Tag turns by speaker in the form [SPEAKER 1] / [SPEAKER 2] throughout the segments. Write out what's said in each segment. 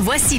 [SPEAKER 1] Voici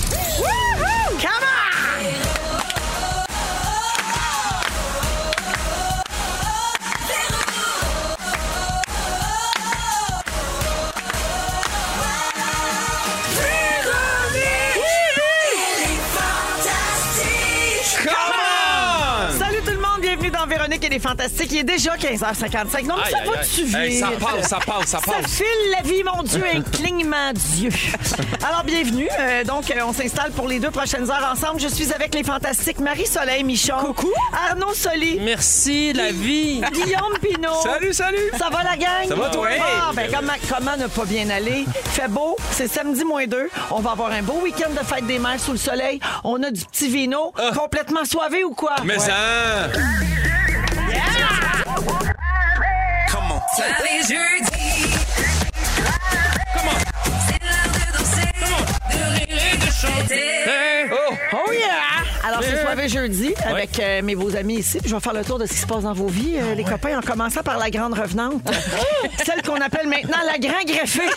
[SPEAKER 2] Salut tout le monde, bienvenue dans Véronique et les Fantastiques. Il est déjà 15h55. Non, mais
[SPEAKER 3] Aïe,
[SPEAKER 2] ça
[SPEAKER 3] aïe,
[SPEAKER 2] va-tu
[SPEAKER 3] aïe. Hey,
[SPEAKER 2] vite?
[SPEAKER 3] ça passe, ça passe, ça
[SPEAKER 2] Ça
[SPEAKER 3] passe.
[SPEAKER 2] file la vie, mon Dieu, un clignement d'yeux. Alors, bienvenue. Euh, donc, euh, on s'installe pour les deux prochaines heures ensemble. Je suis avec les fantastiques Marie-Soleil Michon. Coucou. Arnaud Soli.
[SPEAKER 3] Merci, la vie.
[SPEAKER 2] Guillaume Pinot.
[SPEAKER 3] Salut, salut.
[SPEAKER 2] Ça va la gang?
[SPEAKER 3] Ça va, toi?
[SPEAKER 2] Ah, ben, comment, comment ne pas bien aller? Fait beau, c'est samedi moins deux. On va avoir un beau week-end de fête des mères sous le soleil. On a du petit vino complètement soivé ou quoi?
[SPEAKER 3] Ah. Mais ça.
[SPEAKER 2] Oh yeah! Alors, c'est soirée jeudi avec euh, mes beaux amis ici. Puis Je vais faire le tour de ce qui se passe dans vos vies,
[SPEAKER 4] Ah
[SPEAKER 2] euh, les copains, en commençant par la grande revenante. Celle qu'on appelle maintenant la grand greffée.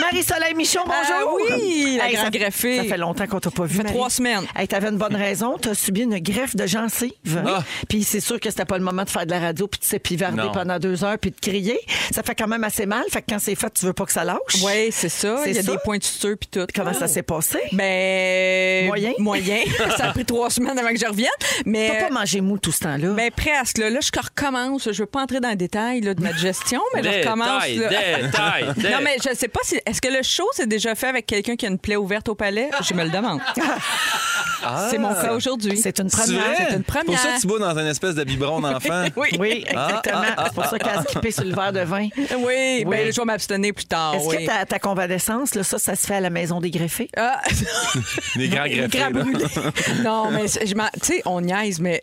[SPEAKER 2] Marie-Soleil Michon, bonjour!
[SPEAKER 4] Ah oui, la grande
[SPEAKER 2] ça-
[SPEAKER 4] greffée.
[SPEAKER 2] Ça fait longtemps qu'on t'a pas vu,
[SPEAKER 4] fait trois semaines.
[SPEAKER 2] Hey, t'avais une bonne raison. T'as subi une greffe de gencive.
[SPEAKER 3] Ah.
[SPEAKER 2] Puis c'est sûr que c'était pas le moment de faire de la radio puis de s'épivarder
[SPEAKER 3] Non.
[SPEAKER 2] pendant deux heures puis de crier. Ça fait quand même assez mal. Fait que quand c'est fait, tu veux pas que ça lâche.
[SPEAKER 4] Oui, c'est ça.
[SPEAKER 2] C'est
[SPEAKER 4] Il y a
[SPEAKER 2] ça?
[SPEAKER 4] des points de suture puis tout.
[SPEAKER 2] Comment ça s'est passé?
[SPEAKER 4] Ben.
[SPEAKER 2] Moyen?
[SPEAKER 4] Moyen. ça a pris trois semaines avant que je revienne. Mais. euh,
[SPEAKER 2] T'as pas mangé mou tout ce temps-là.
[SPEAKER 4] Ben presque. Là, Là, je recommence. Je veux pas entrer dans le détail là, de ma gestion, mais je recommence.
[SPEAKER 3] Détail,
[SPEAKER 4] là.
[SPEAKER 3] détail,
[SPEAKER 4] Non,
[SPEAKER 3] détail.
[SPEAKER 4] mais je sais pas si. Est-ce que le show s'est déjà fait avec quelqu'un qui a une plaie ouverte au palais? Je me le demande. C'est mon cas aujourd'hui.
[SPEAKER 2] Ah. C'est une
[SPEAKER 3] C'est
[SPEAKER 2] première.
[SPEAKER 3] vrai?
[SPEAKER 4] c'est une première.
[SPEAKER 3] Pour ça, tu bois dans une espèce de biberon d'enfant.
[SPEAKER 4] Oui.
[SPEAKER 2] Oui, exactement. c'est pour ça qu'elle a skippé sur le verre de vin.
[SPEAKER 4] Oui, ben,
[SPEAKER 2] Oui.
[SPEAKER 4] je vais m'abstenir plus tard.
[SPEAKER 2] Est-ce
[SPEAKER 4] Ah oui.
[SPEAKER 2] que ta, ta convalescence, là, ça, ça se fait à la maison des greffés?
[SPEAKER 4] Ah.
[SPEAKER 3] Des grands
[SPEAKER 4] Les
[SPEAKER 3] greffés.
[SPEAKER 4] gras
[SPEAKER 3] là.
[SPEAKER 4] brûlés. non, mais c'est- je m'en- tu sais, on niaise, mais.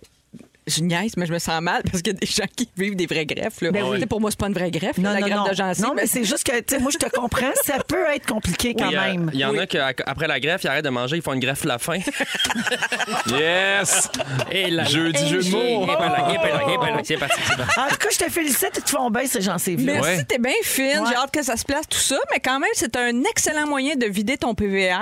[SPEAKER 4] Je niaise, mais je me sens mal parce qu'il y a des gens qui vivent des vraies greffes. Là.
[SPEAKER 2] Ben oui.
[SPEAKER 4] Tu sais, Pour moi, c'est pas une vraie greffe, la greffe de gencive.
[SPEAKER 2] Non, mais c'est juste que, tu sais, moi, je te comprends, ça peut être compliqué quand
[SPEAKER 5] Il
[SPEAKER 6] euh,
[SPEAKER 5] y a-
[SPEAKER 2] même.
[SPEAKER 5] Il y en a qui, après la greffe, ils arrêtent de manger, ils font une greffe la faim.
[SPEAKER 3] Yes.
[SPEAKER 5] Et la
[SPEAKER 3] Jeudi, jeu de mots.
[SPEAKER 5] C'est parti, c'est parti.
[SPEAKER 2] En tout cas, je te félicite, ils te font bien ces gencives-là.
[SPEAKER 4] Merci,
[SPEAKER 3] Ouais.
[SPEAKER 4] t'es bien fine.
[SPEAKER 2] Ouais.
[SPEAKER 4] J'ai hâte que ça se place, tout ça. Mais quand même, c'est un excellent moyen de vider ton PVR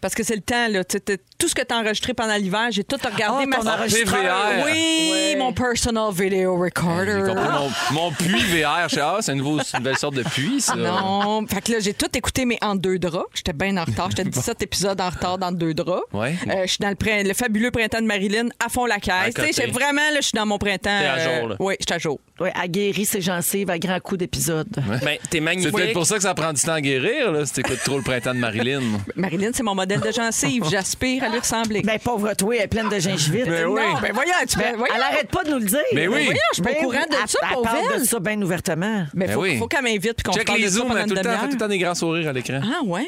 [SPEAKER 4] parce que c'est le temps. Là. Tu sais, t'as- Tout ce que t'as enregistré pendant l'hiver, j'ai tout regardé.
[SPEAKER 2] Ah, ton enregistreur.
[SPEAKER 3] PVR.
[SPEAKER 4] Oui, mon personal video recorder.
[SPEAKER 5] J'ai compris mon, mon puits VR. Je sais, ah, c'est une, nouveau- c'est une belle sorte de puits,
[SPEAKER 3] Ah.
[SPEAKER 5] ça.
[SPEAKER 4] Non. Fait que là, j'ai tout écouté, mais en deux draps. J'étais bien en retard. J'étais 17 épisodes en retard dans deux draps.
[SPEAKER 5] Ouais.
[SPEAKER 4] Euh, je suis dans le, prin- le fabuleux printemps de Marilyn à fond la
[SPEAKER 5] À
[SPEAKER 4] caisse. Tu
[SPEAKER 5] côté.
[SPEAKER 4] sais, j'ai vraiment, là, je suis dans mon printemps. euh,
[SPEAKER 5] T'es à jour, là.
[SPEAKER 4] oui, je suis à jour.
[SPEAKER 2] Oui, à guérir ses gencives à grands coups d'épisodes.
[SPEAKER 5] Ben, t'es
[SPEAKER 3] C'est
[SPEAKER 5] magnifique.
[SPEAKER 3] peut-être pour ça que ça prend du temps à guérir, là, si t'écoutes trop le printemps de Marilyn.
[SPEAKER 4] Marilyn, c'est mon modèle de gencive. J'aspire à lui ressembler.
[SPEAKER 2] Ben, pauvre toi, elle est pleine de gingivite.
[SPEAKER 3] Ben oui.
[SPEAKER 4] Non, ben voyons, tu
[SPEAKER 2] Ben,
[SPEAKER 4] ben, voyons.
[SPEAKER 2] elle arrête pas de nous le dire.
[SPEAKER 3] Ben oui.
[SPEAKER 4] voyons, je suis pas au courant de
[SPEAKER 2] elle-
[SPEAKER 4] ça,
[SPEAKER 2] Elle
[SPEAKER 4] pauvre
[SPEAKER 2] parle de
[SPEAKER 4] elle.
[SPEAKER 2] ça bien ouvertement.
[SPEAKER 4] Mais
[SPEAKER 3] Ben
[SPEAKER 4] faut,
[SPEAKER 3] oui.
[SPEAKER 4] faut qu'elle m'invite puis qu'on se
[SPEAKER 3] Check
[SPEAKER 4] parle de
[SPEAKER 3] les
[SPEAKER 4] ça
[SPEAKER 3] zooms,
[SPEAKER 4] pendant
[SPEAKER 3] hein,
[SPEAKER 4] une
[SPEAKER 3] tout le temps, fait tout le
[SPEAKER 4] demi-heure.
[SPEAKER 3] temps des grands sourires à l'écran.
[SPEAKER 4] Ah ouais.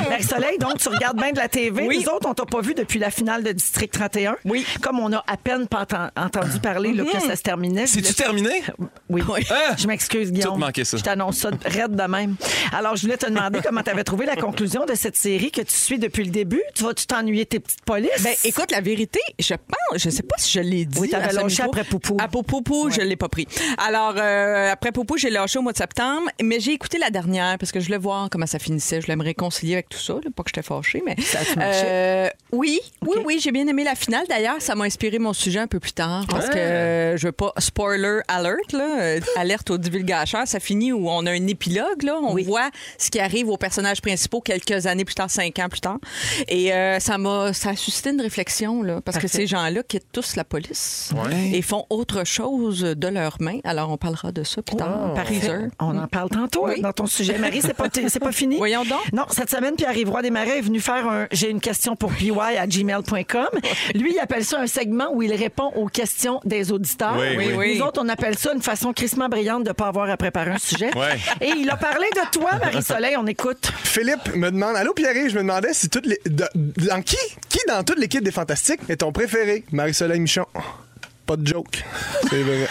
[SPEAKER 2] Marie Ben, Soleil, donc, tu regardes bien de la TV.
[SPEAKER 4] Oui.
[SPEAKER 2] Nous autres, on t'a pas vu depuis la finale de District 31.
[SPEAKER 4] Oui. Mm-hmm.
[SPEAKER 2] Comme on a à peine pas enten- entendu parler là, que ça se terminait. je
[SPEAKER 3] C'est-tu
[SPEAKER 2] voulais-
[SPEAKER 3] terminé?
[SPEAKER 2] Oui. Hein?
[SPEAKER 3] Ah!
[SPEAKER 2] Je m'excuse, Guillaume.
[SPEAKER 3] Tout manqué, ça.
[SPEAKER 2] Je t'annonce ça raide de même. Alors, je voulais te demander comment tu avais trouvé la conclusion de cette série que tu suis depuis le début. Tu vas-tu t'ennuyer tes petites polices?
[SPEAKER 4] Ben, écoute, la vérité, je pense, je sais pas si je l'ai dit.
[SPEAKER 2] Oui, t'avais
[SPEAKER 4] à ce
[SPEAKER 2] lâché
[SPEAKER 4] micro.
[SPEAKER 2] après Poupou.
[SPEAKER 4] À Poupou, je l'ai pas pris. Alors, euh, après Poupou, j'ai lâché au mois de septembre, mais j'ai écouté la dernière parce que je voulais voir comment ça finissait. Je voulais me réconcilier avec tout ça, là, pas que j'étais fâchée, mais.
[SPEAKER 2] Ça a-tu marché?
[SPEAKER 4] Euh, oui, oui, oui, j'ai bien aimé la finale. D'ailleurs, ça m'a inspiré mon sujet un peu plus tard parce que euh, je veux pas. Spoiler alert, là, euh, alerte au divulgateur. Ça finit où on a un épilogue, là. On voit ce qui arrive aux personnages principaux quelques années plus tard, cinq ans plus tard. Et euh, ça m'a, ça a suscité une réflexion, là, parce que ces gens-là quittent tous la police et font autre chose de leurs mains. Alors, on parlera de ça plus
[SPEAKER 3] Oh.
[SPEAKER 4] tard. par heure.
[SPEAKER 2] On en parle tantôt
[SPEAKER 4] Oui.
[SPEAKER 2] hein, dans ton sujet. Marie, c'est pas, c'est pas fini.
[SPEAKER 4] Voyons donc.
[SPEAKER 2] Non, cette semaine, Pierre-Yvroy Desmarais est venu faire un J'ai une question pour PY à gmail.com. Lui, il appelle ça un segment où il répond aux questions des auditeurs.
[SPEAKER 3] Oui,
[SPEAKER 4] oui. Oui, oui.
[SPEAKER 2] Nous autres, on appelle ça une façon crissement brillante de ne pas avoir à préparer un sujet.
[SPEAKER 3] Ouais.
[SPEAKER 2] Et il a parlé de toi, Marie-Soleil. On écoute.
[SPEAKER 7] Philippe me demande Allô Pierre, je me demandais si toutes les. de- dans qui Qui dans toute l'équipe des Fantastiques est ton préféré Marie-Soleil Michon. pas de joke. C'est vrai.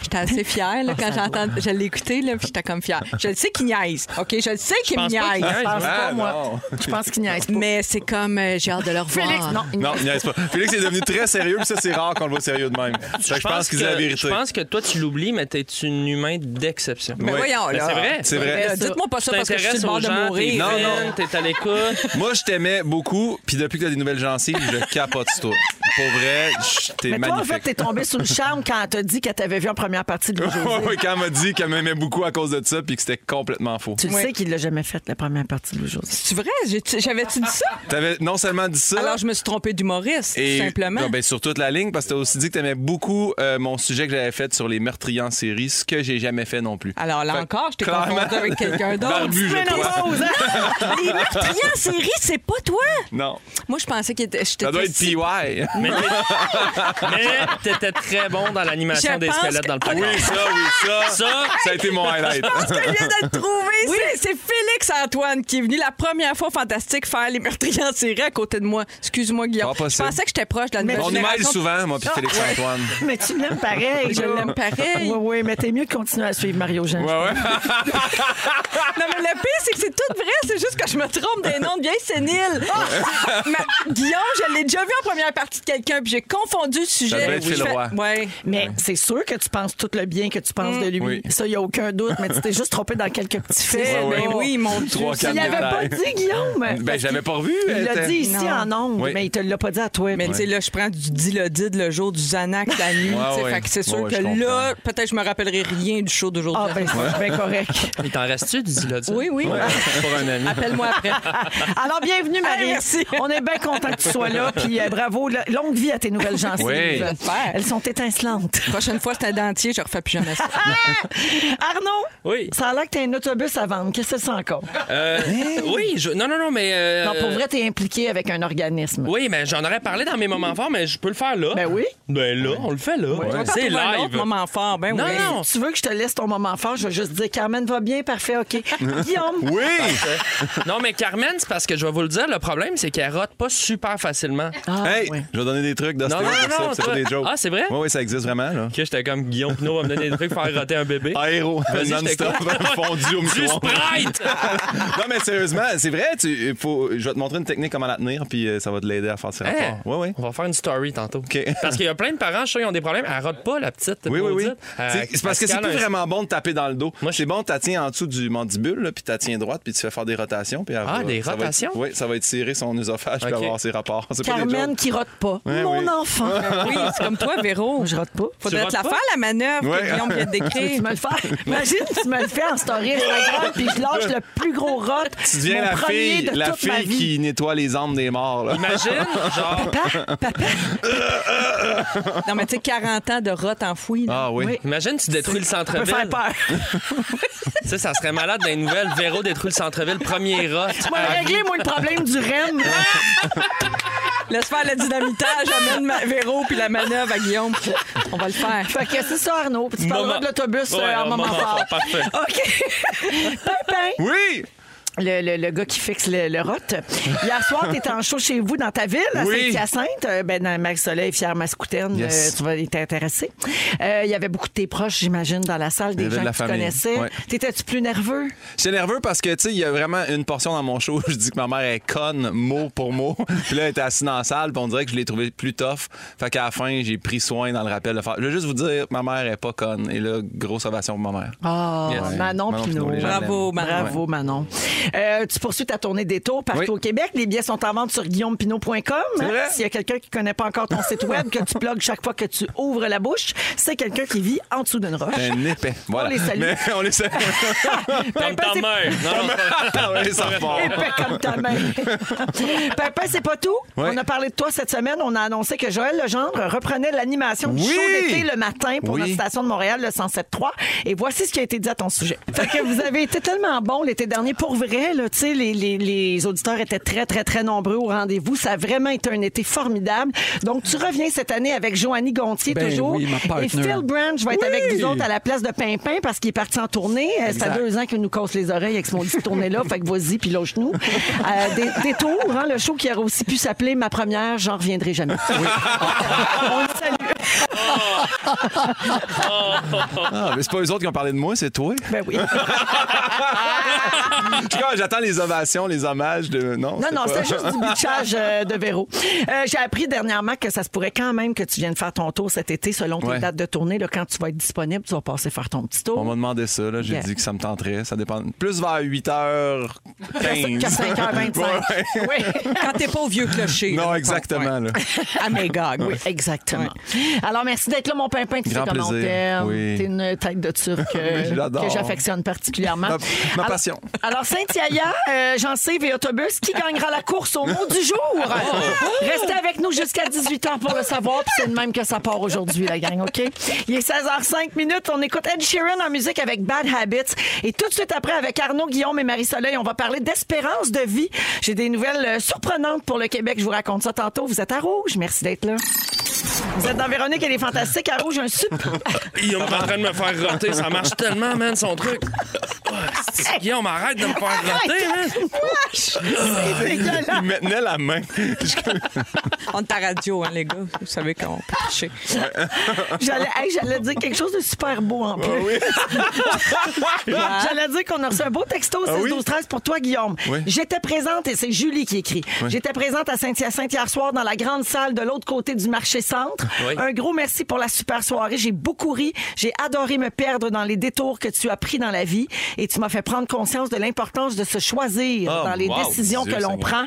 [SPEAKER 4] J'étais assez fière
[SPEAKER 3] Ah,
[SPEAKER 4] là, quand j'entends. Je l'ai écouté, là, puis j'étais comme fière. Je le sais qu'il niaise. OK, je le sais qu'il me
[SPEAKER 3] pense pas qu'il
[SPEAKER 4] niaise.
[SPEAKER 3] niaise.
[SPEAKER 2] pense pas,
[SPEAKER 3] Ah,
[SPEAKER 2] moi.
[SPEAKER 3] non.
[SPEAKER 2] Je pense qu'il niaise Ah. pas.
[SPEAKER 4] Mais c'est comme euh, j'ai hâte de le revoir.
[SPEAKER 2] Félix, non, il
[SPEAKER 5] Non,
[SPEAKER 2] niaise
[SPEAKER 5] il niaise pas. Félix est devenu très sérieux, puis ça, c'est rare qu'on le voit sérieux de même. Fait que je pense qu'il dit la
[SPEAKER 6] que-
[SPEAKER 5] vérité.
[SPEAKER 6] Je pense que toi, tu l'oublies, mais t'es une humaine d'exception.
[SPEAKER 4] Mais
[SPEAKER 5] Ouais.
[SPEAKER 4] voyons,
[SPEAKER 5] Mais
[SPEAKER 4] là.
[SPEAKER 5] c'est vrai, c'est vrai.
[SPEAKER 4] Euh, Dites-moi pas ça parce que je suis
[SPEAKER 6] T'intéresses
[SPEAKER 4] sur le bord
[SPEAKER 6] aux
[SPEAKER 4] de
[SPEAKER 6] gens,
[SPEAKER 4] mourir. Euh,
[SPEAKER 5] t'es-
[SPEAKER 6] T'es
[SPEAKER 5] Non,
[SPEAKER 6] non,
[SPEAKER 5] non.
[SPEAKER 6] non. T'es à l'écoute.
[SPEAKER 5] Moi, je t'aimais beaucoup, puis depuis que t'as des nouvelles gencives, je capote sur toi. Pour vrai, je- t'es
[SPEAKER 2] Mais
[SPEAKER 5] magnifique.
[SPEAKER 2] toi, en fait, t'es tombé sous le charme quand elle t'a dit qu'elle t'avait vu en première partie de Louis-José.
[SPEAKER 5] Ouais, ouais, quand elle m'a dit qu'elle m'aimait beaucoup à cause de ça, puis que c'était complètement faux.
[SPEAKER 2] Tu le sais qu'il l'a jamais fait, la première partie de Louis-José.
[SPEAKER 4] C'est vrai? J'ai- J'avais-tu dit ça?
[SPEAKER 5] T'avais non seulement dit ça.
[SPEAKER 4] Alors, je me suis trompée d'humoriste, tout simplement.
[SPEAKER 5] non, ben, sur toute la ligne, parce que t'as aussi dit que t'aimais beaucoup euh, mon sujet que j'avais fait sur les meurtriers en série, ce que j'ai jamais fait non plus.
[SPEAKER 4] Alors là
[SPEAKER 5] Fait que
[SPEAKER 4] encore, je t'ai
[SPEAKER 5] clairement,
[SPEAKER 4] confondue avec quelqu'un d'autre. hein?
[SPEAKER 5] Barbu, je crois.
[SPEAKER 4] Les meurtriers en série, c'est pas toi?
[SPEAKER 5] Non,
[SPEAKER 4] Moi, je pensais que était...
[SPEAKER 5] ça doit être PY.
[SPEAKER 6] Mais t'es- mais t'étais très bon dans l'animation
[SPEAKER 4] Je
[SPEAKER 6] des
[SPEAKER 4] pense
[SPEAKER 6] squelettes
[SPEAKER 4] que-
[SPEAKER 6] dans le
[SPEAKER 5] Oui,
[SPEAKER 6] placard.
[SPEAKER 5] ça, oui, ça.
[SPEAKER 6] Ça,
[SPEAKER 5] Ça a été mon highlight.
[SPEAKER 4] Je viens de le trouver. C'est- C'est Félix Antoine qui est venu la première fois au fantastique faire les meurtriers en série à côté de moi. Excuse-moi, Guillaume.
[SPEAKER 5] Pas
[SPEAKER 4] Je
[SPEAKER 5] possible.
[SPEAKER 4] pensais que j'étais proche de la nouvelle
[SPEAKER 5] On nous mêle
[SPEAKER 4] génération.
[SPEAKER 5] souvent, moi,
[SPEAKER 6] Ah,
[SPEAKER 5] puis Félix Antoine.
[SPEAKER 2] Mais tu l'aimes pareil.
[SPEAKER 4] Je
[SPEAKER 2] là.
[SPEAKER 4] l'aime pareil.
[SPEAKER 2] Oui, oui, mais t'es mieux de continuer à suivre Mario Jean.
[SPEAKER 5] Ouais, ouais.
[SPEAKER 4] Non, mais le pire, c'est que c'est tout vrai. C'est juste que je me trompe des noms de vieilles séniles. Ma- Guillaume, je l'ai déjà vu en première partie de quelqu'un, puis j'ai confondu le sujet.
[SPEAKER 5] devait être
[SPEAKER 4] Je
[SPEAKER 5] Phil
[SPEAKER 4] fais-
[SPEAKER 5] Roy.
[SPEAKER 4] Ouais.
[SPEAKER 2] Mais c'est sûr que tu penses tout le bien que tu penses de lui.
[SPEAKER 5] Oui.
[SPEAKER 2] Ça, il n'y a aucun doute, mais tu t'es juste trompé dans quelques petits faits.
[SPEAKER 4] Ben
[SPEAKER 5] Ouais, ouais.
[SPEAKER 2] là.
[SPEAKER 4] oui, mon Dieu.
[SPEAKER 5] Trois,
[SPEAKER 2] Tu
[SPEAKER 5] quatre
[SPEAKER 2] l'avais pas
[SPEAKER 5] détails.
[SPEAKER 2] dit, Guillaume.
[SPEAKER 5] Ben, j'avais pas revu.
[SPEAKER 2] Il
[SPEAKER 5] elle
[SPEAKER 2] l'a
[SPEAKER 5] était-
[SPEAKER 2] dit ici en ondes,
[SPEAKER 5] Oui.
[SPEAKER 2] mais il te l'a pas dit à toi.
[SPEAKER 4] Mais tu sais, là, je prends du Dilodide le jour, du Xanax la nuit.
[SPEAKER 5] Ouais,
[SPEAKER 4] tu sais,
[SPEAKER 5] ouais.
[SPEAKER 4] Fait que c'est sûr
[SPEAKER 5] Ouais,
[SPEAKER 4] que
[SPEAKER 5] je comprends.
[SPEAKER 4] là, peut-être je me rappellerai rien du show d'aujourd'hui.
[SPEAKER 2] Ah, ben, c'est bien correct.
[SPEAKER 6] Il t'en reste-tu, dis là
[SPEAKER 4] oui, oui.
[SPEAKER 6] Pour un ami.
[SPEAKER 4] Ah, Appelle-moi après.
[SPEAKER 2] Alors, bienvenue, Marie.
[SPEAKER 4] Hey, merci.
[SPEAKER 2] On est bien content que tu sois là. Puis euh, bravo, là, longue vie à tes nouvelles gencives.
[SPEAKER 5] Oui.
[SPEAKER 4] J'espère.
[SPEAKER 2] Elles sont étincelantes.
[SPEAKER 4] Prochaine fois, c'est un dentier, je refais plus jamais ça.
[SPEAKER 2] Arnaud,
[SPEAKER 6] Oui.
[SPEAKER 2] ça a l'air que t'as un autobus à vendre. Qu'est-ce que c'est encore?
[SPEAKER 6] Euh, oui, je- non, non, non, mais. euh,
[SPEAKER 2] Non, pour vrai, t'es impliqué avec un organisme.
[SPEAKER 6] Oui, mais j'en aurais parlé dans mes moments forts, mais je peux le faire là.
[SPEAKER 2] Ben oui.
[SPEAKER 6] Ben là, on le fait là.
[SPEAKER 4] On va t'en
[SPEAKER 6] C'est
[SPEAKER 4] trouver un autre
[SPEAKER 6] live.
[SPEAKER 4] moment fort. Ben
[SPEAKER 6] Non,
[SPEAKER 4] oui.
[SPEAKER 6] non.
[SPEAKER 2] Tu veux que je te laisse ton moment fort? Je vais juste dire Carmen va bien, parfait, OK. Guillaume,
[SPEAKER 5] Oui!
[SPEAKER 6] Non, mais Carmen, c'est parce que je vais vous le dire, le problème, c'est qu'elle rote pas super facilement.
[SPEAKER 4] Ah.
[SPEAKER 5] hey, je vais donner des trucs
[SPEAKER 6] Ah, Non,
[SPEAKER 5] d'ostéo
[SPEAKER 6] non,
[SPEAKER 5] pour
[SPEAKER 6] non,
[SPEAKER 5] ça, c'est pas
[SPEAKER 6] toi-
[SPEAKER 5] des jokes.
[SPEAKER 6] Ah, c'est vrai?
[SPEAKER 5] Oui, oui, ça existe vraiment, là.
[SPEAKER 6] Ok, j'étais comme Guillaume Pinot va me donner des trucs pour faire roter un bébé.
[SPEAKER 5] Aéro,
[SPEAKER 6] Vas-y, je
[SPEAKER 5] non-stop,
[SPEAKER 6] t'écoute.
[SPEAKER 5] fondu au
[SPEAKER 6] Du
[SPEAKER 5] micro
[SPEAKER 6] Sprite!
[SPEAKER 5] non, mais sérieusement, c'est vrai, tu, faut, je vais te montrer une technique comment la tenir, puis euh, ça va te l'aider à faire ses
[SPEAKER 6] Hein?
[SPEAKER 5] rapports. Oui, oui.
[SPEAKER 6] On va faire une story tantôt.
[SPEAKER 5] OK.
[SPEAKER 6] Parce qu'il y a plein de parents, je sais, ils ont des problèmes. Elle rote pas, la petite.
[SPEAKER 5] Oui, oui, oui.
[SPEAKER 6] maudite. Euh,
[SPEAKER 5] C'est- C'est parce que c'est
[SPEAKER 6] Pascal,
[SPEAKER 5] plus
[SPEAKER 6] un-
[SPEAKER 5] vraiment bon de taper dans le dos.
[SPEAKER 6] Moi, je-
[SPEAKER 5] c'est bon, tu tiens en dessous du mandibule, là, puis tu tiens droite, puis tu fais faire des rotations. Puis elle
[SPEAKER 6] Ah,
[SPEAKER 5] va-
[SPEAKER 6] des
[SPEAKER 5] ça va être-
[SPEAKER 6] rotations?
[SPEAKER 5] oui, ça va étirer son œsophage,
[SPEAKER 6] OK.
[SPEAKER 5] puis avoir ses rapports. C'est pas des
[SPEAKER 2] Carmen
[SPEAKER 5] jokes.
[SPEAKER 2] qui rote pas.
[SPEAKER 5] Ouais,
[SPEAKER 2] Mon
[SPEAKER 5] oui.
[SPEAKER 2] enfant.
[SPEAKER 4] Oui, c'est comme toi, Véro.
[SPEAKER 2] Moi, je rote pas.
[SPEAKER 4] Faudrait
[SPEAKER 6] Tu
[SPEAKER 4] te la
[SPEAKER 6] rates
[SPEAKER 4] faire, la manœuvre que
[SPEAKER 5] Ouais.
[SPEAKER 4] Guillaume vient de
[SPEAKER 2] Tu
[SPEAKER 4] décrire.
[SPEAKER 2] veux me le faire? Imagine, tu me le fais en story Instagram, puis je lâche le plus gros rot.
[SPEAKER 5] Tu deviens
[SPEAKER 2] mon
[SPEAKER 5] la
[SPEAKER 2] premier
[SPEAKER 5] fille,
[SPEAKER 2] de
[SPEAKER 5] la
[SPEAKER 2] toute ma
[SPEAKER 5] fille
[SPEAKER 2] vie.
[SPEAKER 5] qui nettoie les âmes des morts. Là.
[SPEAKER 6] Imagine, genre,
[SPEAKER 4] Non, mais tu sais, 40 ans de rot enfouie. là.
[SPEAKER 5] Ah oui.
[SPEAKER 2] Oui.
[SPEAKER 6] imagine tu détruis le
[SPEAKER 2] Ça peut faire
[SPEAKER 6] centre-ville.
[SPEAKER 2] peur.
[SPEAKER 6] Tu sais, ça serait malade dans les nouvelles. Véro détruit le centre-ville, premier rot.
[SPEAKER 2] Tu m'as réglé, moi, le problème du REM.
[SPEAKER 4] Laisse faire le dynamitage, amène ma- Véro puis la manœuvre à Guillaume. On va le faire.
[SPEAKER 2] Fait que c'est ça, Arnaud. Puis tu parleras
[SPEAKER 6] Moment.
[SPEAKER 2] de l'autobus
[SPEAKER 6] Ouais,
[SPEAKER 2] euh, en
[SPEAKER 6] un
[SPEAKER 2] moment fort.
[SPEAKER 6] Parfait.
[SPEAKER 2] OK. Pimpin,
[SPEAKER 5] Oui!
[SPEAKER 2] le, le- le gars qui fixe le, le rot. Hier soir, t'étais en show chez vous dans ta ville, à
[SPEAKER 5] Oui.
[SPEAKER 2] Saint-Hyacinthe. Euh, Ben, dans Marie-Soleil, Fière Mascoutaine,
[SPEAKER 5] Yes.
[SPEAKER 2] euh, tu vas être intéressé. Euh, Il y avait beaucoup de tes proches, j'imagine, dans la salle,
[SPEAKER 5] y
[SPEAKER 2] des
[SPEAKER 5] avait de
[SPEAKER 2] gens
[SPEAKER 5] la
[SPEAKER 2] que tu
[SPEAKER 5] famille.
[SPEAKER 2] connaissais.
[SPEAKER 5] Ouais.
[SPEAKER 2] T'étais-tu plus nerveux?
[SPEAKER 5] J'étais nerveux parce que, tu sais, il y a vraiment une portion dans mon show où je dis que ma mère est conne mot pour mot. Puis là, elle était assise dans la salle, puis on dirait que je l'ai trouvée plus tough. Fait qu'à la fin, j'ai pris soin dans le rappel de faire. Je veux juste vous dire, ma mère est pas conne. Et là, grosse ovation pour ma mère.
[SPEAKER 2] Ah,
[SPEAKER 5] Yes. Manon
[SPEAKER 2] Manon Pinot.
[SPEAKER 5] Pinot, les gens
[SPEAKER 4] Bravo, l'aiment. Manon.
[SPEAKER 2] Bravo, Manon. Euh, tu poursuis ta tournée des tours partout
[SPEAKER 5] Oui.
[SPEAKER 2] au Québec. Les billets sont en vente sur guillaumepinot.com.
[SPEAKER 5] vrai.
[SPEAKER 2] S'il y a quelqu'un qui ne connaît pas encore ton site web que tu plugues chaque fois que tu ouvres la bouche, c'est quelqu'un qui vit en dessous d'une roche.
[SPEAKER 5] Un épais. Voilà.
[SPEAKER 2] les salue.
[SPEAKER 5] Mais on les salue.
[SPEAKER 6] Comme ta
[SPEAKER 2] c'est-
[SPEAKER 6] mère. Non, non,
[SPEAKER 5] Ah oui, ça repart.
[SPEAKER 2] Épais comme ta main. Pimpin, c'est pas tout.
[SPEAKER 5] Ouais.
[SPEAKER 2] On a parlé de toi cette semaine. On a annoncé que Joël Legendre reprenait l'animation du
[SPEAKER 5] Oui.
[SPEAKER 2] show d'été le matin pour
[SPEAKER 5] Oui.
[SPEAKER 2] notre station de Montréal, le 107.3. Et voici ce qui a été dit à ton sujet. Fait que vous avez été tellement bon l'été dernier. Pour vrai, là, tu sais, les, les- les auditeurs étaient très, très, très nombreux au rendez-vous. Ça a vraiment été un été formidable. Donc, tu reviens cette année avec Joannie Gontier,
[SPEAKER 8] Ben
[SPEAKER 2] toujours.
[SPEAKER 8] oui, ma
[SPEAKER 2] Et
[SPEAKER 8] partner.
[SPEAKER 2] Phil Branch va être avec nous autres à la place de Pimpin parce qu'il est parti en tournée. Euh, Ça fait deux ans qu'il nous casse les oreilles avec ce maudit tournée-là. fait que vas-y, puis lâche-nous. Euh, des, des tours, hein, le show qui aurait aussi pu s'appeler Ma première, j'en reviendrai jamais. On le salue.
[SPEAKER 5] Ah, mais c'est pas eux autres qui ont parlé de moi, c'est toi.
[SPEAKER 2] Ben oui.
[SPEAKER 5] En tout cas, J'attends les ovations, les hommages de. Non,
[SPEAKER 2] Ah. Non,
[SPEAKER 5] c'est
[SPEAKER 2] non,
[SPEAKER 5] pas-
[SPEAKER 2] c'est juste du bitchage euh, de Véro. Euh, J'ai appris dernièrement que ça se pourrait quand même que tu viennes faire ton tour cet été selon tes
[SPEAKER 5] Ouais.
[SPEAKER 2] dates de tournée. Là, quand tu vas être disponible, tu vas passer faire ton petit tour.
[SPEAKER 5] On m'a demandé ça, là. J'ai
[SPEAKER 2] Yeah.
[SPEAKER 5] dit que ça me tenterait. Ça dépend. Plus vers 8h15.
[SPEAKER 2] Qu'à 5h25.
[SPEAKER 5] Ouais.
[SPEAKER 2] Oui.
[SPEAKER 4] Quand t'es pas au vieux clocher.
[SPEAKER 5] Non,
[SPEAKER 4] là,
[SPEAKER 5] exactement. là.
[SPEAKER 4] À Magog, oui.
[SPEAKER 2] Oui, exactement. Alors, merci d'être là, mon pimpin. Tu
[SPEAKER 5] Grand
[SPEAKER 2] sais comment on
[SPEAKER 5] plaisir.
[SPEAKER 2] t'aime.
[SPEAKER 5] Oui.
[SPEAKER 2] T'es une tête de turc euh,
[SPEAKER 5] Oui, je l'adore.
[SPEAKER 2] que j'affectionne particulièrement.
[SPEAKER 5] Ma- ma
[SPEAKER 2] Alors-
[SPEAKER 5] passion.
[SPEAKER 2] Alors, Saint-Yaya, euh, jean save et Autobus, qui gagnera la course au mot du jour?
[SPEAKER 5] Ah,
[SPEAKER 2] Restez avec nous jusqu'à 18h pour le savoir, puis c'est de même que ça part aujourd'hui, la gang, OK? Il est 16h05 minutes. On écoute Ed Sheeran en musique avec Bad Habits. Et tout de suite après, avec Arnaud Guillaume et Marie-Soleil, on va parler d'espérance de vie. J'ai des nouvelles euh, surprenantes pour le Québec. Je vous raconte ça tantôt. Vous êtes à Rouge. Merci d'être là. Vous êtes dans Véronique, elle est fantastique. À Rouge, un sup.
[SPEAKER 6] Guillaume est en train de me faire roter. Ça marche tellement, man, son truc. Oh, c'est- Guillaume, arrête de me faire roter,
[SPEAKER 5] hein?
[SPEAKER 6] man.
[SPEAKER 2] C'est dégueulasse.
[SPEAKER 5] Il me tenait la main.
[SPEAKER 4] On est à radio, hein, les gars. Vous savez qu'on peut toucher.
[SPEAKER 2] J'allais hey, j'allais dire quelque chose de super beau en
[SPEAKER 5] Ah
[SPEAKER 2] plus. j'allais dire qu'on a reçu un beau texto 6 12 13 pour toi Guillaume.
[SPEAKER 5] Ah Oui.
[SPEAKER 2] J'étais présente et c'est Julie qui écrit. J'étais présente à Saint-Hyacinthe hier soir dans la grande salle de l'autre côté du marché centre.
[SPEAKER 6] Oui.
[SPEAKER 2] Un gros merci pour la super soirée, j'ai beaucoup ri, j'ai adoré me perdre dans les détours que tu as pris dans la vie et tu m'as fait prendre conscience de l'importance de se choisir
[SPEAKER 5] Oh,
[SPEAKER 2] dans les
[SPEAKER 5] wow,
[SPEAKER 2] décisions
[SPEAKER 5] Dieu
[SPEAKER 2] que l'on
[SPEAKER 5] Seigneur.
[SPEAKER 2] prend.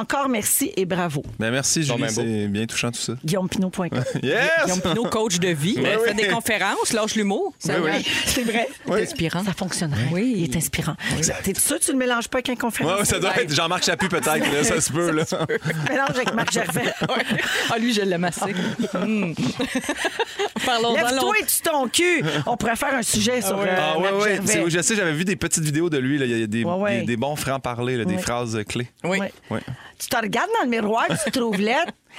[SPEAKER 2] Encore merci et bravo.
[SPEAKER 5] Ben, merci,
[SPEAKER 6] bien
[SPEAKER 5] Julie.
[SPEAKER 6] beau.
[SPEAKER 5] C'est bien touchant, tout ça.
[SPEAKER 2] guillaumepinot.com.
[SPEAKER 5] Yes!
[SPEAKER 4] Guillaume Pinot, coach de vie,
[SPEAKER 5] Oui,
[SPEAKER 4] fait
[SPEAKER 5] oui.
[SPEAKER 4] des conférences, lâche l'humour. Ça va.
[SPEAKER 2] C'est vrai.
[SPEAKER 4] C'est inspirant.
[SPEAKER 2] Ça fonctionnerait.
[SPEAKER 4] Oui.
[SPEAKER 2] Il est inspirant. T'es sûr que tu le mélanges pas avec un conférencier?
[SPEAKER 5] Ouais, ça doit être Jean-Marc Chaput, peut-être. là, ça se peut, là.
[SPEAKER 2] Tu le mélanges avec Marc Gervais.
[SPEAKER 4] Ah, lui, je l'ai massé. Hmm. Parlons-en longtemps.
[SPEAKER 2] Lève-toi et tu ton cul. On pourrait faire un sujet sur euh,
[SPEAKER 5] Ah, ouais,
[SPEAKER 2] Marc
[SPEAKER 5] ouais.
[SPEAKER 2] Gervais.
[SPEAKER 5] C'est- oui, Je sais, j'avais vu des petites vidéos de lui. là. Il y a des,
[SPEAKER 2] Ouais, ouais.
[SPEAKER 5] des- des bons francs-parlés, là, des
[SPEAKER 2] Ouais.
[SPEAKER 5] phrases euh, clés.
[SPEAKER 4] Oui.
[SPEAKER 2] Ouais.
[SPEAKER 5] Ouais.
[SPEAKER 2] Tu te regardes dans le miroir, tu te trouves laide.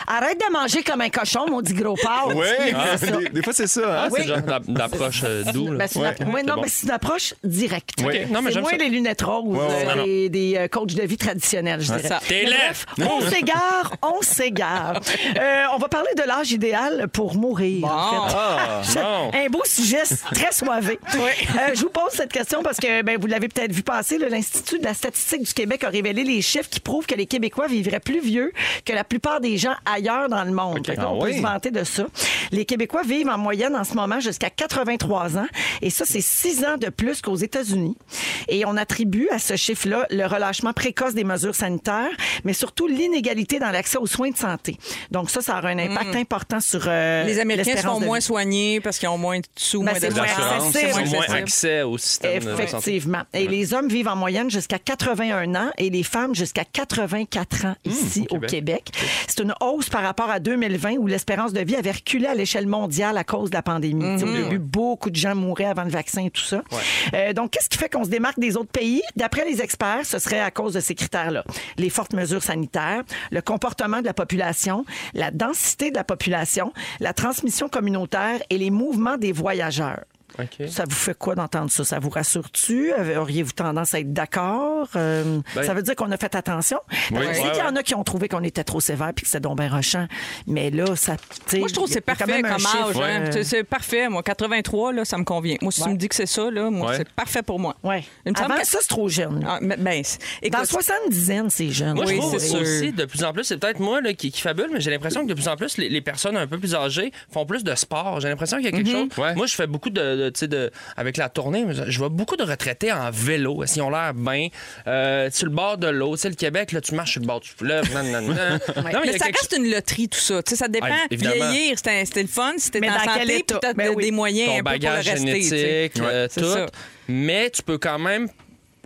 [SPEAKER 2] Arrête de manger comme un cochon, maudit gros porc.
[SPEAKER 5] Ah,
[SPEAKER 2] C'est ça.
[SPEAKER 5] des, des fois, c'est ça.
[SPEAKER 2] Ah,
[SPEAKER 5] hein?
[SPEAKER 6] C'est le genre d'ap- d'approche euh, doux. là.
[SPEAKER 2] Ben, c'est une appro-
[SPEAKER 6] Ouais,
[SPEAKER 2] ouais,
[SPEAKER 6] c'est
[SPEAKER 2] non,
[SPEAKER 6] bon.
[SPEAKER 2] mais c'est une approche directe.
[SPEAKER 6] Oui. Ok. Non, mais
[SPEAKER 2] C'est
[SPEAKER 6] j'aime
[SPEAKER 2] moins
[SPEAKER 6] ça.
[SPEAKER 2] les lunettes roses,
[SPEAKER 6] ouais.
[SPEAKER 2] euh,
[SPEAKER 6] Non,
[SPEAKER 2] des, des, euh, coachs de vie traditionnels, je dirais.
[SPEAKER 4] ça.
[SPEAKER 6] T'es
[SPEAKER 2] Mais
[SPEAKER 6] lève.
[SPEAKER 2] bref, On s'égare, on s'égare. Euh, on va parler de l'âge idéal pour mourir. en fait.
[SPEAKER 5] Ah,
[SPEAKER 2] C'est
[SPEAKER 6] bon.
[SPEAKER 2] Un beau sujet très soivé. Euh, je vous pose cette question parce que ben, vous l'avez peut-être vu passer. là, L'Institut de la statistique du Québec a révélé les chiffres qui prouvent que les Québécois vivraient plus vieux que la plupart des gens ailleurs dans le monde. Fait que là,
[SPEAKER 5] Ah
[SPEAKER 2] on peut
[SPEAKER 5] oui.
[SPEAKER 2] se vanter de ça. Les Québécois vivent en moyenne en ce moment jusqu'à 83 ans. Et ça, c'est 6 ans de plus qu'aux États-Unis. Et on attribue à ce chiffre-là le relâchement précoce des mesures sanitaires, mais surtout l'inégalité dans l'accès aux soins de santé. Donc ça, ça aura un impact important sur euh,
[SPEAKER 4] Les Américains
[SPEAKER 2] l'espérance
[SPEAKER 4] seront
[SPEAKER 2] de
[SPEAKER 4] moins
[SPEAKER 2] vie.
[SPEAKER 4] soignés parce qu'ils ont moins de sous,
[SPEAKER 2] Ben,
[SPEAKER 4] moins
[SPEAKER 2] c'est moins
[SPEAKER 4] d'assurance.
[SPEAKER 6] Ils
[SPEAKER 2] accessible.
[SPEAKER 6] ont moins
[SPEAKER 4] accessible.
[SPEAKER 6] accès au système de santé.
[SPEAKER 2] Effectivement. Et les hommes vivent en moyenne jusqu'à 81 ans et les femmes jusqu'à 84
[SPEAKER 6] Hmm,
[SPEAKER 2] ans ici au Québec. C'est une hausse par rapport à 2020 où l'espérance de vie avait reculé à l'échelle mondiale à cause de la pandémie.
[SPEAKER 6] Mhm.
[SPEAKER 2] Tu sais, Au début, beaucoup de gens mouraient avant le vaccin et tout ça. Euh, donc, qu'est-ce qui fait qu'on se démarque des autres pays? D'après les experts, ce serait à cause de ces critères-là. Les fortes mesures sanitaires, le comportement de la population, la densité de la population, la transmission communautaire et les mouvements des voyageurs.
[SPEAKER 6] OK.
[SPEAKER 2] Ça vous fait quoi d'entendre ça? Ça vous rassure-tu? Avez- Auriez-vous tendance à être d'accord? Euh,
[SPEAKER 6] Ben-
[SPEAKER 2] ça veut dire qu'on a fait attention.
[SPEAKER 5] Oui.
[SPEAKER 2] Parce que je sais
[SPEAKER 6] Ouais,
[SPEAKER 2] qu'il y en
[SPEAKER 6] ouais.
[SPEAKER 2] a qui ont trouvé qu'on était trop sévère puis que c'est donc bien rochant. Mais là, ça. tu sais,
[SPEAKER 4] Moi, je trouve que c'est
[SPEAKER 2] il y a quand
[SPEAKER 4] parfait
[SPEAKER 2] même
[SPEAKER 4] comme
[SPEAKER 2] un chiffre,
[SPEAKER 4] âge. hein.
[SPEAKER 2] euh,
[SPEAKER 4] C'est- C'est parfait. Moi, 83, là, ça me convient. Moi, si tu
[SPEAKER 2] Ouais.
[SPEAKER 4] me dis que c'est ça, là, moi,
[SPEAKER 5] Ouais.
[SPEAKER 4] c'est parfait pour moi.
[SPEAKER 2] ouais.
[SPEAKER 4] Il me semble
[SPEAKER 2] Avant
[SPEAKER 4] que-
[SPEAKER 2] ça, c'est trop jeune.
[SPEAKER 4] Ah, mais- ben, c'est-
[SPEAKER 2] Dans
[SPEAKER 4] écoute,
[SPEAKER 2] 70 c'est jeune.
[SPEAKER 6] Moi,
[SPEAKER 4] Oui,
[SPEAKER 6] je trouve
[SPEAKER 4] c'est sûr.
[SPEAKER 6] aussi de plus en plus, c'est peut-être moi là, qui, qui fabule, mais j'ai l'impression que de plus en plus, les, les personnes un peu plus âgées font plus de sport. J'ai l'impression qu'il y a quelque
[SPEAKER 4] Mhm.
[SPEAKER 6] chose.
[SPEAKER 5] Ouais.
[SPEAKER 6] Moi, je fais beaucoup de, de- tu sais, de- Avec la tournée, je vois beaucoup de retraités en vélo. Ils ont l'air bien. Euh, sur le bord de l'eau, tu sais, le Québec, là, tu marches sur le bord, tu fleuves. nan, nan, nan. Non, mais il y a
[SPEAKER 4] mais ça
[SPEAKER 6] quelque
[SPEAKER 4] reste une loterie, tout ça. Tu sais, ça dépend.
[SPEAKER 6] Ouais, évidemment.
[SPEAKER 4] Vieillir, c'était c'était le fun. C'était
[SPEAKER 2] Mais
[SPEAKER 4] en
[SPEAKER 2] dans quel
[SPEAKER 4] santé, puis
[SPEAKER 2] état?
[SPEAKER 4] t'as
[SPEAKER 2] Ben
[SPEAKER 4] de-
[SPEAKER 2] oui.
[SPEAKER 4] des moyens
[SPEAKER 6] ton
[SPEAKER 4] un peu pour le
[SPEAKER 6] bagage
[SPEAKER 4] rester. tu sais.
[SPEAKER 6] génétique, euh,
[SPEAKER 4] Ouais, c'est
[SPEAKER 6] tout.
[SPEAKER 4] ça.
[SPEAKER 6] Mais tu peux quand même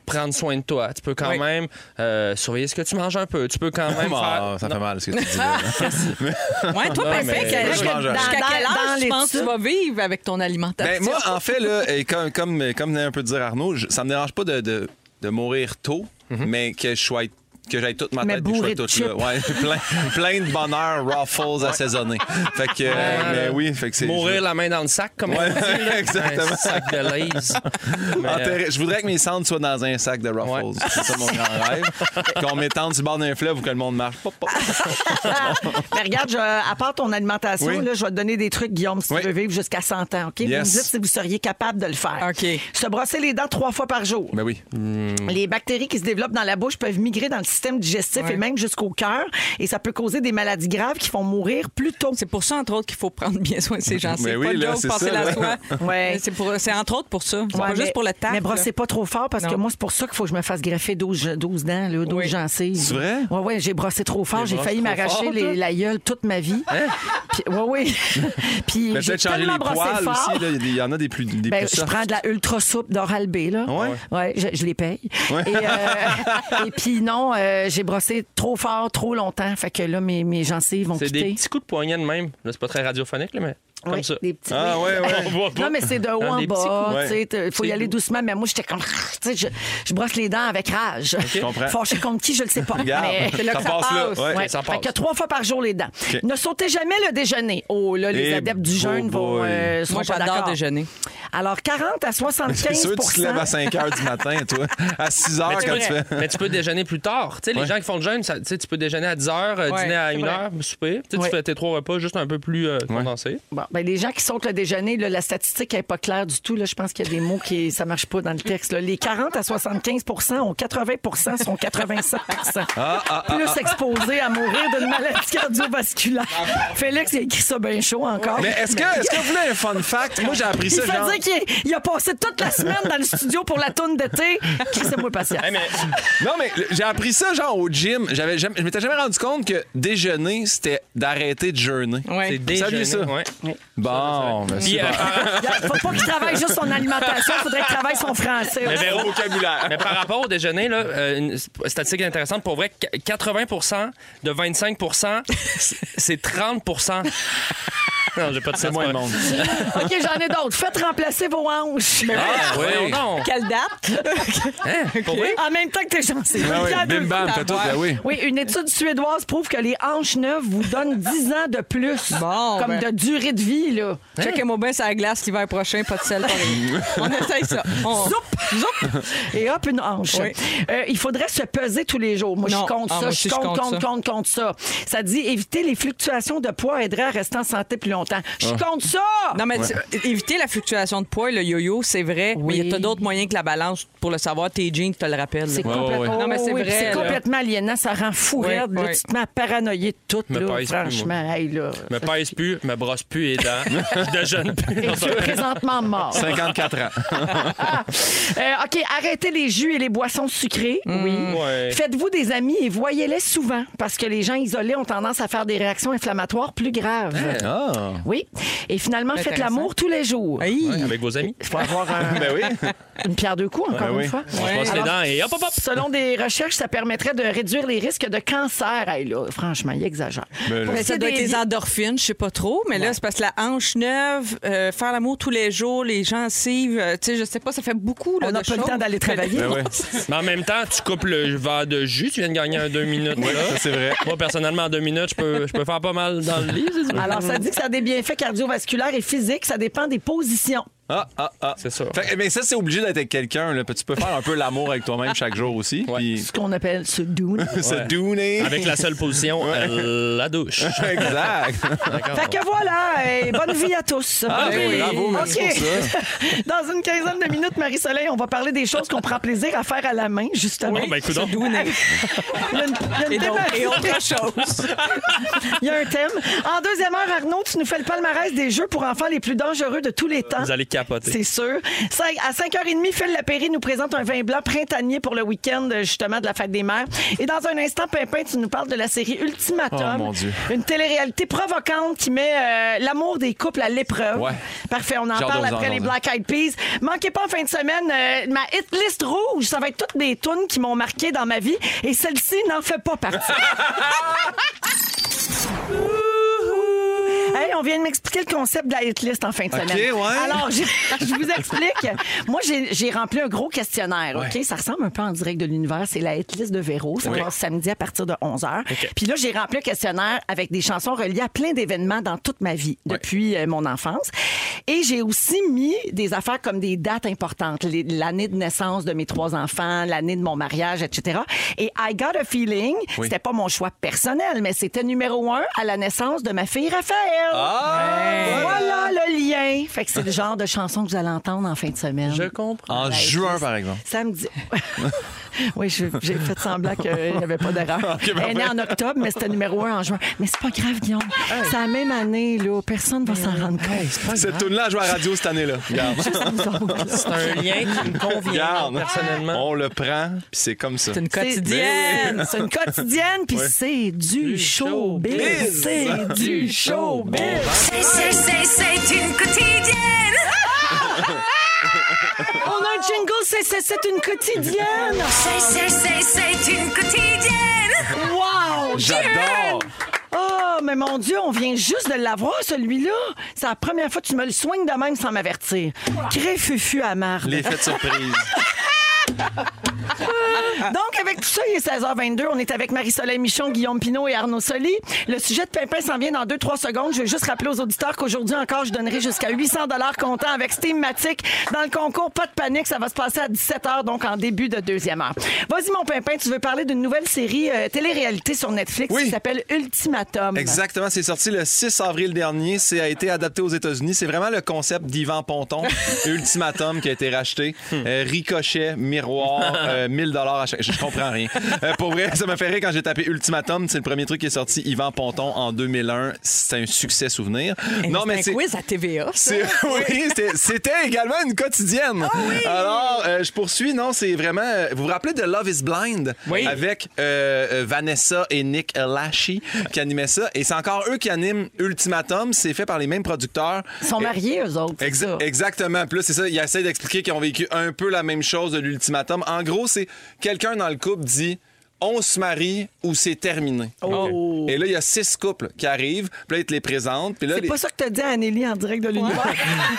[SPEAKER 6] prendre soin de toi. Tu peux quand
[SPEAKER 4] Oui.
[SPEAKER 6] même euh, surveiller ce que tu manges un peu. Tu peux quand même
[SPEAKER 4] Bah,
[SPEAKER 5] Ah,
[SPEAKER 6] faire...
[SPEAKER 5] ça fait mal ce que tu dis. là.
[SPEAKER 2] Ah,
[SPEAKER 4] Ouais, toi, parce
[SPEAKER 5] mais
[SPEAKER 4] que
[SPEAKER 5] moi, je
[SPEAKER 4] jusqu'à
[SPEAKER 5] mange un-
[SPEAKER 4] quel
[SPEAKER 2] Dans- dans
[SPEAKER 4] âge tu
[SPEAKER 2] les
[SPEAKER 4] penses que tu
[SPEAKER 2] tubes.
[SPEAKER 4] vas vivre avec ton alimentation?
[SPEAKER 5] Ben, moi, en fait, là, et comme, comme, comme venait un peu de dire Arnaud, je- ça me dérange pas de, de, de mourir tôt, mais que je sois que j'aille toute ma
[SPEAKER 2] Mais
[SPEAKER 5] tête et que je
[SPEAKER 2] bourré
[SPEAKER 5] sois
[SPEAKER 2] de
[SPEAKER 5] toute là. Ouais, plein, plein de bonheur, raffles assaisonnés. Fait que, euh, mais oui, fait que c'est.
[SPEAKER 6] Mourir la main dans le sac, comme on
[SPEAKER 5] Ouais,
[SPEAKER 6] dit. là.
[SPEAKER 5] exactement.
[SPEAKER 6] Un sac de lays.
[SPEAKER 5] je,
[SPEAKER 6] Mais, euh,
[SPEAKER 5] enterrer- Ah, je voudrais que mes cendres soient dans un sac de raffles.
[SPEAKER 6] Ouais.
[SPEAKER 5] C'est ça mon grand rêve. Qu'on m'étende sur le bord d'un fleuve ou que le monde marche. Pop, pop.
[SPEAKER 2] Mais regarde, je- à part ton alimentation,
[SPEAKER 5] Oui.
[SPEAKER 2] là, je vais te donner des trucs, Guillaume, si
[SPEAKER 5] Oui.
[SPEAKER 2] tu veux vivre jusqu'à 100 ans. OK?
[SPEAKER 5] Yes.
[SPEAKER 2] Vous me dites si vous seriez capable de le faire.
[SPEAKER 4] OK.
[SPEAKER 2] Se brosser les dents trois fois par jour.
[SPEAKER 5] Ben oui.
[SPEAKER 4] Mm.
[SPEAKER 2] Les bactéries qui se développent dans la bouche peuvent migrer dans le système digestif et même jusqu'au cœur. Et ça peut causer des maladies graves qui font mourir plus tôt.
[SPEAKER 4] C'est pour ça, entre autres, qu'il faut prendre bien soin de
[SPEAKER 6] Ben
[SPEAKER 4] ces gens.
[SPEAKER 5] Mais
[SPEAKER 4] C'est
[SPEAKER 5] oui,
[SPEAKER 4] pas de
[SPEAKER 5] là,
[SPEAKER 4] joke,
[SPEAKER 5] c'est
[SPEAKER 4] passer
[SPEAKER 5] ça,
[SPEAKER 4] la
[SPEAKER 5] là.
[SPEAKER 4] soie. Euh,
[SPEAKER 2] Ouais.
[SPEAKER 4] C'est pour- C'est entre autres pour ça. C'est pas
[SPEAKER 2] Ouais,
[SPEAKER 4] juste
[SPEAKER 2] mais-
[SPEAKER 4] pour le tact.
[SPEAKER 2] Mais brossez
[SPEAKER 4] là.
[SPEAKER 2] pas trop fort parce
[SPEAKER 4] Non.
[SPEAKER 2] que moi, c'est pour ça qu'il faut que je me fasse greffer 12, 12 dents, là, 12
[SPEAKER 4] Oui.
[SPEAKER 2] gencives.
[SPEAKER 5] C'est vrai?
[SPEAKER 2] Oui, oui, j'ai brossé trop fort. J'ai
[SPEAKER 6] brosses
[SPEAKER 2] failli
[SPEAKER 6] trop
[SPEAKER 2] m'arracher
[SPEAKER 6] fort,
[SPEAKER 2] les-
[SPEAKER 6] là?
[SPEAKER 2] la gueule toute ma vie. Puis, oui, oui. Puis,
[SPEAKER 5] Hein? Mais
[SPEAKER 2] j'ai
[SPEAKER 5] peut-être changer
[SPEAKER 2] tellement
[SPEAKER 5] les
[SPEAKER 2] brossé
[SPEAKER 5] poils
[SPEAKER 2] fort.
[SPEAKER 5] aussi. là. Il y a des- Il y en a des plus, des
[SPEAKER 2] Ben,
[SPEAKER 5] plus
[SPEAKER 2] je
[SPEAKER 5] soft.
[SPEAKER 2] prends de la ultra soupe d'Oral B, là.
[SPEAKER 5] Ouais.
[SPEAKER 2] Ouais, je, je les paye. Et, euh, et puis non, euh, j'ai brossé trop fort, trop longtemps. Fait que là, mes, mes gencives vont
[SPEAKER 6] C'est
[SPEAKER 2] quitter.
[SPEAKER 6] des petits coups de poignet de même. Là, c'est pas très radiophonique, là, mais comme
[SPEAKER 2] Ouais,
[SPEAKER 6] ça.
[SPEAKER 2] des petits-
[SPEAKER 5] Ah
[SPEAKER 2] oui.
[SPEAKER 5] ouais, ouais.
[SPEAKER 6] On voit pas.
[SPEAKER 2] Non, mais c'est de haut
[SPEAKER 6] Ah,
[SPEAKER 2] en
[SPEAKER 6] des petits
[SPEAKER 2] bas.
[SPEAKER 5] coups.
[SPEAKER 2] tu sais, Il faut y
[SPEAKER 6] C'est
[SPEAKER 2] aller
[SPEAKER 6] doux.
[SPEAKER 2] doucement, mais moi, j'étais comme. tu sais, Je, je brosse les dents avec rage. Je
[SPEAKER 5] comprends.
[SPEAKER 2] Fâché contre qui, je le sais pas.
[SPEAKER 5] Regarde,
[SPEAKER 2] Mais-
[SPEAKER 5] C'est là que ça ça passe, là. passe. Ouais,
[SPEAKER 6] ça
[SPEAKER 2] Fait
[SPEAKER 6] passe.
[SPEAKER 2] que trois fois par jour les dents.
[SPEAKER 5] OK.
[SPEAKER 2] Ne sautez jamais le déjeuner. Oh, là, les
[SPEAKER 5] Eh,
[SPEAKER 2] adeptes du
[SPEAKER 5] beau
[SPEAKER 2] jeûne vont.
[SPEAKER 5] boy.
[SPEAKER 2] euh, seront
[SPEAKER 4] Moi,
[SPEAKER 2] pas
[SPEAKER 4] j'adore
[SPEAKER 2] d'accord.
[SPEAKER 4] déjeuner.
[SPEAKER 2] Alors, 40 à 75
[SPEAKER 5] C'est sûr que tu te lèves à 5 h du matin, toi. À 6 h
[SPEAKER 6] Mais tu,
[SPEAKER 5] quand
[SPEAKER 6] peux,
[SPEAKER 5] tu fais.
[SPEAKER 6] mais tu peux déjeuner plus tard. Tu sais, Les gens qui font le jeûne, ça- tu sais, tu peux déjeuner à 10 h,
[SPEAKER 4] Ouais,
[SPEAKER 6] dîner à
[SPEAKER 4] c'est
[SPEAKER 6] 1
[SPEAKER 4] vrai.
[SPEAKER 6] h, souper. Tu sais,
[SPEAKER 2] Ouais.
[SPEAKER 6] Tu fais tes trois repas juste un peu plus euh, condensés.
[SPEAKER 2] Bon, ben, les gens qui sautent le déjeuner, là, la statistique n'est pas claire du tout. Là. Je pense qu'il y a des mots qui ça marche pas dans le texte. là. Les 40 à 75 ont 80 sont 87
[SPEAKER 5] Ah,
[SPEAKER 2] plus exposés à mourir d'une maladie cardiovasculaire. Félix, il a écrit ça bien chaud encore.
[SPEAKER 5] Ah. Mais est-ce que, est-ce que vous voulez un fun fact? Moi, j'ai appris
[SPEAKER 2] Il
[SPEAKER 5] ça,
[SPEAKER 2] fait
[SPEAKER 5] genre.
[SPEAKER 2] dire qu'il est- il a passé toute la semaine dans le studio pour la tourne d'été. Crissez-moi patience.
[SPEAKER 6] Hey, mais
[SPEAKER 5] Non, mais le- j'ai appris ça, genre, au gym. J'avais jamais- je m'étais jamais rendu compte que déjeuner, c'était d'arrêter de jeûner.
[SPEAKER 6] c'est
[SPEAKER 4] Ouais.
[SPEAKER 5] Saviez
[SPEAKER 6] déjeuner.
[SPEAKER 5] ça?
[SPEAKER 6] ouais.
[SPEAKER 5] Bon, ben,
[SPEAKER 6] Puis,
[SPEAKER 5] c'est
[SPEAKER 6] euh,
[SPEAKER 5] bon.
[SPEAKER 2] Faut pas qu'il travaille juste son alimentation, il faudrait qu'il travaille son français.
[SPEAKER 6] Mais Véro,
[SPEAKER 5] vocabulaire.
[SPEAKER 6] Mais par rapport au déjeuner, là, euh, une statistique intéressante, pour vrai, qu- 80 de 25 c'est 30 Non, j'ai pas de C'est
[SPEAKER 5] moins de monde.
[SPEAKER 2] OK, j'en ai d'autres. Faites remplacer vos hanches.
[SPEAKER 6] Ah,
[SPEAKER 5] oui.
[SPEAKER 6] oui. Non.
[SPEAKER 4] Quelle date?
[SPEAKER 6] Pour vrai?
[SPEAKER 2] En même temps que t'es chanceux.
[SPEAKER 5] Ah oui, bim bam, fais tout, ben oui.
[SPEAKER 2] Oui, une étude suédoise prouve que les hanches neuves vous donnent 10 ans de plus
[SPEAKER 4] Bon, ben.
[SPEAKER 2] comme de durée de vie. Là.
[SPEAKER 4] Checkez-moi bien sur la glace l'hiver prochain, pas de sel. pas rien. On essaye ça. On...
[SPEAKER 2] Zoup! Et hop, une hanche.
[SPEAKER 4] Oui.
[SPEAKER 2] Euh, il faudrait se peser tous les jours. Moi,
[SPEAKER 4] Non.
[SPEAKER 2] je compte
[SPEAKER 4] Ah,
[SPEAKER 2] ça.
[SPEAKER 4] moi
[SPEAKER 2] je
[SPEAKER 4] aussi,
[SPEAKER 2] compte, compte, compte, compte, ça. Ça dit éviter les fluctuations de poids aiderait à rester en santé plus longtemps. Je compte ça!
[SPEAKER 4] Ah. Non, mais tu- éviter la fluctuation de poids, et le yo-yo, c'est vrai.
[SPEAKER 2] Oui.
[SPEAKER 4] Mais il y a t'as d'autres moyens que la balance pour le savoir. Tes jeans te le rappellent.
[SPEAKER 2] C'est
[SPEAKER 4] là.
[SPEAKER 2] complètement,
[SPEAKER 4] ouais. Non, mais c'est
[SPEAKER 2] oui, puis
[SPEAKER 4] vrai,
[SPEAKER 2] c'est
[SPEAKER 4] là.
[SPEAKER 2] complètement aliénant. Ça rend fou
[SPEAKER 4] Oui,
[SPEAKER 2] raide, là.
[SPEAKER 4] oui.
[SPEAKER 2] Tu te mets à paranoïer de tout.
[SPEAKER 6] Me
[SPEAKER 2] Là,
[SPEAKER 6] pèse plus, moi.
[SPEAKER 2] franchement, hey, là.
[SPEAKER 6] Je me pèse plus, je me brosse plus les dents, je déjeune plus.
[SPEAKER 2] Et tu es présentement mort.
[SPEAKER 5] 54 ans.
[SPEAKER 2] Euh, OK, arrêtez les jus et les boissons sucrées.
[SPEAKER 4] Mm.
[SPEAKER 2] Oui.
[SPEAKER 6] Ouais.
[SPEAKER 2] Faites-vous des amis et voyez-les souvent parce que les gens isolés ont tendance à faire des réactions inflammatoires plus graves.
[SPEAKER 5] Ah.
[SPEAKER 2] Oui. Et finalement, faites
[SPEAKER 4] Intéressant.
[SPEAKER 2] l'amour tous les jours.
[SPEAKER 4] Aïe.
[SPEAKER 6] Avec vos amis.
[SPEAKER 2] Il faut avoir un-
[SPEAKER 6] Ah,
[SPEAKER 5] Ben oui.
[SPEAKER 2] une pierre deux coups, encore
[SPEAKER 5] Ben
[SPEAKER 2] une
[SPEAKER 5] oui.
[SPEAKER 2] fois.
[SPEAKER 6] On se brosse les
[SPEAKER 2] Alors,
[SPEAKER 6] dents et hop, hop, hop.
[SPEAKER 2] Selon des recherches, ça permettrait de réduire les risques de cancer. Hey, là, franchement, il exagère.
[SPEAKER 5] Ben là.
[SPEAKER 2] Pour
[SPEAKER 4] Mais ça
[SPEAKER 2] ce qui
[SPEAKER 4] doit
[SPEAKER 2] est
[SPEAKER 4] être
[SPEAKER 2] des-
[SPEAKER 4] les endorphines, je sais pas trop, mais là, c'est parce que la hanche neuve, euh, faire l'amour tous les jours, les gencives, euh, tu sais, je sais pas, ça fait beaucoup. Là,
[SPEAKER 2] On
[SPEAKER 4] de
[SPEAKER 2] n'a pas le
[SPEAKER 4] choses.
[SPEAKER 2] temps d'aller travailler.
[SPEAKER 5] Ben oui.
[SPEAKER 6] Mais en même temps, tu coupes le verre de jus, tu viens de gagner un deux minutes. là.
[SPEAKER 5] ça, c'est vrai.
[SPEAKER 6] Moi, personnellement, en deux minutes, je peux, je peux faire pas mal dans le lit. c'est ça.
[SPEAKER 2] Alors, ça dit que ça a des bienfaits cardiovasculaires et physiques. Ça dépend des positions.
[SPEAKER 5] Ah, ah, ah.
[SPEAKER 6] C'est ça.
[SPEAKER 5] Fait que- mais ça, c'est obligé d'être avec quelqu'un. là. Tu peux faire un peu l'amour avec toi-même chaque jour aussi.
[SPEAKER 6] Ouais.
[SPEAKER 5] Puis
[SPEAKER 2] Ce qu'on appelle ce doune.
[SPEAKER 5] se douner.
[SPEAKER 6] Avec la seule position, euh, la douche.
[SPEAKER 5] Exact.
[SPEAKER 2] Fait que voilà, et bonne vie à tous.
[SPEAKER 5] Oh. Ah,
[SPEAKER 2] Bonne
[SPEAKER 5] oui,
[SPEAKER 2] vie.
[SPEAKER 5] bravo, merci
[SPEAKER 2] OK.
[SPEAKER 5] pour
[SPEAKER 2] Dans une quinzaine de minutes, Marie-Soleil, on va parler des choses qu'on prend plaisir à faire à la main, justement.
[SPEAKER 6] Bon, ben, écoute donc.
[SPEAKER 2] Il y a une- il y a une
[SPEAKER 4] Et, donc,
[SPEAKER 2] thématique.
[SPEAKER 4] et autre chose.
[SPEAKER 2] Il y a un thème. En deuxième heure, Arnaud, tu nous fais le palmarès des jeux pour enfants les plus dangereux de tous les temps.
[SPEAKER 6] Vous allez capoter.
[SPEAKER 2] C'est sûr. Cinq- À 5h30, Phil Lapéry nous présente un vin blanc printanier pour le week-end, euh, justement, de la fête des mères. Et dans un instant, Pimpin, tu nous parles de la série Ultimatum.
[SPEAKER 5] Oh, mon Dieu.
[SPEAKER 2] Une télé-réalité provocante qui met euh, l'amour des couples à l'épreuve.
[SPEAKER 5] Ouais.
[SPEAKER 2] Parfait, on en
[SPEAKER 5] J'adore
[SPEAKER 2] parle
[SPEAKER 5] ça,
[SPEAKER 2] après
[SPEAKER 5] j'adore ça.
[SPEAKER 2] les Black Eyed Peas. Manquez pas en fin de semaine euh, ma hit list rouge. Ça va être toutes des tunes qui m'ont marqué dans ma vie. Et celle-ci n'en fait pas partie. Hey, on vient de m'expliquer le concept de la hit list en fin de
[SPEAKER 5] Ok,
[SPEAKER 2] semaine.
[SPEAKER 5] ouais.
[SPEAKER 2] Alors, je, je vous explique. Moi, j'ai j'ai rempli un gros questionnaire. OK? Ça ressemble un peu en direct de l'univers. C'est la hit list de Véro. Ça commence samedi à partir de 11h. Puis là, j'ai rempli un questionnaire avec des chansons reliées à plein d'événements dans toute ma vie depuis euh, mon enfance. Et j'ai aussi mis des affaires comme des dates importantes, les- l'année de naissance de mes trois enfants, l'année de mon mariage, etc. Et I Got a Feeling, c'était pas mon choix personnel, mais c'était numéro un à la naissance de ma fille Raphaël.
[SPEAKER 5] Ah!
[SPEAKER 2] Voilà le lien. Fait que c'est le genre de chanson que vous allez entendre en fin de semaine.
[SPEAKER 6] Je comprends.
[SPEAKER 5] En
[SPEAKER 2] Ouais,
[SPEAKER 5] juin,
[SPEAKER 2] c'est-
[SPEAKER 5] par exemple.
[SPEAKER 2] Samedi. oui, je- j'ai fait semblant qu'il n'y avait pas d'erreur. Elle est née en octobre, mais c'était numéro un en juin. Mais c'est pas grave, Guillaume. C'est la même année, là. Personne va s'en rendre compte.
[SPEAKER 5] Cette tune-là, je joue à la radio cette année-là. Regarde.
[SPEAKER 6] C'est un lien qui me convient
[SPEAKER 5] Regarde.
[SPEAKER 6] personnellement.
[SPEAKER 5] On le prend, puis c'est comme ça.
[SPEAKER 4] C'est une
[SPEAKER 2] C'est-
[SPEAKER 4] quotidienne.
[SPEAKER 2] C'est une quotidienne, puis c'est du showbiz.
[SPEAKER 5] showbiz.
[SPEAKER 2] C'est du showbiz.
[SPEAKER 1] C'est, c'est, c'est, c'est une quotidienne.
[SPEAKER 2] On a un jingle, c'est- c'est c'est une quotidienne.
[SPEAKER 1] C'est, c'est, c'est, c'est une quotidienne.
[SPEAKER 2] Wow!
[SPEAKER 5] J'adore!
[SPEAKER 2] Oh, mais mon Dieu, on vient juste de l'avoir, celui-là. C'est la première fois que tu me le soignes de même sans m'avertir. Cré fufu à marre.
[SPEAKER 5] L'effet de surprise.
[SPEAKER 2] Donc, avec tout ça, il est 16h22. On est avec Marie-Soleil Michon, Guillaume Pinot et Arnaud Soli. Le sujet de Pimpin s'en vient dans 2-3 secondes. Je vais juste rappeler aux auditeurs qu'aujourd'hui encore, je donnerai jusqu'à 800 comptant avec Steamatic dans le concours. Pas de panique, ça va se passer à 17h, donc en début de deuxième heure. Vas-y, mon Pimpin, tu veux parler d'une nouvelle série euh, télé-réalité sur Netflix
[SPEAKER 5] Oui.
[SPEAKER 2] qui s'appelle Ultimatum.
[SPEAKER 5] Exactement, c'est sorti le 6 avril dernier. C'est a été adapté aux États-Unis. C'est vraiment le concept d'Yvan Ponton, Ultimatum, qui a été racheté. Euh, ricochet, miroir, euh, 1000 dollars à chaque. Je comprends rien. Euh, pour vrai, ça m'a fait rire quand j'ai tapé Ultimatum. C'est le premier truc qui est sorti. Yvan Ponton en 2001. C'est un succès souvenir. non, mais
[SPEAKER 4] c'est
[SPEAKER 5] c'est.
[SPEAKER 4] un quiz à TVA. ça.
[SPEAKER 5] C'est- oui, c'était- c'était également une quotidienne.
[SPEAKER 2] Ah
[SPEAKER 5] Alors, euh, je poursuis. Non, c'est vraiment. euh, Vous vous rappelez de Love is Blind
[SPEAKER 6] Oui.
[SPEAKER 5] avec euh, euh, Vanessa et Nick Lachey qui animaient ça. Et c'est encore eux qui animent Ultimatum. C'est fait par les mêmes producteurs.
[SPEAKER 2] Ils sont mariés, eux autres. c'est
[SPEAKER 5] Exa-
[SPEAKER 2] ça.
[SPEAKER 5] Exactement. Plus c'est ça, il essaie d'expliquer qu'ils ont vécu un peu la même chose de l'ultimatum. En gros, c'est quelqu'un dans le couple dit on se marie ou c'est terminé. Et là, il y a six couples qui arrivent, puis là, ils te les présentent. Puis là,
[SPEAKER 2] Oh. C'est
[SPEAKER 5] les-
[SPEAKER 2] pas ça que t'as dit à Anneli en direct de l'univers.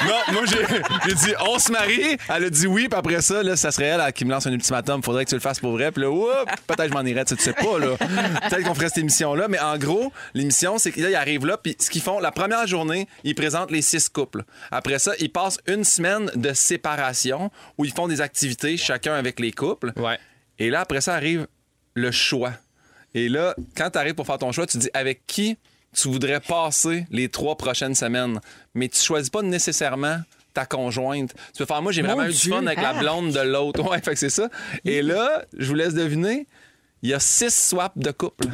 [SPEAKER 5] non, moi, j'ai j'ai dit, on se marie. Elle a dit oui, puis après ça, là, ça serait elle, euh, qui me lance un ultimatum. Faudrait que tu le fasses pour vrai. Puis là, oups, peut-être je m'en irais. Tu sais, tu sais pas, là. Peut-être qu'on ferait cette émission-là. Mais en gros, l'émission, c'est que là, ils arrivent là, puis ce qu'ils font, la première journée, ils présentent les six couples. Après ça, ils passent une semaine de séparation où ils font des activités, chacun avec les couples.
[SPEAKER 6] Ouais.
[SPEAKER 5] Et là, après ça, arrive le choix. Et là, quand tu arrives pour faire ton choix, tu dis avec qui tu voudrais passer les trois prochaines semaines. Mais tu choisis pas nécessairement ta conjointe. Tu peux faire, moi, j'ai vraiment eu du
[SPEAKER 4] Dieu. ah!
[SPEAKER 5] fun avec la blonde de l'autre. Ouais, fait que c'est ça. Et là, je vous laisse deviner, il y a six swaps de couple.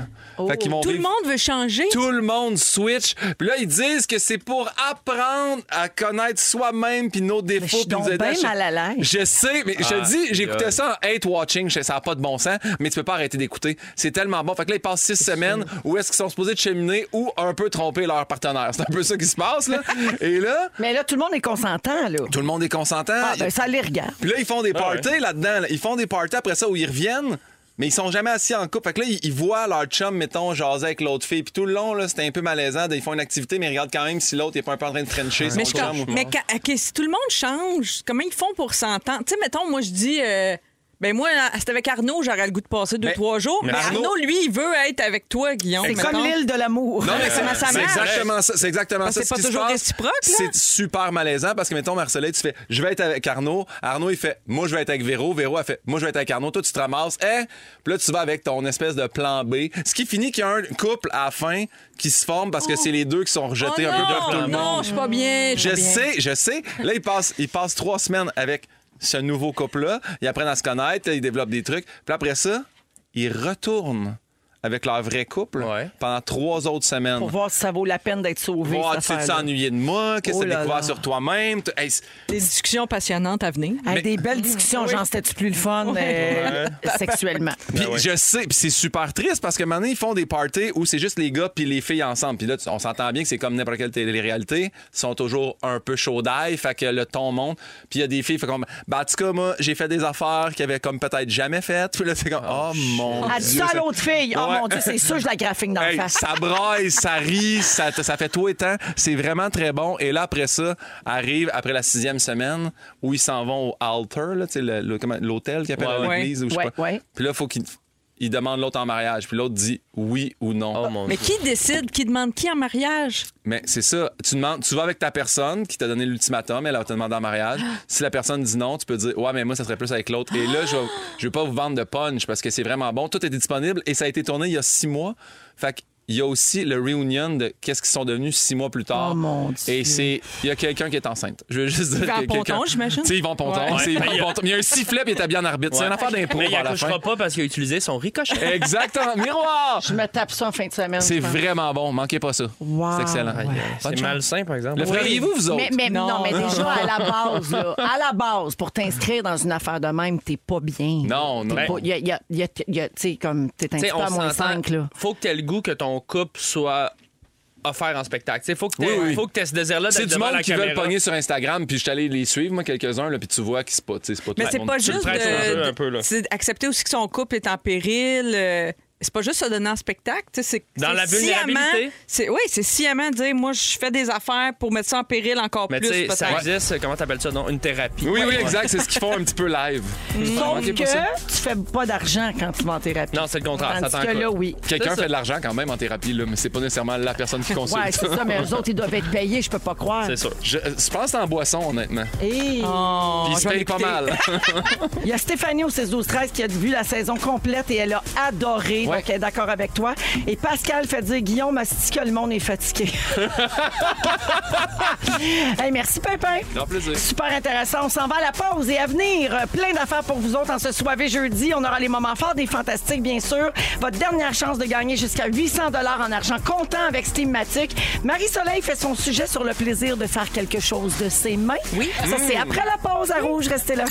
[SPEAKER 5] fait qu'ils vont
[SPEAKER 4] Tout le
[SPEAKER 5] vivre-
[SPEAKER 4] monde veut changer.
[SPEAKER 5] tout le monde switch. Puis là, ils disent que c'est pour apprendre à connaître soi-même puis nos défauts.
[SPEAKER 2] je suis
[SPEAKER 5] puis nous
[SPEAKER 2] donc
[SPEAKER 5] aider à
[SPEAKER 2] bien
[SPEAKER 5] ch-
[SPEAKER 2] mal à l'aise.
[SPEAKER 5] Je sais, mais je te
[SPEAKER 6] Ah,
[SPEAKER 5] dis, j'écoutais
[SPEAKER 6] God.
[SPEAKER 5] ça en hate watching. je- Ça n'a pas de bon sens, mais tu peux pas arrêter d'écouter. C'est tellement bon. Fait que là, ils passent six semaines où est-ce qu'ils sont supposés de cheminer ou un peu tromper leur partenaire. C'est un peu ça qui se passe, là. Et là,
[SPEAKER 2] Mais là, tout le monde est consentant, là.
[SPEAKER 5] tout le monde est consentant.
[SPEAKER 2] Ah, ben, ça les regarde.
[SPEAKER 5] Puis là, ils font des parties là-dedans. là. Ils font des parties après ça où ils reviennent. Mais ils sont jamais assis en couple. Fait que là, ils, ils voient leur chum, mettons, jaser avec l'autre fille. Puis tout le long, là, c'était un peu malaisant. Ils font une activité, mais ils regardent quand même si l'autre n'est pas un peu en train de frencher son
[SPEAKER 4] Mais, je
[SPEAKER 5] chum.
[SPEAKER 4] com- mais quand- ok, si tout le monde change, comment ils font pour s'entendre? Tu sais, mettons, moi, je dis. euh, ben moi, c'était avec Arnaud, j'aurais le goût de passer deux,
[SPEAKER 5] Mais-
[SPEAKER 4] trois jours. Mais,
[SPEAKER 5] mais
[SPEAKER 4] Arnaud,
[SPEAKER 5] Arnaud-
[SPEAKER 4] lui, il veut être avec toi, Guillaume.
[SPEAKER 2] C'est
[SPEAKER 4] mettons.
[SPEAKER 2] comme l'île de l'amour.
[SPEAKER 5] Non, mais c'est
[SPEAKER 4] Comment ça
[SPEAKER 5] c'est
[SPEAKER 4] marche?
[SPEAKER 5] exactement ça. C'est exactement
[SPEAKER 4] Parce
[SPEAKER 5] ça.
[SPEAKER 4] que c'est
[SPEAKER 5] ce
[SPEAKER 4] pas
[SPEAKER 5] qui se
[SPEAKER 4] toujours
[SPEAKER 5] passe.
[SPEAKER 4] réciproque, là.
[SPEAKER 5] C'est super malaisant parce que, mettons, Marcelin, tu fais Je vais être avec Arnaud. Arnaud, il fait Moi, je vais être avec Véro. Véro, elle fait Moi, je vais être avec Arnaud. Toi, tu te ramasses. Eh? Puis là, tu vas avec ton espèce de plan B. Ce qui finit qu'il y a un couple à la fin qui se forme parce que c'est les deux qui sont
[SPEAKER 4] Oh
[SPEAKER 5] rejetés un peu par tout
[SPEAKER 4] non,
[SPEAKER 5] le monde.
[SPEAKER 4] non, je suis pas bien.
[SPEAKER 5] Je
[SPEAKER 4] suis pas bien.
[SPEAKER 5] sais, je sais. Là, ils passent, ils passent trois semaines avec ce nouveau couple-là. Ils apprennent à se connaître, ils développent des trucs. Puis après ça, ils retournent avec leur vrai couple
[SPEAKER 6] Ouais.
[SPEAKER 5] pendant trois autres semaines.
[SPEAKER 2] Pour voir si ça vaut la peine d'être sauvé.
[SPEAKER 5] Voir,
[SPEAKER 2] cette
[SPEAKER 5] tu t'es
[SPEAKER 2] affaire-là.
[SPEAKER 5] ennuyé de moi, qu'est-ce
[SPEAKER 2] Oh
[SPEAKER 5] que tu
[SPEAKER 2] là
[SPEAKER 5] as découvert
[SPEAKER 2] là.
[SPEAKER 5] sur toi-même. Tu- hey, c'est-
[SPEAKER 4] Des discussions passionnantes à venir.
[SPEAKER 2] Hey, Des belles discussions, genre, c'était-tu plus le fun euh, sexuellement?
[SPEAKER 5] Puis je sais, puis c'est super triste parce que maintenant, ils font des parties où c'est juste les gars puis les filles ensemble. Puis là, tu- on s'entend bien que c'est comme n'importe quelle télé-réalité. Ils sont toujours un peu chaud d'ail, fait que le ton monte. Puis il y a des filles, fait comme, ben, en tout cas, moi, j'ai fait des affaires qu'ils avaient comme peut-être jamais faites. Puis là, c'est comme, oh mon
[SPEAKER 2] Elle dit
[SPEAKER 5] Dieu.
[SPEAKER 2] ça à
[SPEAKER 5] ça-
[SPEAKER 2] l'autre fille. Oh mon Dieu, c'est sûr, je la graphique dans
[SPEAKER 5] Hey,
[SPEAKER 2] le face.
[SPEAKER 5] ça braille, ça rit, ça, t- ça fait tout étant. C'est vraiment très bon. Et là, après ça, arrive, après la sixième semaine, où ils s'en vont au altar, là, tu sais, le- le- comment- l'hôtel qu'il appelle
[SPEAKER 6] Ouais,
[SPEAKER 5] à l'église ou je sais
[SPEAKER 2] Ouais,
[SPEAKER 5] pas.
[SPEAKER 2] ouais.
[SPEAKER 5] Puis là, il faut qu'ils ils demandent l'autre en mariage. Puis l'autre dit oui ou non.
[SPEAKER 6] Oh mon
[SPEAKER 4] Mais
[SPEAKER 6] Dieu.
[SPEAKER 4] qui décide, qui demande qui en mariage?
[SPEAKER 5] Mais c'est ça. Tu demandes, tu vas avec ta personne qui t'a donné l'ultimatum, elle va te demander en mariage. Si la personne dit non, tu peux dire ouais, mais moi ça serait plus avec l'autre. Et là, je vais- je vais pas vous vendre de punch parce que c'est vraiment bon. Tout est disponible et ça a été tourné il y a six mois. Fait que il y a aussi le reunion de qu'est-ce qu'ils sont devenus six mois plus tard.
[SPEAKER 2] Oh, mon Dieu.
[SPEAKER 5] Et c'est il y a quelqu'un qui est enceinte. Je veux juste dire
[SPEAKER 4] Yvan
[SPEAKER 5] que quelqu'un-
[SPEAKER 4] Ponton, j'imagine?
[SPEAKER 5] Tu sais, Yvan Ponton,
[SPEAKER 6] Ouais.
[SPEAKER 5] c'est Yvan Ponton. Mais il y a un sifflet puis il est habillé en arbitre. C'est une affaire d'impro
[SPEAKER 6] Mais il
[SPEAKER 5] à la fin.
[SPEAKER 6] accouchera pas parce qu'il a utilisé son ricochet.
[SPEAKER 5] Exactement, miroir.
[SPEAKER 2] Je me tape ça en fin de semaine.
[SPEAKER 5] C'est
[SPEAKER 2] je pense.
[SPEAKER 5] vraiment bon, manquez pas ça.
[SPEAKER 2] Wow.
[SPEAKER 5] C'est excellent.
[SPEAKER 2] Ouais.
[SPEAKER 6] C'est malsain, par exemple.
[SPEAKER 5] Le feriez-vous vous autres
[SPEAKER 2] Mais, mais- non,
[SPEAKER 4] Non,
[SPEAKER 2] mais
[SPEAKER 4] non,
[SPEAKER 2] déjà,
[SPEAKER 4] non.
[SPEAKER 2] à la base, là, à la base, pour t'inscrire dans une affaire de même, t'es pas bien.
[SPEAKER 5] Non, non.
[SPEAKER 2] T'es pas- y a- y a- y a- y a- Tu sais, comme t'es un
[SPEAKER 6] Tu
[SPEAKER 2] petit
[SPEAKER 6] sais,
[SPEAKER 4] Ben,
[SPEAKER 2] peu à moins
[SPEAKER 6] s'entend,
[SPEAKER 2] 5, là.
[SPEAKER 6] Faut que tu aies le goût que ton couple soit offert en spectacle. Tu sais, faut que tu
[SPEAKER 5] Oui, oui.
[SPEAKER 6] faut que t'aies ce désir-là
[SPEAKER 5] C'est
[SPEAKER 6] d'être
[SPEAKER 5] du
[SPEAKER 6] devant
[SPEAKER 5] monde
[SPEAKER 6] la
[SPEAKER 5] qui veut le
[SPEAKER 6] caméra.
[SPEAKER 5] pogner sur Instagram, puis je suis allé les suivre, moi, quelques-uns, là, puis tu vois qu'ils c'est pas, tu sais, c'est pas tout
[SPEAKER 4] Mais
[SPEAKER 5] le
[SPEAKER 4] Ben, c'est
[SPEAKER 5] monde.
[SPEAKER 4] pas
[SPEAKER 6] Tu le
[SPEAKER 4] juste
[SPEAKER 6] presses un peu, un peu,
[SPEAKER 4] de,
[SPEAKER 6] là.
[SPEAKER 4] c'est accepter aussi que son couple est en péril. euh, c'est pas juste se donner en spectacle. tu sais, C'est,
[SPEAKER 6] Dans la
[SPEAKER 4] c'est sciemment-
[SPEAKER 6] vulnérabilité.
[SPEAKER 4] c'est, oui, c'est sciemment dire moi, je fais des affaires pour mettre ça en péril encore
[SPEAKER 6] Mais tu
[SPEAKER 4] plus.
[SPEAKER 6] sais,
[SPEAKER 4] peut-être.
[SPEAKER 6] ça existe, euh, comment t'appelles ça, non? Une thérapie.
[SPEAKER 5] Oui, oui, exact, c'est ce qu'ils font un petit peu live. Ah,
[SPEAKER 2] Sauf
[SPEAKER 5] Manquez pas ça.
[SPEAKER 2] que tu fais pas d'argent quand tu vas en thérapie.
[SPEAKER 6] Non, c'est le contraire, ça
[SPEAKER 2] Tandis
[SPEAKER 6] t'en
[SPEAKER 2] que
[SPEAKER 6] coûte.
[SPEAKER 2] là, oui.
[SPEAKER 5] Quelqu'un
[SPEAKER 6] C'est ça.
[SPEAKER 5] fait de l'argent quand même en thérapie, là, mais c'est pas nécessairement la personne qui consulte.
[SPEAKER 2] Ouais, c'est ça, mais eux autres, ils doivent être payés, je peux pas croire.
[SPEAKER 6] C'est sûr.
[SPEAKER 5] Je, je pense que c'est en boisson, honnêtement.
[SPEAKER 2] Hey.
[SPEAKER 4] Oh,
[SPEAKER 5] Puis il se
[SPEAKER 4] je vais
[SPEAKER 5] paye pas
[SPEAKER 4] l'écouter.
[SPEAKER 5] mal.
[SPEAKER 2] Il y a Stéphanie au 16 12 13 qui a vu la saison complète et elle a adoré.
[SPEAKER 5] Ouais.
[SPEAKER 2] Donc, elle est d'accord avec toi. Et Pascal fait dire Guillaume, asti que le monde est fatigué. hey, merci, Pimpin.
[SPEAKER 5] Grand plaisir.
[SPEAKER 2] Super intéressant. On s'en va à la pause et à venir. euh, Plein d'affaires pour vous autres en ce soirée jeudi. On aura les moments forts des fantastiques, bien sûr. Votre dernière chance de gagner jusqu'à 800 dollars en argent comptant avec Steamatic. Marie-Soleil fait son sujet sur le plaisir de faire quelque chose de ses mains. Oui. Ça, c'est
[SPEAKER 5] Mmh.
[SPEAKER 2] après la pause à Rouge. Restez là.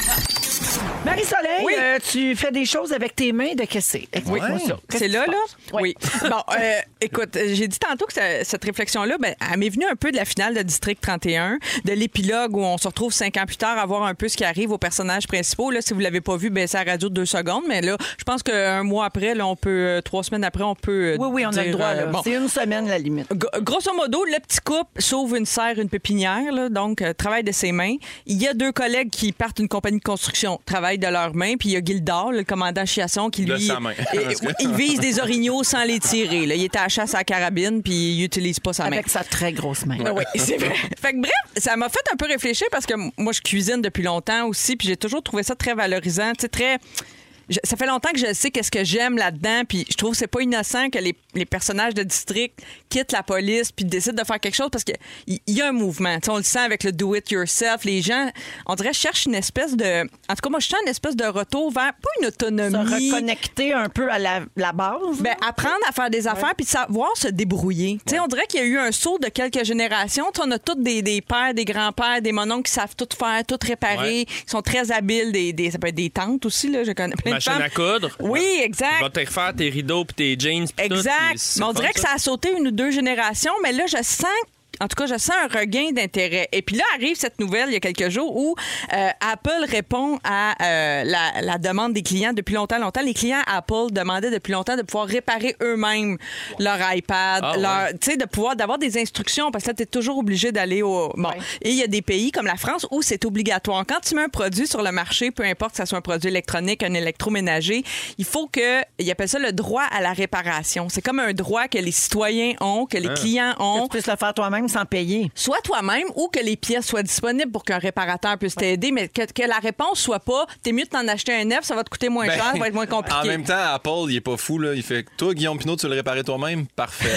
[SPEAKER 2] Marie-Soleil, euh, tu fais des choses avec tes mains de caissé. Explique-moi ça. Qu'est-ce
[SPEAKER 4] C'est
[SPEAKER 2] qui
[SPEAKER 4] là,
[SPEAKER 2] se
[SPEAKER 4] là?
[SPEAKER 2] passe?
[SPEAKER 4] Oui. Bon, euh, écoute, euh, j'ai dit tantôt que ce- cette réflexion-là, ben, elle m'est venue un peu de la finale de District 31, de l'épilogue où on se retrouve cinq ans plus tard à voir un peu ce qui arrive aux personnages principaux. Là, si vous l'avez pas vu, ben, c'est à la radio de deux secondes, mais là, je pense qu'un mois après, là, on peut, euh, trois semaines après, on peut. euh,
[SPEAKER 2] Oui, oui, on a le
[SPEAKER 4] dire,
[SPEAKER 2] droit. là.
[SPEAKER 4] euh, bon.
[SPEAKER 2] C'est une semaine, la limite.
[SPEAKER 4] Gr- Grosso modo, le petit couple sauve une serre, une pépinière, là, donc euh, travail de ses mains. Il y a deux collègues qui partent une compagnie de construction, travail de leurs mains. Puis il y a Gildor, le commandant Chiasson, qui
[SPEAKER 5] De
[SPEAKER 4] lui.
[SPEAKER 5] sa main.
[SPEAKER 4] Et- et-
[SPEAKER 5] Parce que-
[SPEAKER 4] il vise des orignaux sans les tirer. là. Il est à la chasse à la carabine, puis il n'utilise pas sa main.
[SPEAKER 2] Avec sa très grosse main.
[SPEAKER 4] Ah Oui, c'est vrai. Fait que bref, ça m'a fait un peu réfléchir parce que m- moi, je cuisine depuis longtemps aussi, puis j'ai toujours trouvé ça très valorisant, tu sais, très... je- Ça fait longtemps que je sais qu'est-ce que j'aime là-dedans, puis je trouve que c'est pas innocent que les, les personnages de district quittent la police puis décident de faire quelque chose parce qu'il y, il y a un mouvement. Tu sais, on le sent avec le do it yourself. Les gens, on dirait, cherchent une espèce de. En tout cas, moi, je sens une espèce de retour vers pas une
[SPEAKER 2] Se
[SPEAKER 4] autonomie.
[SPEAKER 2] reconnecter un peu à la, la base.
[SPEAKER 4] Ben, apprendre à faire des affaires puis savoir se débrouiller. Tu sais, On dirait qu'il y a eu un saut de quelques générations. Tu sais, On a tous des, des pères, des grands-pères, des mononcles qui savent tout faire, tout réparer, qui sont très habiles. Des, des- ça peut être des tantes aussi. Là, je connais plein
[SPEAKER 6] Machine
[SPEAKER 4] de femmes.
[SPEAKER 6] à coudre.
[SPEAKER 4] Oui,
[SPEAKER 6] Tu vas
[SPEAKER 4] exact.
[SPEAKER 6] te refaire tes rideaux puis tes jeans. puis tout,
[SPEAKER 4] Exact.
[SPEAKER 6] puis c'est
[SPEAKER 4] Mais on
[SPEAKER 6] fun,
[SPEAKER 4] dirait que ça a sauté une ou deux générations, mais là, je sens. En tout cas, je sens un regain d'intérêt. Et puis là arrive cette nouvelle il y a quelques jours où euh, Apple répond à euh, la, la demande des clients depuis longtemps, longtemps. Les clients Apple demandaient depuis longtemps de pouvoir réparer eux-mêmes leur iPad,
[SPEAKER 6] Ah,
[SPEAKER 4] leur, tu sais, de pouvoir d'avoir des instructions parce que là, tu es toujours obligé d'aller au. Bon. Et il y a des pays comme la France où c'est obligatoire. Quand tu mets un produit sur le marché, peu importe que ce soit un produit électronique, un électroménager, il faut que. Ils appellent ça le droit à la réparation. C'est comme un droit que les citoyens ont,
[SPEAKER 5] Ah.
[SPEAKER 4] que les clients
[SPEAKER 2] Que
[SPEAKER 4] ont.
[SPEAKER 2] tu puisses le faire toi-même sans payer.
[SPEAKER 4] Soit toi-même ou que les pièces soient disponibles pour qu'un réparateur puisse t'aider, mais que, que la réponse soit pas t'es mieux de t'en acheter un neuf, ça va te coûter moins
[SPEAKER 5] Ben,
[SPEAKER 4] cher, ça va être moins compliqué.
[SPEAKER 5] En même temps, Apple, il est pas fou, là. Il fait Toi, Guillaume Pinot, tu le réparais toi-même? Parfait.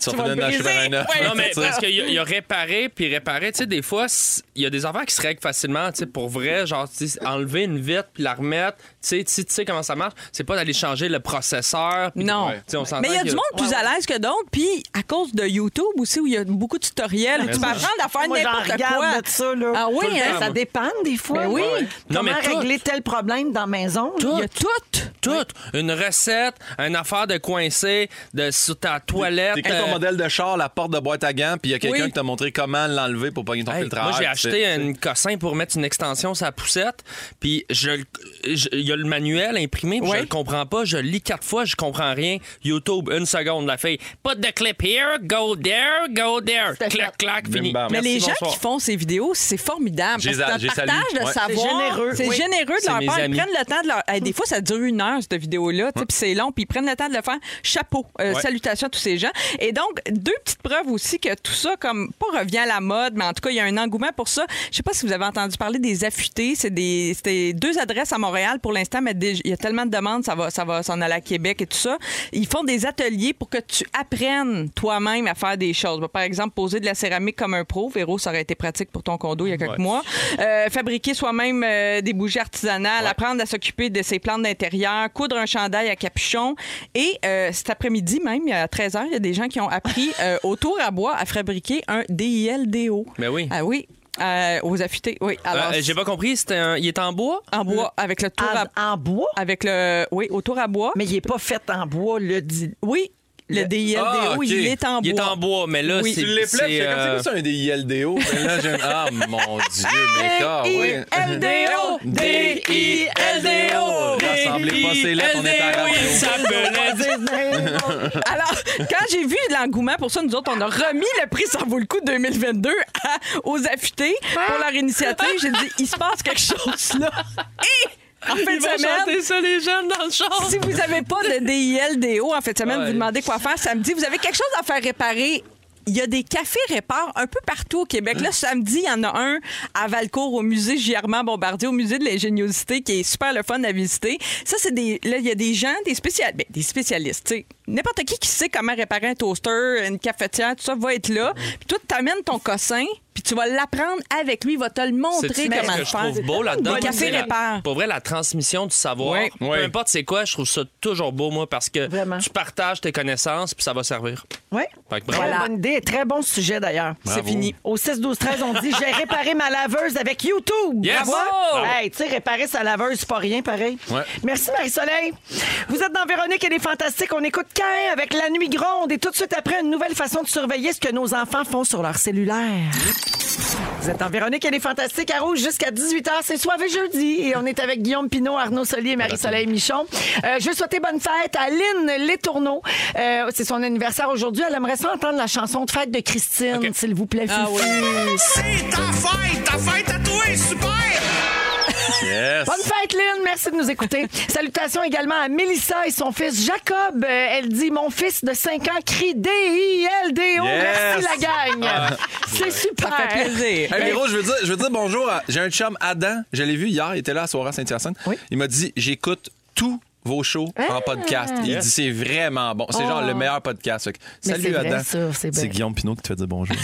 [SPEAKER 5] tu vas
[SPEAKER 4] vas
[SPEAKER 5] te
[SPEAKER 4] briser.
[SPEAKER 5] un œuf.
[SPEAKER 4] Ouais,
[SPEAKER 6] Non, mais
[SPEAKER 5] Tu sais.
[SPEAKER 6] parce qu'il y, a- il y a réparé puis réparé. Tu sais, des fois, c- il y a des affaires qui se règlent facilement. Tu sais, pour vrai, genre, tu sais, enlever une vitre puis la remettre. Tu sais, tu sais- tu sais comment ça marche. C'est pas d'aller changer le processeur. puis-
[SPEAKER 4] Non.
[SPEAKER 6] Ouais. Tu sais, on s'entend
[SPEAKER 4] Mais il y a
[SPEAKER 6] que-
[SPEAKER 4] du monde plus à l'aise que d'autres, puis à cause de YouTube aussi, où il y a beaucoup de tutoriels, où tu peux apprendre à faire
[SPEAKER 2] Moi, j'en
[SPEAKER 4] n'importe quoi.
[SPEAKER 2] regarde de ça, là.
[SPEAKER 4] Ah oui,
[SPEAKER 2] Tout le
[SPEAKER 4] hein?
[SPEAKER 2] temps, ça dépanne des fois.
[SPEAKER 4] Ben oui. Ouais, ouais.
[SPEAKER 6] Non,
[SPEAKER 2] Comment
[SPEAKER 6] mais tout.
[SPEAKER 2] régler tel problème dans la maison?
[SPEAKER 4] Il y a tout.
[SPEAKER 6] Tout. Ah, Une recette, une affaire de coincer de, sur ta toilette.
[SPEAKER 5] T'écris ton
[SPEAKER 6] euh,
[SPEAKER 5] modèle de char, la porte de boîte à gants, puis il y a quelqu'un
[SPEAKER 6] Oui.
[SPEAKER 5] qui t'a montré comment l'enlever pour pogner ton
[SPEAKER 6] Hey,
[SPEAKER 5] filtre à
[SPEAKER 6] moi, j'ai
[SPEAKER 5] air, puis c'est-
[SPEAKER 6] acheté un cossin pour mettre une extension sur la poussette. Puis, je, je- il y a le manuel imprimé, puis
[SPEAKER 4] Ouais.
[SPEAKER 6] je le comprends pas, je le lis quatre fois, je comprends rien. YouTube, une seconde, la fille. Put the clip here, go there, go there.
[SPEAKER 2] à fait.
[SPEAKER 6] Clac, clac,
[SPEAKER 5] Bim,
[SPEAKER 6] fini. Euh,
[SPEAKER 5] bam.
[SPEAKER 4] Mais
[SPEAKER 6] Merci,
[SPEAKER 4] les gens
[SPEAKER 6] bonsoir.
[SPEAKER 4] qui font ces vidéos, c'est formidable.
[SPEAKER 5] J'ai-
[SPEAKER 4] Parce que c'est
[SPEAKER 5] j'ai
[SPEAKER 4] un
[SPEAKER 5] salué.
[SPEAKER 4] partage de
[SPEAKER 5] Ouais.
[SPEAKER 4] savoir.
[SPEAKER 2] C'est généreux,
[SPEAKER 4] C'est
[SPEAKER 2] oui.
[SPEAKER 4] généreux de
[SPEAKER 6] C'est
[SPEAKER 4] leur
[SPEAKER 6] mes
[SPEAKER 4] part. Ils
[SPEAKER 6] amis.
[SPEAKER 4] prennent le temps de leur. Hey, des fois, ça dure une heure, cette vidéo-là. tu sais, Puis c'est long. Puis ils prennent le temps de le faire. Chapeau. Euh,
[SPEAKER 5] Ouais.
[SPEAKER 4] Salutations à tous ces gens. Et donc, deux petites preuves aussi que tout ça, comme, pas revient à la mode, mais en tout cas, il y a un engouement pour ça. Je sais pas si vous avez entendu parler des affûtés. C'est des, c'était deux adresses à Montréal pour l'instant, mais déjà- il y a tellement de demandes, ça va, ça va s'en aller à Québec et tout ça. Ils font des ateliers pour que tu apprennes toi-même à faire des choses. Bah, Par exemple, poser de la céramique comme un pro. Véro, ça aurait été pratique pour ton condo il y a quelques mois. Euh, fabriquer soi-même euh, des bougies artisanales, apprendre à s'occuper de ses plantes d'intérieur, coudre un chandail à capuchon. Et euh, cet après-midi même, à 13h, il y a des gens qui ont appris euh, au tour à bois à fabriquer un DILDO.
[SPEAKER 6] Ben oui.
[SPEAKER 4] Ah oui, euh, aux affûtés. Oui, alors...
[SPEAKER 6] Euh, J'ai Ah, pas compris, c'était un- il est en bois?
[SPEAKER 4] En bois, avec le tour à...
[SPEAKER 2] En, en bois?
[SPEAKER 4] Avec le... Oui, au tour à bois.
[SPEAKER 2] Mais il n'est pas fait en bois, le dit.
[SPEAKER 4] Oui, le DILDO,
[SPEAKER 6] Ah, ok.
[SPEAKER 4] il est en bois.
[SPEAKER 6] Il est en bois, mais là,
[SPEAKER 4] Oui.
[SPEAKER 6] c'est.
[SPEAKER 5] Tu l'épluches,
[SPEAKER 6] c'est,
[SPEAKER 5] c'est
[SPEAKER 6] euh,
[SPEAKER 5] comme si c'était un DILDO. Mais là, j'ai- Ah, mon Dieu,
[SPEAKER 2] Euh,
[SPEAKER 5] mes corps, oui.
[SPEAKER 4] LDO,
[SPEAKER 5] D-I-L-D-O. Rassemblez pas ces lettres, on est à la
[SPEAKER 6] Oui,
[SPEAKER 5] radio.
[SPEAKER 6] ça me l'a dit.
[SPEAKER 4] Alors, quand j'ai vu l'engouement pour ça, nous autres, on a remis le prix Ça vaut le coup 2022 à- hein, aux affûtés pour leur initiative. J'ai dit, il se passe quelque chose là. Et en fin de semaine,
[SPEAKER 6] ça, les jeunes, dans le char.
[SPEAKER 4] si vous n'avez pas de DILDO en fin de semaine,
[SPEAKER 6] Ouais.
[SPEAKER 4] vous demandez quoi faire. Samedi, vous avez quelque chose à faire réparer. Il y a des cafés répar un peu partout au Québec. Là, samedi, il y en a un à Valcourt, au musée Germain Bombardier, au musée de l'ingéniosité, qui est super le fun à visiter. Ça, c'est des. Là, il y a des gens, des spécialistes. des spécialistes, tu sais. N'importe qui qui sait comment réparer un toaster, une cafetière, tout ça, va être là. Puis toi, tu amènes ton cossin, puis tu vas l'apprendre avec lui, il va te le montrer
[SPEAKER 6] C'est
[SPEAKER 4] comment
[SPEAKER 6] ce
[SPEAKER 4] le
[SPEAKER 6] que je
[SPEAKER 4] faire.
[SPEAKER 6] trouve beau là-dedans.
[SPEAKER 4] Des cafés
[SPEAKER 6] C'est la-
[SPEAKER 4] répar.
[SPEAKER 6] Pour vrai, la transmission du savoir,
[SPEAKER 4] Ouais.
[SPEAKER 6] peu
[SPEAKER 5] Ouais.
[SPEAKER 6] importe c'est quoi, je trouve ça toujours beau, moi, parce que
[SPEAKER 2] Vraiment.
[SPEAKER 6] tu partages tes connaissances, puis ça va servir.
[SPEAKER 2] Oui.
[SPEAKER 6] Fait que bravo.
[SPEAKER 2] Très bonne idée. Très bon sujet, d'ailleurs.
[SPEAKER 4] C'est fini.
[SPEAKER 2] Au 6-12-13, on dit j'ai réparé ma laveuse avec YouTube.
[SPEAKER 6] Yes!
[SPEAKER 2] Bravo!
[SPEAKER 6] Bravo!
[SPEAKER 2] Hey, tu sais, réparer sa laveuse, c'est pas rien pareil.
[SPEAKER 5] Ouais.
[SPEAKER 2] Merci, Marie-Soleil. Vous êtes dans Véronique et les Fantastiques. On écoute Cain avec La Nuit Gronde et tout de suite après, une nouvelle façon de surveiller ce que nos enfants font sur leur cellulaire. Vous êtes en Véronique et les Fantastiques à Rouge jusqu'à 18h. C'est soirée jeudi et on est avec Guillaume Pinot, Arnaud Solier et Marie-Soleil Michon. Euh, je veux souhaiter bonne fête à Lynn Letourneau. Euh, c'est son anniversaire aujourd'hui. Elle aimerait ça entendre la chanson de fête de Christine, s'il vous plaît, Fufu.
[SPEAKER 9] C'est ta fête, ta fête à toi, super!
[SPEAKER 5] Yes.
[SPEAKER 2] Bonne fête, Lynn. Merci de nous écouter. Salutations également à Mélissa et son fils Jacob. Euh, elle dit Mon fils de 5 ans crie D-I-L-D-O.
[SPEAKER 5] Yes.
[SPEAKER 2] Merci, la gang. C'est super.
[SPEAKER 4] Ça fait plaisir.
[SPEAKER 5] Hey, Véro, je veux dire, je veux dire bonjour. à- J'ai un chum, Adam. Je l'ai vu hier. Il était là à Soirée à Saint-Hyacinthe.
[SPEAKER 2] Oui. Ah.
[SPEAKER 5] Il m'a dit J'écoute tous vos shows en podcast. Il dit C'est vraiment bon. C'est genre le meilleur podcast. Fait que,
[SPEAKER 2] Oh. Mais c'est
[SPEAKER 5] salut,
[SPEAKER 2] vrai,
[SPEAKER 5] Adam.
[SPEAKER 2] ça, c'est bien.
[SPEAKER 5] Guillaume Pinot qui te fait dire bonjour.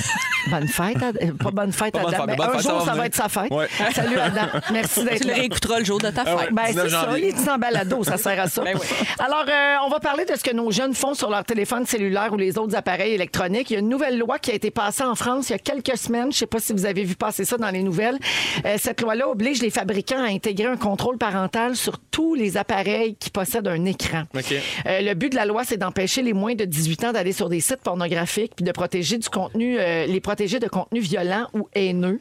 [SPEAKER 2] Bonne fête, Ad- euh, pas bonne fête,
[SPEAKER 5] Pas bonne
[SPEAKER 2] Adam.
[SPEAKER 5] fête,
[SPEAKER 2] mais
[SPEAKER 5] bonne
[SPEAKER 2] un
[SPEAKER 5] fête, ça
[SPEAKER 2] jour,
[SPEAKER 5] va
[SPEAKER 2] ça va
[SPEAKER 5] venir.
[SPEAKER 2] être sa fête.
[SPEAKER 5] Ouais. Ah
[SPEAKER 2] Salut, Adam. Merci d'être
[SPEAKER 4] Tu le
[SPEAKER 2] là.
[SPEAKER 4] réécouteras le jour de
[SPEAKER 6] Ah
[SPEAKER 4] ta fête.
[SPEAKER 5] ouais.
[SPEAKER 2] Ben,
[SPEAKER 5] 19
[SPEAKER 2] c'est ça,
[SPEAKER 5] janvier.
[SPEAKER 2] les petits en balado, ça sert à ça.
[SPEAKER 4] Ben oui.
[SPEAKER 2] Alors, euh, on va parler de ce que nos jeunes font sur leur téléphone cellulaire ou les autres appareils électroniques. Il y a une nouvelle loi qui a été passée en France il y a quelques semaines. Je sais pas si vous avez vu passer ça dans les nouvelles. Euh, cette loi-là oblige les fabricants à intégrer un contrôle parental sur tous les appareils qui possèdent un écran.
[SPEAKER 6] OK.
[SPEAKER 2] Euh, le but de la loi, c'est d'empêcher les moins de 18 ans d'aller sur des sites pornographiques puis de protéger du contenu, euh, les protéger de contenu violent ou haineux.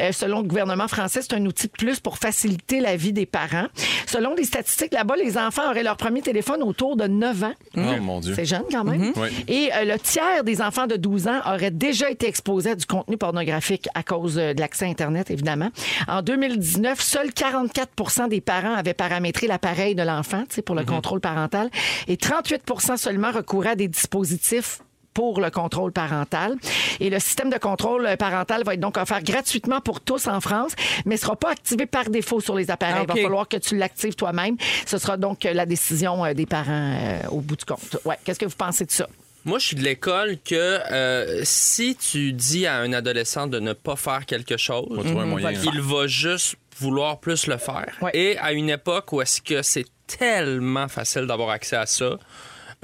[SPEAKER 2] Euh, selon le gouvernement français, c'est un outil de plus pour faciliter la vie des parents. Selon les statistiques, là-bas, les enfants auraient leur premier téléphone autour de 9 ans.
[SPEAKER 5] Oh mon Dieu. Mhm.
[SPEAKER 2] C'est jeune quand même.
[SPEAKER 5] Oui.
[SPEAKER 2] Et euh, le tiers des enfants de 12 ans auraient déjà été exposés à du contenu pornographique à cause euh, de l'accès à Internet, évidemment. En 2019, seuls 44 des parents avaient paramétré l'appareil de l'enfant tu sais,
[SPEAKER 4] Mhm.
[SPEAKER 2] pour le contrôle parental et 38 seulement recouraient à des dispositifs pour le contrôle parental. Et le système de contrôle euh, parental va être donc offert gratuitement pour tous en France, mais ne sera pas activé par défaut sur les appareils.
[SPEAKER 4] Ah,
[SPEAKER 2] Il
[SPEAKER 4] ok.
[SPEAKER 2] va falloir que tu l'actives toi-même. Ce sera donc euh, la décision euh, des parents euh, au bout du compte. Ouais. Qu'est-ce que vous pensez de ça?
[SPEAKER 6] Moi, je suis de l'école que euh, si tu dis à un adolescent de ne pas faire quelque chose,
[SPEAKER 5] On va
[SPEAKER 4] Mhm.
[SPEAKER 5] trouver un moyen.
[SPEAKER 6] il va juste vouloir plus le faire.
[SPEAKER 2] Ouais.
[SPEAKER 6] Et à une époque où est-ce que c'est tellement facile d'avoir accès à ça,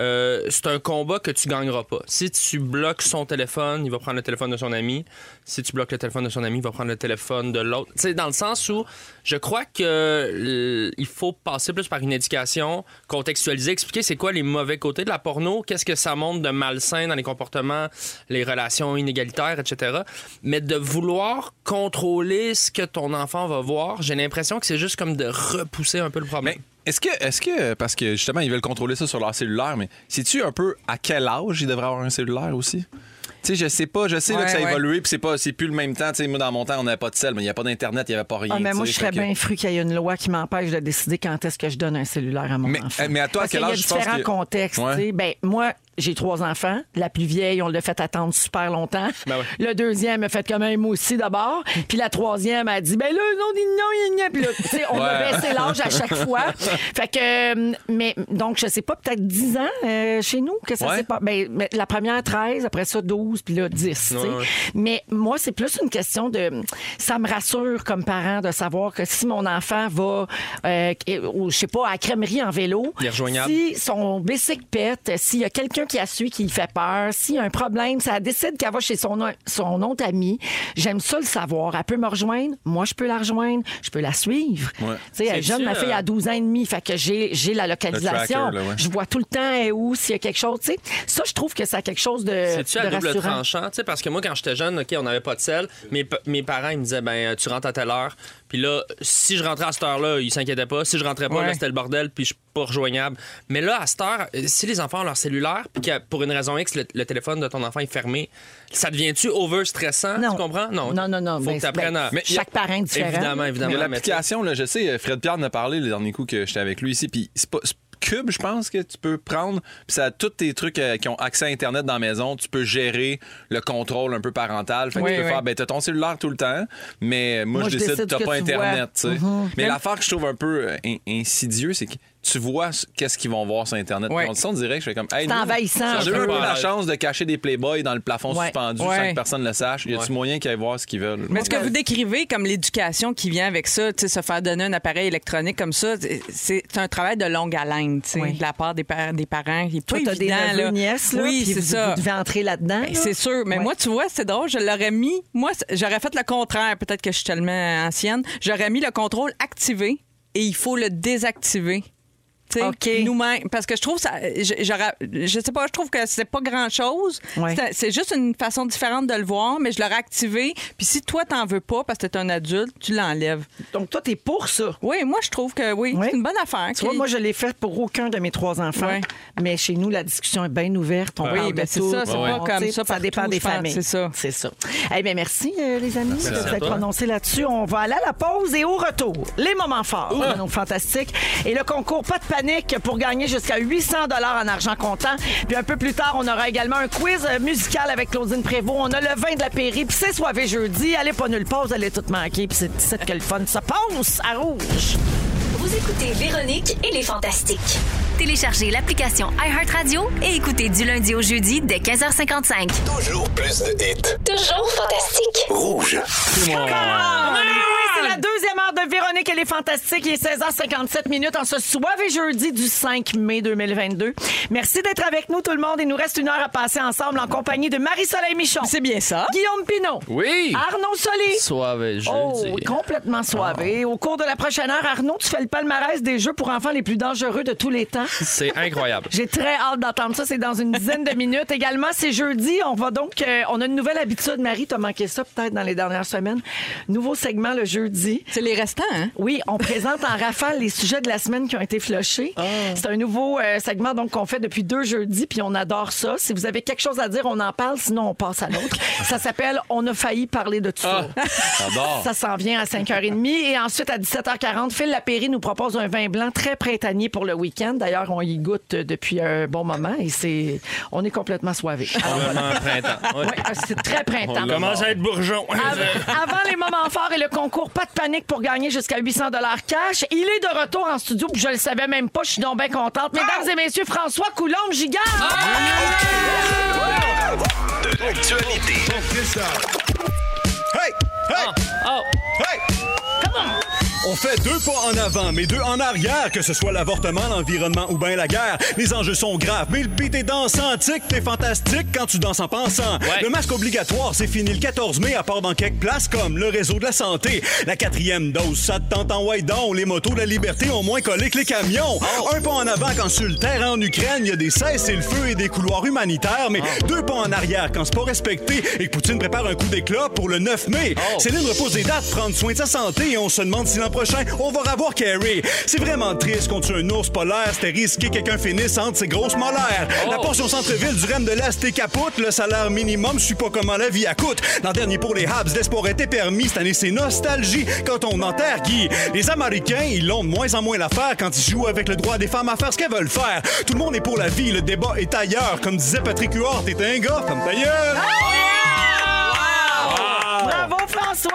[SPEAKER 6] euh, c'est un combat que tu gagneras pas. Si tu bloques son téléphone, il va prendre le téléphone de son ami. Si tu bloques le téléphone de son ami, il va prendre le téléphone de l'autre. Tu sais, dans le sens où je crois que euh, il faut passer plus par une éducation, contextualiser, expliquer c'est quoi les mauvais côtés de la porno, qu'est-ce que ça montre de malsain dans les comportements, les relations inégalitaires, etc. Mais de vouloir contrôler ce que ton enfant va voir, j'ai l'impression que c'est juste comme de repousser un peu le problème.
[SPEAKER 5] Mais est-ce que, est-ce que, parce que justement, ils veulent contrôler ça sur leur cellulaire, mais sais-tu un peu à quel âge ils devraient avoir un cellulaire aussi? Tu sais, je sais pas, je sais là,
[SPEAKER 4] Ouais,
[SPEAKER 5] que ça a
[SPEAKER 4] ouais.
[SPEAKER 5] évolué, puis c'est pas, c'est plus le même temps. Tu sais, moi, dans mon temps, on n'avait pas de sel, mais il n'y avait pas d'Internet, il n'y avait pas rien.
[SPEAKER 2] Ah, mais
[SPEAKER 5] tu
[SPEAKER 2] moi,
[SPEAKER 5] sais,
[SPEAKER 2] je serais
[SPEAKER 5] fait que-
[SPEAKER 2] bien fru qu'il y ait une loi qui m'empêche de décider quand est-ce que je donne un cellulaire à mon
[SPEAKER 5] Mais-
[SPEAKER 2] enfant.
[SPEAKER 5] euh, mais à toi, à
[SPEAKER 2] Parce
[SPEAKER 5] quel
[SPEAKER 2] qu'il y a
[SPEAKER 5] âge tu penses
[SPEAKER 2] différents
[SPEAKER 5] que-
[SPEAKER 2] contextes.
[SPEAKER 5] Ouais.
[SPEAKER 2] tu sais. Ben, moi, j'ai trois enfants. La plus vieille, on l'a fait attendre super longtemps.
[SPEAKER 6] Ben ouais.
[SPEAKER 2] Le deuxième a fait quand même aussi d'abord. Puis la troisième a dit, ben là, non, dis non, il y a- Puis là, tu sais, on a
[SPEAKER 5] Ouais.
[SPEAKER 2] baissé l'âge à chaque fois. fait que, euh, mais donc, je sais pas, peut-être 10 ans euh, chez nous que ça
[SPEAKER 5] Ouais.
[SPEAKER 2] s'est pas. Ben, ben, la première, 13, après ça, 12, puis là, 10. tu sais. Mais moi, c'est plus une question de. Ça me rassure comme parent de savoir que si mon enfant va, euh, ou, je sais pas, à la crèmerie en vélo,
[SPEAKER 6] Il est rejoignable.
[SPEAKER 2] si son bicycle pète, s'il y a quelqu'un qui a suit, qui lui fait peur, s'il y a un problème, ça décide qu'elle va chez son, son autre ami, j'aime ça le savoir. Elle peut me rejoindre, moi, je peux la rejoindre, je peux la suivre.
[SPEAKER 5] Ouais. euh,
[SPEAKER 2] Tu sais, elle
[SPEAKER 6] C'est
[SPEAKER 2] est jeune, ma
[SPEAKER 6] sûr.
[SPEAKER 2] fille, à 12 ans et demi, fait que j'ai j'ai la localisation.
[SPEAKER 5] tracker, là, ouais.
[SPEAKER 2] Je vois tout le temps elle est où, s'il y a quelque chose. tu sais. Ça, je trouve que ça a quelque chose de,
[SPEAKER 6] C'est-tu
[SPEAKER 2] Euh, de
[SPEAKER 6] à double
[SPEAKER 2] rassurant.
[SPEAKER 6] tranchant? Tu sais, parce que moi, quand j'étais jeune, OK, on n'avait pas de sel. Mes, pa- mes parents, ils me disaient, ben, tu rentres à telle heure. Puis là, si je rentrais à cette heure-là, ils s'inquiétaient pas. Si je rentrais pas,
[SPEAKER 4] Ouais.
[SPEAKER 6] là, c'était le bordel, puis je suis pas rejoignable. Mais là, à cette heure, euh, si les enfants ont leur cellulaire, puis que pour une raison X, le, le téléphone de ton enfant est fermé, ça devient-tu over-stressant?
[SPEAKER 2] Non.
[SPEAKER 6] Tu comprends?
[SPEAKER 2] Non, non, non,
[SPEAKER 6] Faut
[SPEAKER 2] ben,
[SPEAKER 6] que t'apprennes
[SPEAKER 2] ben,
[SPEAKER 6] à...
[SPEAKER 2] Mais chaque
[SPEAKER 6] il y a-
[SPEAKER 2] parent est différent.
[SPEAKER 6] Évidemment, évidemment.
[SPEAKER 5] Il y a
[SPEAKER 6] mais
[SPEAKER 5] l'application, là, je sais, euh, Fred Pierre en a parlé le dernier coup que j'étais avec lui ici, puis c'est pas. c'est Cube, je pense que tu peux prendre, puis ça a tous tes trucs euh, qui ont accès à Internet dans la maison, tu peux gérer le contrôle un peu parental. Fait que
[SPEAKER 4] Oui,
[SPEAKER 5] tu peux
[SPEAKER 4] oui.
[SPEAKER 5] faire, ben, t'as ton cellulaire tout le temps, mais euh, moi, je, décide, t'as
[SPEAKER 2] que
[SPEAKER 5] pas
[SPEAKER 2] tu
[SPEAKER 5] Internet, tu
[SPEAKER 2] vois. Mhm.
[SPEAKER 5] sais. Mais l'affaire que je trouve un peu euh, in- insidieux, c'est que tu vois ce- qu'est-ce qu'ils vont voir sur Internet.
[SPEAKER 4] Ouais.
[SPEAKER 5] Puis On le sent direct, je fais comme, hey,
[SPEAKER 2] C'est
[SPEAKER 5] nous,
[SPEAKER 2] envahissant,
[SPEAKER 5] J'ai eu
[SPEAKER 6] un
[SPEAKER 5] un
[SPEAKER 6] peu.
[SPEAKER 5] peu la chance de cacher des Playboys dans le plafond
[SPEAKER 2] Ouais.
[SPEAKER 5] suspendu sans
[SPEAKER 4] Ouais.
[SPEAKER 5] que personne le sache. Y a-tu moyen qu'ils aillent voir ce qu'ils veulent?
[SPEAKER 4] Mais ce que
[SPEAKER 2] ben,
[SPEAKER 4] vous décrivez comme l'éducation qui vient avec ça, tu sais, se faire donner un appareil électronique comme ça, c'est- c'est un travail de longue haleine, tu sais,
[SPEAKER 2] Oui.
[SPEAKER 4] de la part des, par- des parents. Il est
[SPEAKER 2] Toi,
[SPEAKER 4] pas
[SPEAKER 2] t'as des
[SPEAKER 4] évident,
[SPEAKER 2] neveux,
[SPEAKER 4] là.
[SPEAKER 2] nièces, là,
[SPEAKER 4] oui,
[SPEAKER 2] puis
[SPEAKER 4] c'est
[SPEAKER 2] vous-
[SPEAKER 4] ça. Ben,
[SPEAKER 2] Vous devez entrer là-dedans. Ben là.
[SPEAKER 4] C'est sûr, mais
[SPEAKER 2] Ouais.
[SPEAKER 4] moi, tu vois, c'est drôle, je l'aurais mis. Moi, c- j'aurais fait le contraire, peut-être que je suis tellement ancienne. J'aurais mis le contrôle activé et il faut le désactiver. Tu sais,
[SPEAKER 2] OK.
[SPEAKER 4] nous-mêmes parce que je trouve ça je- j'aurais- je sais pas je trouve que c'est pas grand chose
[SPEAKER 2] Ouais.
[SPEAKER 4] c'est juste une façon différente de le voir mais je l'aurais activé puis si toi t'en veux pas parce que t'es un adulte tu l'enlèves
[SPEAKER 2] Donc, toi, t'es pour ça.
[SPEAKER 4] oui moi je trouve que oui,
[SPEAKER 2] Oui.
[SPEAKER 4] c'est une bonne affaire
[SPEAKER 2] Tu vois,
[SPEAKER 4] qu'il-
[SPEAKER 2] moi, je l'ai fait pour aucun de mes trois enfants.
[SPEAKER 4] Ouais.
[SPEAKER 2] Mais chez nous, la discussion est bien ouverte. On
[SPEAKER 4] Oui,
[SPEAKER 2] parle
[SPEAKER 4] ben,
[SPEAKER 2] de
[SPEAKER 4] c'est
[SPEAKER 2] tout.
[SPEAKER 4] ça, c'est
[SPEAKER 2] on-
[SPEAKER 4] pas
[SPEAKER 2] on-
[SPEAKER 4] comme
[SPEAKER 2] tu sais,
[SPEAKER 4] ça
[SPEAKER 2] Ça
[SPEAKER 4] partout,
[SPEAKER 2] dépend des
[SPEAKER 4] je pense,
[SPEAKER 2] familles.
[SPEAKER 4] c'est ça.
[SPEAKER 2] C'est ça. Eh bien, merci, euh, les amis, de vous
[SPEAKER 6] à
[SPEAKER 2] être
[SPEAKER 6] toi.
[SPEAKER 2] prononcés là-dessus. On va aller à la pause et au retour. Les moments forts de nos fantastiques. Et le concours Pas de panique pour gagner jusqu'à 800 en argent comptant. Puis un peu plus tard, on aura également un quiz euh, musical avec Claudine Prévost. On a le vin de la Pairie. Puis c'est soivé jeudi. Allez pas nulle part, vous allez tout manquer. Puis c'est ici que le fun se passe à rouge.
[SPEAKER 10] Vous écoutez Véronique et les Fantastiques.
[SPEAKER 1] Téléchargez l'application iHeartRadio et écoutez du lundi au jeudi dès 15h55.
[SPEAKER 8] Toujours plus de hits.
[SPEAKER 10] Toujours fantastique.
[SPEAKER 8] Rouge.
[SPEAKER 2] Ah, oui, c'est la deuxième heure de Véronique, elle est fantastique. Il est 16h57 minutes en ce soir et jeudi du 5 mai 2022. Merci d'être avec nous tout le monde. Il nous reste une heure à passer ensemble en compagnie de Marie-Soleil Michon,
[SPEAKER 4] c'est bien ça
[SPEAKER 2] Guillaume Pinot,
[SPEAKER 6] Oui!
[SPEAKER 2] Arnaud Solé.
[SPEAKER 6] Soave, je
[SPEAKER 2] Oh,
[SPEAKER 6] le dis. Ah.
[SPEAKER 2] complètement soivé. Au cours de la prochaine heure, Arnaud, tu fais le palmarès des jeux pour enfants les plus dangereux de tous les temps.
[SPEAKER 6] C'est incroyable.
[SPEAKER 2] J'ai très hâte d'entendre ça. C'est dans une dizaine de minutes. Également, c'est jeudi. On va donc. euh, on a une nouvelle habitude. Marie, t'as manqué ça peut-être dans les dernières semaines. Nouveau segment le jeudi.
[SPEAKER 4] c'est les restants hein
[SPEAKER 2] Oui, on présente en rafale les sujets de la semaine qui ont été flochés.
[SPEAKER 6] Ah.
[SPEAKER 2] C'est un nouveau euh, segment donc qu'on fait depuis deux jeudis, puis on adore ça. Si vous avez quelque chose à dire, on en parle, sinon on passe à l'autre. ça s'appelle On a failli parler de tout ça.
[SPEAKER 6] Ah,
[SPEAKER 5] J'adore.
[SPEAKER 2] Ça s'en vient à 5h30. Et ensuite, à 17h40, Phil Lapéry nous propose un vin blanc très printanier pour le week-end. D'ailleurs, on y goûte depuis un bon moment et c'est, on est complètement soivé.
[SPEAKER 6] Vraiment printemps. Ah, Ouais.
[SPEAKER 2] c'est très printemps.
[SPEAKER 6] On commence à être bourgeon.
[SPEAKER 2] Av- Avant les moments forts et le concours, pas de panique pour gagner jusqu'à 800 dollars cash. Il est de retour en studio, puis je le savais même pas, je suis donc bien contente. Mesdames et messieurs, François Coulombe Gigard.
[SPEAKER 8] De l'actualité.
[SPEAKER 7] Hey! Hey!
[SPEAKER 6] Oh,
[SPEAKER 7] Hey! On fait deux pas en avant, mais deux en arrière, que ce soit l'avortement, l'environnement ou bien la guerre. Les enjeux sont graves, mais le beat est dansant tic, t'es fantastique quand tu danses en pensant. Le masque obligatoire, c'est fini le 14 mai, à part dans quelques places comme le réseau de la santé. La quatrième dose, ça te tente en white down. Les motos de la liberté ont moins collé que les camions. Un pas en avant quand sur le terrain en Ukraine, il y a des cesses et le feu et des couloirs humanitaires, mais deux pas en arrière quand c'est pas respecté et que Poutine prépare un coup d'éclat pour le 9 mai. Céline repose des dates, prendre soin de sa santé et on se demande si l'an prochain, on va revoir Carrie. C'est vraiment triste qu'on tue un ours polaire. C'était risqué que quelqu'un finisse entre ses grosses molaires. La portion centre-ville du REM de l'Est est capote. Le salaire minimum, je suis pas comment la vie à coûte. L'an dernier pour les Habs, l'espoir était permis. Cette année, c'est nostalgie quand on enterre Guy. Les Américains, ils l'ont de moins en moins l'affaire quand ils jouent avec le droit des femmes à faire ce qu'elles veulent faire. Tout le monde est pour la vie, le débat est ailleurs. Comme disait Patrick Huard, t'es un gars comme tailleur.
[SPEAKER 2] Bravo, François!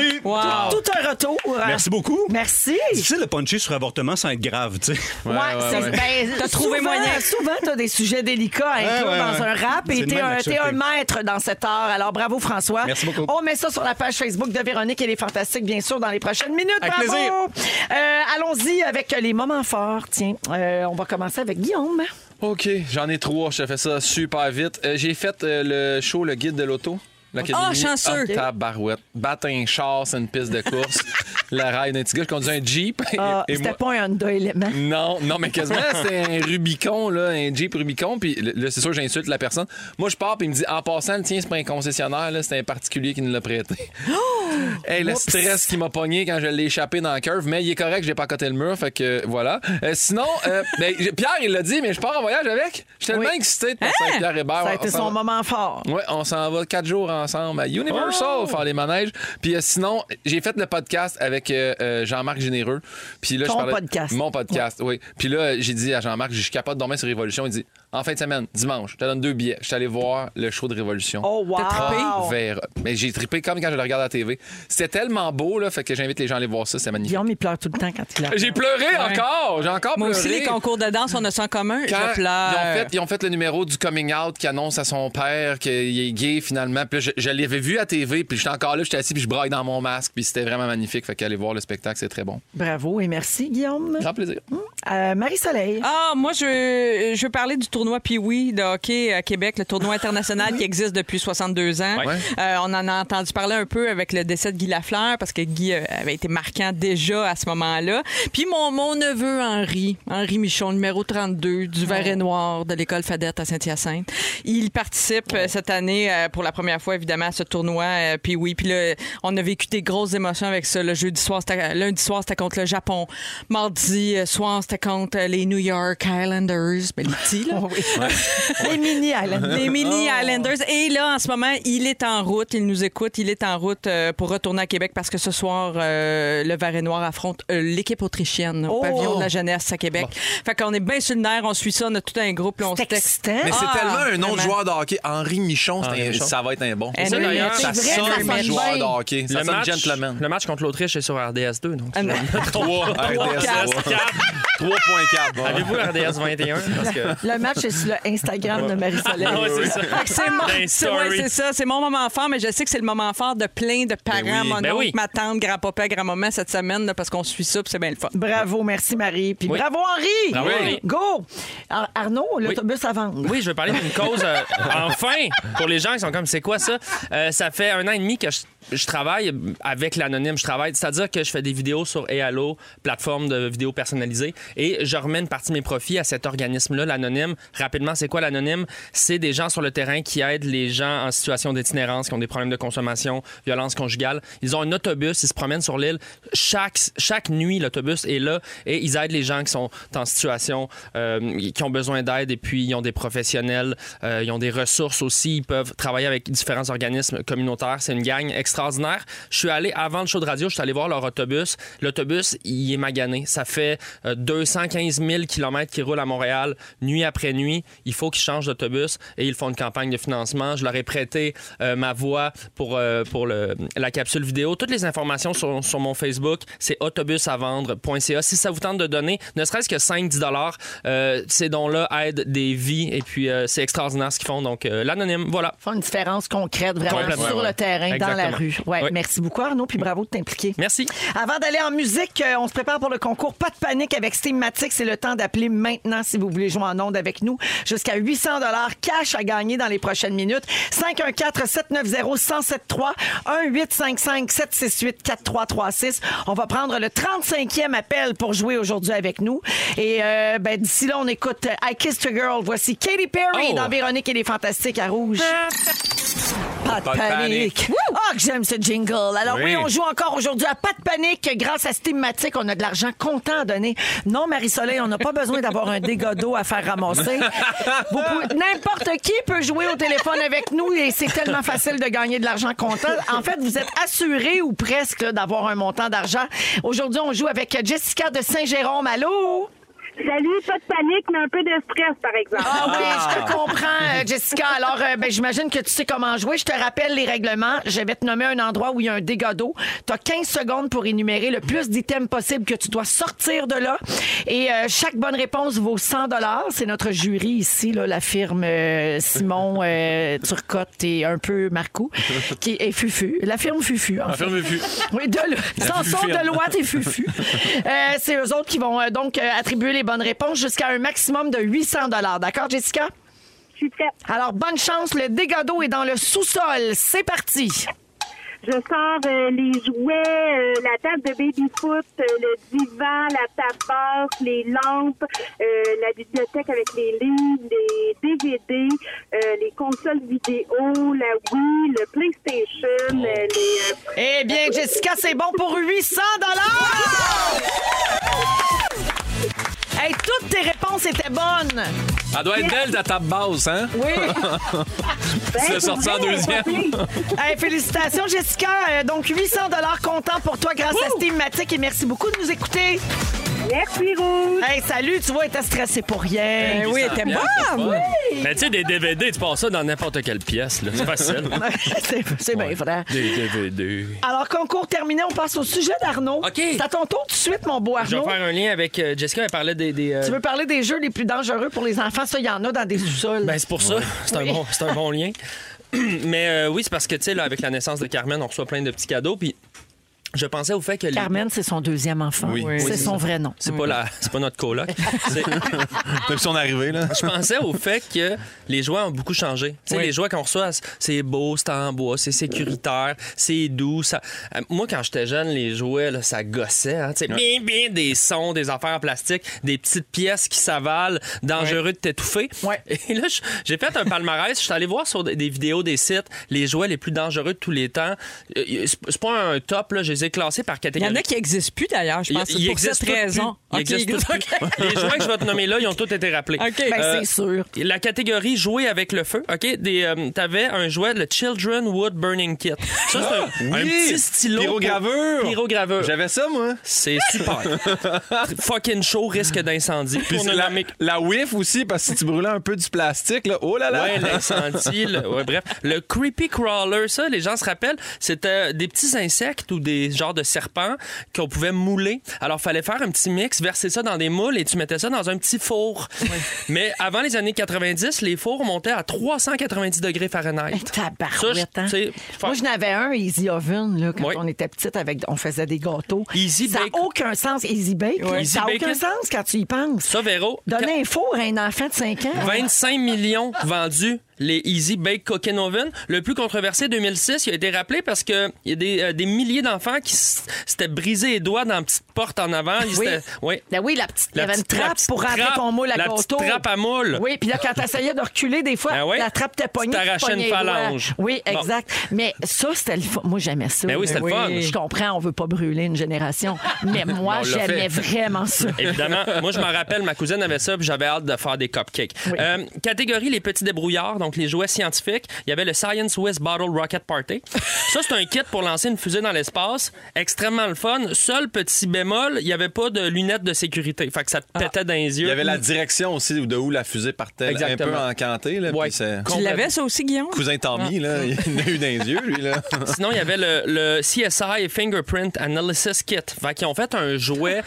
[SPEAKER 7] Merci.
[SPEAKER 2] Tout, tout un retour.
[SPEAKER 7] Merci beaucoup.
[SPEAKER 2] Merci.
[SPEAKER 7] C'est difficile de puncher sur avortement sans être grave, tu sais.
[SPEAKER 2] Ouais, c'est- ben,
[SPEAKER 4] T'as trouvé
[SPEAKER 2] souvent-
[SPEAKER 4] moyen.
[SPEAKER 2] Souvent, t'as des sujets délicats à inclure
[SPEAKER 7] ouais,
[SPEAKER 2] dans
[SPEAKER 7] ouais.
[SPEAKER 2] un rap
[SPEAKER 7] C'est
[SPEAKER 2] et
[SPEAKER 7] le
[SPEAKER 2] t'es
[SPEAKER 7] même
[SPEAKER 2] un,
[SPEAKER 7] accepté.
[SPEAKER 2] t'es un maître dans cet art. Alors, bravo, François.
[SPEAKER 7] Merci beaucoup.
[SPEAKER 2] On met ça sur la page Facebook de Véronique et les Fantastiques, bien sûr, dans les prochaines minutes.
[SPEAKER 7] Avec
[SPEAKER 2] bravo.
[SPEAKER 7] plaisir.
[SPEAKER 2] Euh, Allons-y avec les moments forts. Tiens, euh, on va commencer avec Guillaume.
[SPEAKER 5] OK, j'en ai trois. Je te fais ça super vite. Euh, j'ai fait euh, le show Le Guide de l'auto. l'académie.
[SPEAKER 4] Ah, chanceux.
[SPEAKER 5] Ah, tabarouette. Battre un char, c'est une piste de course. la rail d'un petit gars, je conduisais un Jeep. et-
[SPEAKER 2] Ah,
[SPEAKER 5] et
[SPEAKER 2] C'était
[SPEAKER 5] moi-
[SPEAKER 2] pas un Honda élément.
[SPEAKER 5] Non, non, mais quasiment, c'est un Rubicon, là, un Jeep Rubicon. Puis là, c'est sûr, j'insulte la personne. Moi, je pars, puis il me dit en passant, le tien, c'est pas un concessionnaire, là, c'est un particulier qui nous l'a prêté.
[SPEAKER 2] Oh!
[SPEAKER 5] hey, le stress qui m'a pogné quand je l'ai échappé dans la curve, mais il est correct, j'ai pas coté le mur, fait que euh, voilà. Euh, sinon, euh, ben, j'ai- Pierre, il l'a dit, mais je pars en voyage avec. Je suis tellement
[SPEAKER 2] Oui. Hein?
[SPEAKER 5] excité de passer avec Pierre Hébert.
[SPEAKER 2] Ça a
[SPEAKER 5] On
[SPEAKER 2] été
[SPEAKER 5] s'en
[SPEAKER 2] son
[SPEAKER 5] Ah, va-
[SPEAKER 2] moment fort.
[SPEAKER 5] Ouais, on s'en va quatre jours ensemble à Universal faire les manèges. Puis euh, sinon, j'ai fait le podcast avec euh, euh, Jean-Marc Généreux. Puis là,
[SPEAKER 2] Ton
[SPEAKER 5] je parlais-
[SPEAKER 2] podcast.
[SPEAKER 5] Mon podcast, oui. Puis là, euh, j'ai dit à Jean-Marc, je suis capable de dormir sur Révolution. Il dit, en fin de semaine, dimanche, je te donne deux billets. Je suis allé voir le show de Révolution.
[SPEAKER 2] Oh, wow.
[SPEAKER 5] Ah, vers- Mais j'ai trippé comme quand je le regarde à la TV. C'était tellement beau, là, fait que j'invite les gens à aller voir ça, c'est magnifique.
[SPEAKER 2] Guillaume, il pleure tout le temps quand il a.
[SPEAKER 5] J'ai pleuré encore! J'ai encore
[SPEAKER 4] Moi
[SPEAKER 5] pleuré!
[SPEAKER 4] aussi, les concours de danse, on a ça en commun.
[SPEAKER 5] Quand
[SPEAKER 4] je
[SPEAKER 5] ils,
[SPEAKER 4] pleure.
[SPEAKER 5] ont fait, ils ont fait le numéro du coming out qui annonce à son père qu'il est gay finalement. Puis là, je, je l'avais vu à TV, puis j'étais encore là, j'étais assis, puis je braille dans mon masque, puis c'était vraiment magnifique. Fait qu'aller voir le spectacle, c'est très bon.
[SPEAKER 2] Bravo et merci, Guillaume.
[SPEAKER 5] Grand plaisir.
[SPEAKER 2] Euh, Marie-Soleil.
[SPEAKER 4] Ah, moi, je, je veux parler du tournoi Pee-Wee de hockey à Québec, le tournoi international qui existe depuis 62 ans.
[SPEAKER 5] Ouais.
[SPEAKER 4] Euh, on en a entendu parler un peu avec le décès de Guy Lafleur, parce que Guy euh, avait été marquant déjà à ce moment-là. Puis mon, mon neveu Henri, Henri Michon, numéro 32 du Vert et Noir de l'école Fadette à Saint-Hyacinthe, il participe euh, cette année euh, pour la première fois, évidemment, à ce tournoi euh, Pee-Wee. Puis là, on a vécu des grosses émotions avec ça. Le jeudi soir, c'était- euh, lundi soir, c'était contre le Japon. Mardi euh, soir, c'était contre euh, les New York Islanders. Ben, les petits, là.
[SPEAKER 2] Les mini Islanders.
[SPEAKER 4] Les mini
[SPEAKER 6] Oh.
[SPEAKER 4] Islanders. Et là, en ce moment, il est en route. Il nous écoute. Il est en route euh, pour retourner à Québec parce que ce soir, euh, le Varet Noir affronte euh, l'équipe autrichienne au
[SPEAKER 2] Oh!
[SPEAKER 4] pavillon de la jeunesse à Québec. Fait qu'on est bien sur le nerf. On suit ça. On a tout un groupe. là, on se
[SPEAKER 2] C'est
[SPEAKER 4] texte.
[SPEAKER 2] excitant.
[SPEAKER 5] Mais
[SPEAKER 4] Ah,
[SPEAKER 5] c'est tellement un nom de
[SPEAKER 4] vraiment.
[SPEAKER 5] joueur de hockey. Henri Michon, c'est un-
[SPEAKER 6] Michon.
[SPEAKER 5] ça va être un bon.
[SPEAKER 4] Eh
[SPEAKER 6] Ça,
[SPEAKER 4] oui,
[SPEAKER 6] d'ailleurs,
[SPEAKER 4] c'est
[SPEAKER 5] ça
[SPEAKER 4] vrai,
[SPEAKER 5] sonne
[SPEAKER 4] ça sonne
[SPEAKER 5] joueur de
[SPEAKER 4] bien.
[SPEAKER 5] hockey. Ça
[SPEAKER 6] le,
[SPEAKER 5] sonne
[SPEAKER 6] match,
[SPEAKER 5] gentleman.
[SPEAKER 6] le match contre l'autre est sur RDS2. Donc,
[SPEAKER 4] Ah, non.
[SPEAKER 5] 3, RDS 3.4. bon.
[SPEAKER 6] Avez-vous RDS 21? Parce que...
[SPEAKER 2] Le match est sur le Instagram de Marie-Soleil.
[SPEAKER 6] Ah ouais, c'est ça.
[SPEAKER 4] Fait que C'est mon,
[SPEAKER 6] Ben,
[SPEAKER 4] c'est-
[SPEAKER 6] sorry.
[SPEAKER 4] ouais, c'est ça, c'est mon moment fort, mais je sais que c'est le moment fort de plein de parents,
[SPEAKER 5] Ben oui.
[SPEAKER 4] mon
[SPEAKER 6] Ben
[SPEAKER 4] oncle,
[SPEAKER 6] oui.
[SPEAKER 4] ma tante, grand-papa, grand-maman cette semaine là, parce qu'on suit ça, puis c'est bien le fun.
[SPEAKER 2] Bravo, merci Marie. Puis bravo Henri.
[SPEAKER 6] Bravo, Henri.
[SPEAKER 2] Go. Ar- Arnaud, l'autobus à vendre.
[SPEAKER 6] Oui, je vais parler d'une cause. euh, enfin, pour les gens qui sont comme, c'est quoi ça? Euh, ça fait un an et demi que je, je travaille avec l'anonyme. Je travaille, c'est-à-dire que je fais des vidéos sur Ealo, plateforme de vidéos personnalisées, et je remets une partie de mes profits à cet organisme-là, l'anonyme. Rapidement, c'est quoi l'anonyme? C'est des gens sur le terrain qui aident les gens en situation d'itinérance, qui ont des problèmes de consommation, violence conjugale. Ils ont un autobus, ils se promènent sur l'île. Chaque, chaque nuit, l'autobus est là et ils aident les gens qui sont en situation, euh, qui ont besoin d'aide et puis ils ont des professionnels, euh, ils ont des ressources aussi. Ils peuvent travailler avec différents organismes communautaires. C'est une gang extraordinaire. Je suis allé, avant le show de radio, je suis allé voir leur autobus. L'autobus, il est magané. Ça fait euh, deux 215 000 km qui roulent à Montréal nuit après nuit. Il faut qu'ils changent d'autobus et ils font une campagne de financement. Je leur ai prêté euh, ma voix pour, euh, pour le- la capsule vidéo. Toutes les informations sont sur mon Facebook. C'est autobusavendre.ca. Si ça vous tente de donner, ne serait-ce que 5-10 dollars, euh, ces dons-là aident des vies et puis euh, c'est extraordinaire ce qu'ils font. Donc, euh, l'anonyme, voilà.
[SPEAKER 2] Font une différence concrète vraiment
[SPEAKER 6] Complètement,
[SPEAKER 2] sur
[SPEAKER 6] ouais.
[SPEAKER 2] le terrain, dans la
[SPEAKER 6] Exactement.
[SPEAKER 2] rue. Ouais,
[SPEAKER 6] Oui.
[SPEAKER 2] Merci beaucoup, Arnaud, puis bravo de t'impliquer.
[SPEAKER 6] Merci.
[SPEAKER 2] Avant d'aller en musique, euh, on se prépare pour le concours. Pas de panique avec Steamatic. C'est le temps d'appeler maintenant si vous voulez jouer en ondes avec nous. Jusqu'à 800 dollars cash à gagner dans les prochaines minutes. 514-790-1073 1-855-768-4336. On va prendre le 35e appel pour jouer aujourd'hui avec nous. Et euh, ben, d'ici là, on écoute euh, I Kissed a Girl. Voici Katy Perry
[SPEAKER 9] Oh.
[SPEAKER 2] dans Véronique et les Fantastiques à Rouge. Pas de
[SPEAKER 9] Pas de
[SPEAKER 2] panique.
[SPEAKER 9] panique.
[SPEAKER 2] Ah, que j'aime ce jingle. Alors
[SPEAKER 9] Oui.
[SPEAKER 2] oui, on joue encore aujourd'hui à Pas de panique. Grâce à Steamatic, on a de l'argent content à donner. Non, Marie-Soleil, on n'a pas besoin d'avoir un dégât d'eau à faire ramasser. Vous pouvez- N'importe qui peut jouer au téléphone avec nous et c'est tellement facile de gagner de l'argent content. En fait, vous êtes assuré ou presque là, d'avoir un montant d'argent. Aujourd'hui, on joue avec Jessica de Saint-Jérôme. Allô?
[SPEAKER 11] Salut, pas de panique, mais un peu de stress, par exemple.
[SPEAKER 2] Ah oui, je te comprends, euh, Jessica. Alors, euh, ben, j'imagine que tu sais comment jouer. Je te rappelle les règlements. Je vais te nommer un endroit où il y a un dégât d'eau. Tu as 15 secondes pour énumérer le plus d'items possible que tu dois sortir de là. Et euh, chaque bonne réponse vaut 100 C'est notre jury ici, là, la firme euh, Simon euh, Turcotte et un peu Marcou, qui est Fufu. La firme Fufu, en
[SPEAKER 9] La
[SPEAKER 2] fait.
[SPEAKER 9] firme Fufu.
[SPEAKER 2] Oui, de,
[SPEAKER 9] La
[SPEAKER 2] Samson
[SPEAKER 9] Fufu firme.
[SPEAKER 2] Deloitte et Fufu. Euh, c'est eux autres qui vont euh, donc euh, attribuer les bonnes réponses jusqu'à un maximum de 800 dollars. D'accord, Jessica? Je suis prête. Alors, bonne chance. Le dégât d'eau est dans le sous-sol. C'est parti.
[SPEAKER 11] Je sors euh, les jouets, euh, la table de baby-foot, euh, le divan, la table basse, les lampes, euh, la bibliothèque avec les livres, les DVD, euh, les consoles vidéo, la Wii, le PlayStation, euh, les... euh,
[SPEAKER 2] Eh bien, Jessica, c'est bon pour 800 dollars. Hey, toutes tes réponses étaient bonnes.
[SPEAKER 3] Elle doit être belle, ta table basse, hein?
[SPEAKER 2] Oui.
[SPEAKER 3] tu l'as sorti en deuxième.
[SPEAKER 2] Hey, félicitations, Jessica. Euh, donc, 800 comptant pour toi grâce à Steamatic et merci beaucoup de nous écouter. Merci, Rouge. Hey, salut. Tu vois, elle était stressée pour
[SPEAKER 4] Ben
[SPEAKER 2] rien.
[SPEAKER 6] Ben oui, elle était bonne.
[SPEAKER 2] Oui.
[SPEAKER 6] Mais Ben, tu sais, des DVD, tu passes ça dans n'importe quelle pièce. là. C'est facile.
[SPEAKER 2] C'est- C'est bien vrai.
[SPEAKER 6] des DVD.
[SPEAKER 2] Alors, concours terminé, on passe au sujet d'Arnaud. C'est à ton tour tout de suite, mon beau
[SPEAKER 6] Je vais
[SPEAKER 2] Arnaud.
[SPEAKER 6] faire un lien avec euh, Jessica. Elle parlait des. des, euh,
[SPEAKER 2] Tu veux parler des jeux les plus dangereux pour les enfants? Ça, il y en a dans des sous-sols.
[SPEAKER 6] Ben, c'est pour ça. C'est un, bon, c'est un bon lien. Mais euh, oui, c'est parce que, tu sais, là, avec la naissance de Carmen, on reçoit plein de petits cadeaux. Puis je pensais au fait que. les-
[SPEAKER 2] Carmen, c'est son deuxième enfant.
[SPEAKER 6] Oui. Oui,
[SPEAKER 2] C'est
[SPEAKER 6] c'est
[SPEAKER 2] son
[SPEAKER 6] ça.
[SPEAKER 2] vrai nom.
[SPEAKER 6] C'est pas, la... c'est pas notre coloc. C'est-
[SPEAKER 5] Même si on arrivait, là.
[SPEAKER 6] Je pensais au fait que les jouets ont beaucoup changé. Tu sais, les jouets qu'on reçoit, c'est beau, c'est en bois, c'est sécuritaire, c'est doux. ça- Euh, Moi, quand j'étais jeune, les jouets, là, ça gossait. Hein, tu sais, bing, bing, des sons, des affaires en plastique, des petites pièces qui s'avalent, dangereux de t'étouffer. Et là, je- j'ai fait un palmarès. Je suis allé voir sur des des vidéos des sites les jouets les plus dangereux de tous les temps. Euh, C'est c'est pas un top, là, je les ai classés par
[SPEAKER 4] Il y
[SPEAKER 6] catégorie.
[SPEAKER 4] en a qui n'existent plus d'ailleurs, je
[SPEAKER 6] Euh, Il-
[SPEAKER 4] pense,
[SPEAKER 6] il
[SPEAKER 4] pour
[SPEAKER 6] existe
[SPEAKER 4] cette
[SPEAKER 6] tout
[SPEAKER 4] raison.
[SPEAKER 6] plus. Euh, Il
[SPEAKER 4] Ok,
[SPEAKER 6] existe tout
[SPEAKER 4] ok.
[SPEAKER 6] plus. Les jouets que je vais te nommer là, ils ont tous été rappelés.
[SPEAKER 4] Ok. Ben, c'est sûr.
[SPEAKER 6] La catégorie jouer avec le feu, OK? Des, euh, t'avais un jouet, le Children Wood Burning Kit. Ça, c'est un, un
[SPEAKER 5] Oui!
[SPEAKER 6] petit stylo.
[SPEAKER 5] Pyrograveur!
[SPEAKER 6] pour- Pyrograveur.
[SPEAKER 5] J'avais ça, moi.
[SPEAKER 6] C'est super. Fucking chaud, risque d'incendie.
[SPEAKER 5] Puis
[SPEAKER 6] Pour
[SPEAKER 5] c'est
[SPEAKER 6] ne
[SPEAKER 5] la,
[SPEAKER 6] nommer-
[SPEAKER 5] la whiff aussi, parce que si tu brûlais un peu du plastique, là, oh là là!
[SPEAKER 6] Ouais, l'incendie, le- ouais, bref. Le creepy crawler, ça, les gens se rappellent, c'était des petits insectes ou des genres de serpents qu'on pouvait mouler. Alors, fallait faire un petit mix, verser ça dans des moules et tu mettais ça dans un petit four. Mais avant les années 90, les fours montaient à 390 degrés Fahrenheit.
[SPEAKER 2] Tabarouette,
[SPEAKER 6] Ça, je-
[SPEAKER 2] hein?
[SPEAKER 6] tu sais, je
[SPEAKER 2] Moi,
[SPEAKER 6] pense-
[SPEAKER 2] je n'avais un Easy Oven là, quand on était petite. Avec, on faisait des gâteaux.
[SPEAKER 6] Easy
[SPEAKER 2] ça n'a aucun sens. Easy Bake, là,
[SPEAKER 6] Ouais. Easy
[SPEAKER 2] ça n'a
[SPEAKER 6] Bake
[SPEAKER 2] aucun
[SPEAKER 6] It.
[SPEAKER 2] sens quand tu y penses.
[SPEAKER 6] Ça, ben, Véro,
[SPEAKER 2] Donner un four à un enfant de 5 ans.
[SPEAKER 6] 25 millions vendus, les Easy Bake Cooking Oven. Le plus controversé, 2006, il a été rappelé parce qu'il y a des, euh, des milliers d'enfants qui s- s'étaient brisés les doigts dans la petite porte en avant. Ils
[SPEAKER 2] Oui.
[SPEAKER 6] s'étaient- oui.
[SPEAKER 2] Ben oui, la petite, il y
[SPEAKER 6] La
[SPEAKER 2] avait une
[SPEAKER 6] petite- la
[SPEAKER 2] trappe
[SPEAKER 6] petite
[SPEAKER 2] pour rentrer
[SPEAKER 6] trappe,
[SPEAKER 2] ton moule à
[SPEAKER 6] la
[SPEAKER 2] gâteau.
[SPEAKER 6] petite trappe à moule.
[SPEAKER 2] Oui, puis là, quand t'essayais de reculer, des fois,
[SPEAKER 6] Ben oui.
[SPEAKER 2] la trappe t'es pognée. tu
[SPEAKER 6] t'arrachais
[SPEAKER 2] pognais
[SPEAKER 6] une
[SPEAKER 2] les doigts.
[SPEAKER 6] phalange.
[SPEAKER 2] Oui,
[SPEAKER 6] Bon.
[SPEAKER 2] exact. Mais ça, c'était le fun. Moi, j'aimais ça.
[SPEAKER 6] Ben oui, c'était le fun.
[SPEAKER 2] Je comprends, on veut pas brûler une génération. Mais moi,
[SPEAKER 6] On l'a
[SPEAKER 2] j'aimais
[SPEAKER 6] fait.
[SPEAKER 2] vraiment ça.
[SPEAKER 6] Évidemment. Moi, je m'en rappelle, ma cousine avait ça, puis j'avais hâte de faire des cupcakes. Euh, catégorie les petits débrouillards, donc donc les jouets scientifiques, il y avait le Science West Bottle Rocket Party. Ça, c'est un kit pour lancer une fusée dans l'espace. Extrêmement le fun. Seul petit bémol, il n'y avait pas de lunettes de sécurité. Fait que ça te
[SPEAKER 4] Ah.
[SPEAKER 6] pétait dans les yeux. Mmh.
[SPEAKER 5] Il y avait la direction aussi de où la fusée partait, là,
[SPEAKER 6] Exactement.
[SPEAKER 5] un peu encantée. Là, puis c'est-
[SPEAKER 4] Tu l'avais, ça aussi, Guillaume?
[SPEAKER 5] Cousin Tommy,
[SPEAKER 6] Ah.
[SPEAKER 5] là, il en a eu dans les yeux, lui. Là.
[SPEAKER 6] Sinon, il y avait le, le CSI Fingerprint Analysis Kit. Fait qu'ils ont fait un jouet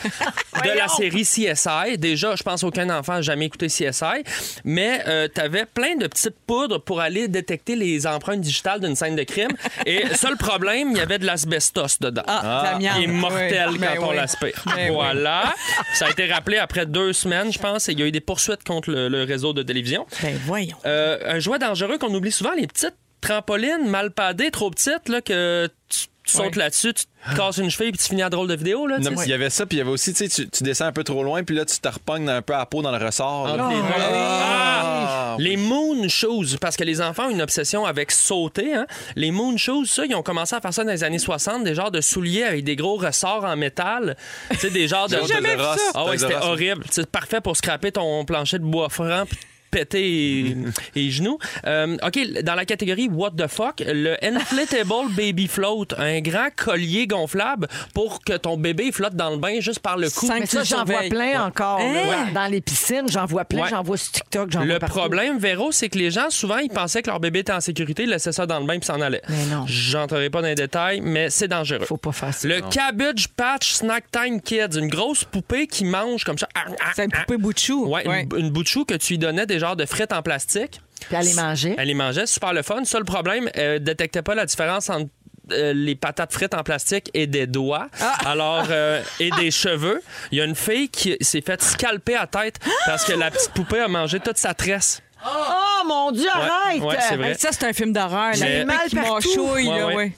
[SPEAKER 6] de la série CSI. Déjà, je pense aucun enfant n'a jamais écouté CSI. Mais tu avais plein de petites poudres pour aller détecter les empreintes digitales d'une scène de crime. Et seul problème, il y avait de l'asbestos dedans.
[SPEAKER 4] Ah, de l'amiante.
[SPEAKER 6] Qui est mortel
[SPEAKER 4] Oui.
[SPEAKER 6] quand
[SPEAKER 4] Ben
[SPEAKER 6] on
[SPEAKER 4] oui.
[SPEAKER 6] l'aspire.
[SPEAKER 4] Ben oui.
[SPEAKER 6] Voilà. Ça a été rappelé après deux semaines, je pense, et il y a eu des poursuites contre le, le réseau de télévision.
[SPEAKER 4] Ben voyons.
[SPEAKER 6] Euh, un jouet dangereux qu'on oublie souvent, les petites trampolines mal padées, trop petites, là, que tu, tu sautes là-dessus, tu te casses une cheville puis tu finis à drôle de vidéo. Là, tu
[SPEAKER 5] Non,
[SPEAKER 6] sais.
[SPEAKER 5] mais il y avait ça, puis il y avait aussi, tu sais, tu- tu descends un peu trop loin, puis là, tu te repognes un peu à peau dans le
[SPEAKER 2] Ah,
[SPEAKER 5] ressort. là.
[SPEAKER 6] Entre Ah, les deux. Ah! Les moon shoes, parce que les enfants ont une obsession avec sauter. hein. Les moon shoes, ça, ils ont commencé à faire ça dans les années 60, des genres de souliers avec des gros ressorts en métal. Tu sais, des genres de.
[SPEAKER 5] J'ai jamais vu ça.
[SPEAKER 6] Ah ouais, c'était horrible. C'est parfait pour scraper ton plancher de bois franc puis te péter et, genoux. Euh, OK, dans la catégorie What the fuck, le Inflatable Baby Float, un grand collier gonflable pour que ton bébé flotte dans le bain juste par le cou.
[SPEAKER 2] Mais ça, j'en vois plein encore. là.
[SPEAKER 6] Ouais. Hein?
[SPEAKER 2] Dans les piscines, j'en vois plein.
[SPEAKER 6] Ouais.
[SPEAKER 2] J'en vois sur TikTok, j'en
[SPEAKER 6] Le
[SPEAKER 2] vois partout.
[SPEAKER 6] problème, Véro, c'est que les gens, souvent, ils pensaient que leur bébé était en sécurité, ils laissaient ça dans le bain puis s'en allaient. J'entrerai pas dans les détails, mais c'est dangereux. Faut
[SPEAKER 2] pas faire ça.
[SPEAKER 6] Le
[SPEAKER 2] Non.
[SPEAKER 6] Cabbage Patch Snack Time Kids, une grosse poupée qui mange comme ça. C'est une poupée
[SPEAKER 4] bout de chou.
[SPEAKER 6] Ouais,
[SPEAKER 4] Ouais.
[SPEAKER 6] Une, une bout de chou que tu lui donnais des genres de frites en plastique.
[SPEAKER 2] Puis elle les mangeait.
[SPEAKER 6] Elle les mangeait, super le fun. Seul problème, elle détectait pas la différence entre euh, les patates frites en plastique et des doigts, alors euh, et des cheveux. Il y a une fille qui s'est faite scalper à tête parce que la petite poupée a mangé toute sa tresse.
[SPEAKER 2] Oh mon Dieu, arrête!
[SPEAKER 6] ouais, c'est vrai.
[SPEAKER 4] Hey, ça, c'est un film d'horreur.
[SPEAKER 6] Mais-
[SPEAKER 4] L'animal qui mâchouille,
[SPEAKER 6] Ouais,
[SPEAKER 4] là,
[SPEAKER 6] ouais.
[SPEAKER 4] ouais.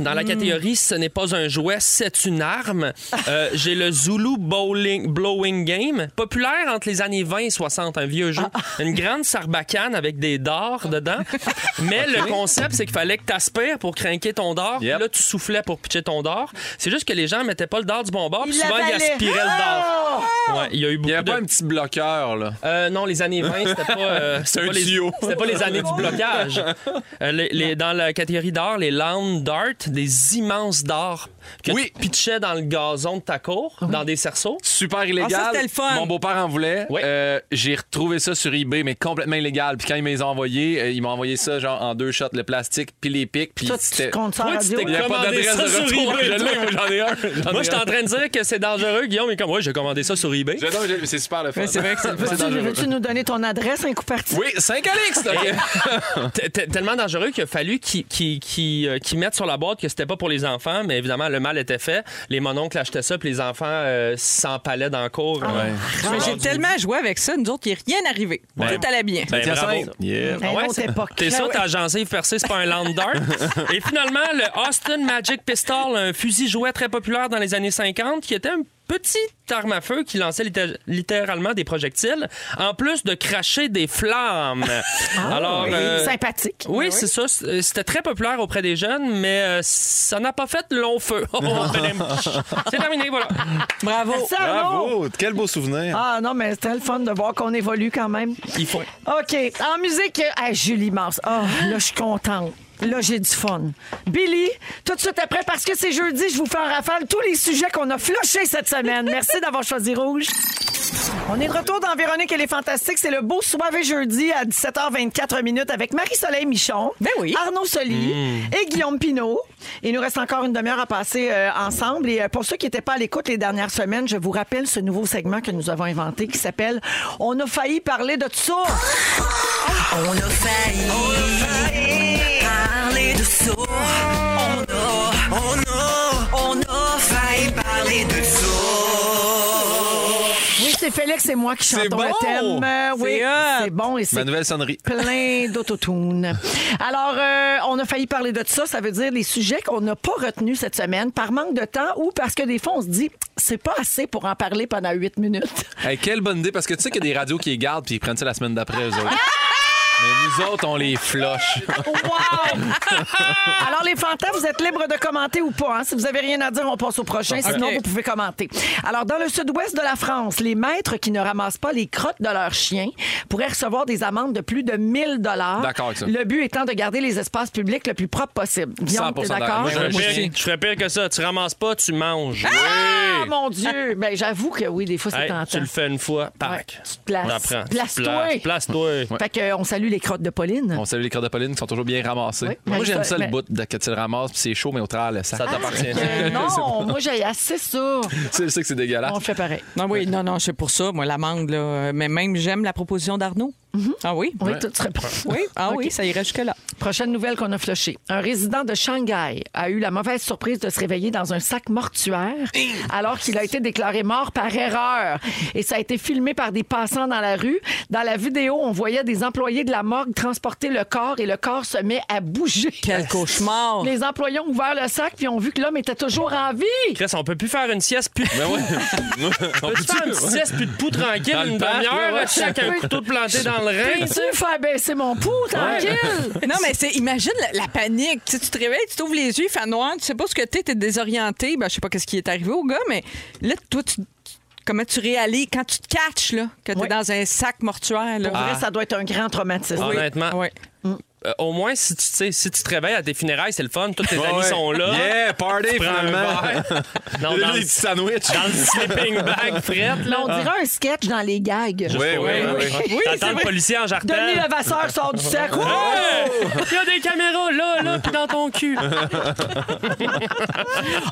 [SPEAKER 6] Dans la catégorie ce n'est pas un jouet, c'est une arme, euh, j'ai le Zulu Bowling Blowing Game, populaire entre les années 20 et 60, un vieux jeu. Une grande sarbacane avec des dards dedans. Mais le concept, c'est qu'il fallait que tu aspires pour craquer ton dard. puis Là, tu soufflais pour pitcher ton dard. C'est juste que les gens mettaient pas le dard du bon bord, puis souvent, ils
[SPEAKER 2] l'avalaient.
[SPEAKER 6] aspiraient le dard. Ouais, il y a eu beaucoup
[SPEAKER 5] Il y avait
[SPEAKER 6] de-
[SPEAKER 5] pas un petit bloqueur, là.
[SPEAKER 6] euh, non, les années 20, c'était pas, euh,
[SPEAKER 5] C'est
[SPEAKER 6] c'était
[SPEAKER 5] un
[SPEAKER 6] pas les,
[SPEAKER 5] tuyau.
[SPEAKER 6] c'était pas les années du blocage. Euh, les- les- dans la catégorie d'art, les land d'art, des immenses dards que tu pitchais dans le gazon de ta cour, dans des cerceaux.
[SPEAKER 5] Super illégal.
[SPEAKER 6] Ah, ça, c'était le fun.
[SPEAKER 5] Mon beau-père en voulait. Euh, j'ai retrouvé ça sur eBay, mais complètement illégal. Puis quand ils me les ont envoyés, euh, ils m'ont envoyé ça genre en deux shots, le plastique, puis les pics. Puis
[SPEAKER 2] Toi, tu te
[SPEAKER 5] c'était.
[SPEAKER 2] comptes ça à la
[SPEAKER 5] Toi, tu
[SPEAKER 2] radio?
[SPEAKER 5] t'es- Il n'y a pas
[SPEAKER 6] Commandé
[SPEAKER 5] d'adresse
[SPEAKER 6] ça
[SPEAKER 5] de
[SPEAKER 6] sur
[SPEAKER 5] retour.
[SPEAKER 6] eBay,
[SPEAKER 5] Je l'ai,
[SPEAKER 6] toi.
[SPEAKER 5] moi, j'en ai un. J'en
[SPEAKER 6] Moi,
[SPEAKER 5] ai
[SPEAKER 6] je suis
[SPEAKER 5] un.
[SPEAKER 6] en train de dire que c'est dangereux, Guillaume est comme, ouais, j'ai commandé ça sur eBay.
[SPEAKER 5] Je- non, je- C'est super le fun.
[SPEAKER 6] Mais c'est vrai que c'est le fun.
[SPEAKER 5] C'est
[SPEAKER 2] Veux-tu
[SPEAKER 5] dangereux.
[SPEAKER 2] veux-tu nous donner ton adresse, un coup parti?
[SPEAKER 5] Oui, 5 Alix!
[SPEAKER 6] T- t- tellement dangereux qu'il a fallu qu'ils qu'ils- qu'ils, euh, qu'ils mettent sur la boîte que c'était pas pour les enfants, mais évidemment, le mal était fait. Les mononcles achetaient ça, puis les enfants euh, s'empalaient dans euh, le cours.
[SPEAKER 4] Mais J'ai tellement joué avec ça, nous autres, il n'est rien arrivé.
[SPEAKER 6] Ah, Ouais.
[SPEAKER 4] Tout allait bien.
[SPEAKER 6] Ben, bravo.
[SPEAKER 5] Yeah.
[SPEAKER 6] Ah ouais, c'est- T'es ça, ta gencive percée, c'est pas un land dart. Et finalement, le Austin Magic Pistol, un fusil jouet très populaire dans les années 50, qui était un petit arme à feu qui lançait litté- littéralement des projectiles, en plus de cracher des flammes. Alors,
[SPEAKER 2] Ah, oui.
[SPEAKER 6] euh,
[SPEAKER 2] Sympathique.
[SPEAKER 6] Oui, c'est ça. C'est- C'était très populaire auprès des jeunes, mais euh, ça n'a pas fait long feu. Oh, badam. c'est terminé, voilà.
[SPEAKER 4] Bravo.
[SPEAKER 2] Merci, Arnaud.
[SPEAKER 7] Oh,
[SPEAKER 5] Bravo! Quel beau souvenir.
[SPEAKER 2] Ah non, mais c'était le fun de voir qu'on évolue quand même.
[SPEAKER 6] Il faut.
[SPEAKER 2] OK. En musique, euh, ah, Julie Mars. Ah, là, je suis contente. Là, j'ai du fun. Billy, tout de suite après, parce que c'est jeudi, je vous fais en rafale tous les sujets qu'on a flushés cette semaine. Merci d'avoir choisi Rouge. On est de retour dans Véronique et les Fantastiques. C'est le beau soir et jeudi à 17h24 minutes avec Marie-Soleil Michon, Arnaud Soli et Guillaume Pinault. Il nous reste encore une demi-heure à passer euh, ensemble. Et euh, pour ceux qui n'étaient pas à l'écoute les dernières semaines, je vous rappelle ce nouveau segment que nous avons inventé qui s'appelle On a failli parler de ça.
[SPEAKER 12] On a failli, parler de ça. On a, on a, on a failli parler de ça.
[SPEAKER 2] Oui, c'est Félix et moi qui
[SPEAKER 5] C'est
[SPEAKER 2] chantons
[SPEAKER 5] bon!
[SPEAKER 2] le thème. Euh, oui,
[SPEAKER 5] C'est
[SPEAKER 2] c'est bon et c'est
[SPEAKER 5] Ma nouvelle sonnerie.
[SPEAKER 2] plein d'autotune. Alors, euh, on a failli parler de ça. Ça veut dire les sujets qu'on n'a pas retenus cette semaine par manque de temps ou parce que des fois, on se dit, c'est pas assez pour en parler pendant huit minutes.
[SPEAKER 5] Hey, quelle bonne idée, parce que tu sais qu'il y a des radios qui les gardent puis ils prennent ça la semaine d'après, eux autres.
[SPEAKER 3] Mais nous autres, on les floche.
[SPEAKER 2] Wow! Alors, les fantasmes, vous êtes libres de commenter ou pas. hein. Si vous avez rien à dire, on passe au prochain. Sinon,
[SPEAKER 4] Ok.
[SPEAKER 2] vous pouvez commenter. Alors, dans le sud-ouest de la France, les maîtres qui ne ramassent pas les crottes de leurs chiens pourraient recevoir des amendes de plus de 1000 dollars.
[SPEAKER 3] D'accord avec ça.
[SPEAKER 2] Le but étant de garder les espaces publics le plus propre possible. Guillaume, t'es
[SPEAKER 6] 100%
[SPEAKER 2] d'accord?
[SPEAKER 6] Moi, je, ferais pire, je ferais pire que ça. Tu ramasses pas, tu manges.
[SPEAKER 2] Ah,
[SPEAKER 6] Oui.
[SPEAKER 2] mon Dieu! Ben, j'avoue que oui, des fois, c'est
[SPEAKER 6] Hey,
[SPEAKER 2] tentant.
[SPEAKER 6] tu le fais une fois, tac.
[SPEAKER 2] Tu te places.
[SPEAKER 6] On apprend. Tu te
[SPEAKER 2] Place-toi.
[SPEAKER 6] places, Place-toi.
[SPEAKER 2] Fait qu'on salue les crottes de Pauline.
[SPEAKER 3] On salue les cordes de Pauline qui sont toujours bien ramassées.
[SPEAKER 2] Oui, mais
[SPEAKER 3] Moi, j'aime
[SPEAKER 2] ça-
[SPEAKER 3] ça,
[SPEAKER 2] mais-
[SPEAKER 3] le bout de, que tu le ramasses, puis c'est chaud, mais au travers, le sac.
[SPEAKER 6] Ça t'appartient.
[SPEAKER 2] Euh, non, moi, j'ai assez ça.
[SPEAKER 3] Tu sais que c'est dégueulasse.
[SPEAKER 2] On le fait pareil.
[SPEAKER 4] Non, oui, non, non, c'est pour ça, moi, l'amende, là. euh, Mais même, j'aime la proposition d'Arnaud. Ah oui?
[SPEAKER 2] Oui, tout serait pas.
[SPEAKER 4] Oui, ah oui,
[SPEAKER 2] Ok.
[SPEAKER 4] ça irait jusque-là.
[SPEAKER 2] Prochaine nouvelle qu'on a flushée. Un résident de Shanghai a eu la mauvaise surprise de se réveiller dans un sac mortuaire alors qu'il a été déclaré mort par erreur. Et ça a été filmé par des passants dans la rue. Dans la vidéo, on voyait des employés de la morgue transporter le corps et le corps se met à bouger.
[SPEAKER 4] Quel cauchemar!
[SPEAKER 2] Les employés ont ouvert le sac puis ont vu que l'homme était toujours en vie.
[SPEAKER 6] Chris, on peut plus faire une sieste, plus de
[SPEAKER 3] Mais ouais. On peut-tu?
[SPEAKER 6] Peux-tu faire une petite sieste puis de poux tranquille
[SPEAKER 3] Dans le
[SPEAKER 6] une
[SPEAKER 3] parc,
[SPEAKER 6] demi-heure,
[SPEAKER 3] ouais, ouais.
[SPEAKER 6] tu sais, avec un couteau planté dans le rein?
[SPEAKER 2] Peux-tu faire baisser mon pouls, tranquille?
[SPEAKER 4] Non, mais c'est, imagine la, la panique. Tu, sais, tu te réveilles, tu t'ouvres les yeux, il fait noir, tu sais pas ce que t'es, t'es désorienté. Ben, je sais pas qu'est-ce qui est arrivé au gars, mais là, toi, tu- comment tu réalises quand tu te catches, là, que t'es
[SPEAKER 2] Oui.
[SPEAKER 4] dans un sac mortuaire, là?
[SPEAKER 2] Pour vrai, ça doit être un grand traumatisme.
[SPEAKER 6] Honnêtement.
[SPEAKER 4] Oui.
[SPEAKER 6] euh, au moins, si tu, tu sais, si tu te réveilles à tes funérailles, c'est le fun. Tous tes
[SPEAKER 5] Ouais,
[SPEAKER 6] amis
[SPEAKER 5] ouais.
[SPEAKER 6] sont là.
[SPEAKER 5] Yeah, party,
[SPEAKER 6] Prends un
[SPEAKER 5] finalement.
[SPEAKER 6] verre. Non,
[SPEAKER 5] Il y a
[SPEAKER 6] dans,
[SPEAKER 5] déjà des petits
[SPEAKER 6] le,
[SPEAKER 5] sandwichs.
[SPEAKER 6] dans le sleeping bag, frette,
[SPEAKER 2] Là,
[SPEAKER 6] là.
[SPEAKER 2] on dirait un sketch dans les gags.
[SPEAKER 5] Oui,
[SPEAKER 6] Ouais,
[SPEAKER 5] oui, oui.
[SPEAKER 6] ouais.
[SPEAKER 2] Oui, c'est
[SPEAKER 6] T'entends le
[SPEAKER 2] vrai.
[SPEAKER 6] policier en jardin.
[SPEAKER 2] Denis Levasseur sort du sac. Wow!
[SPEAKER 6] Oh! Il y a des caméras là, là, puis dans ton cul.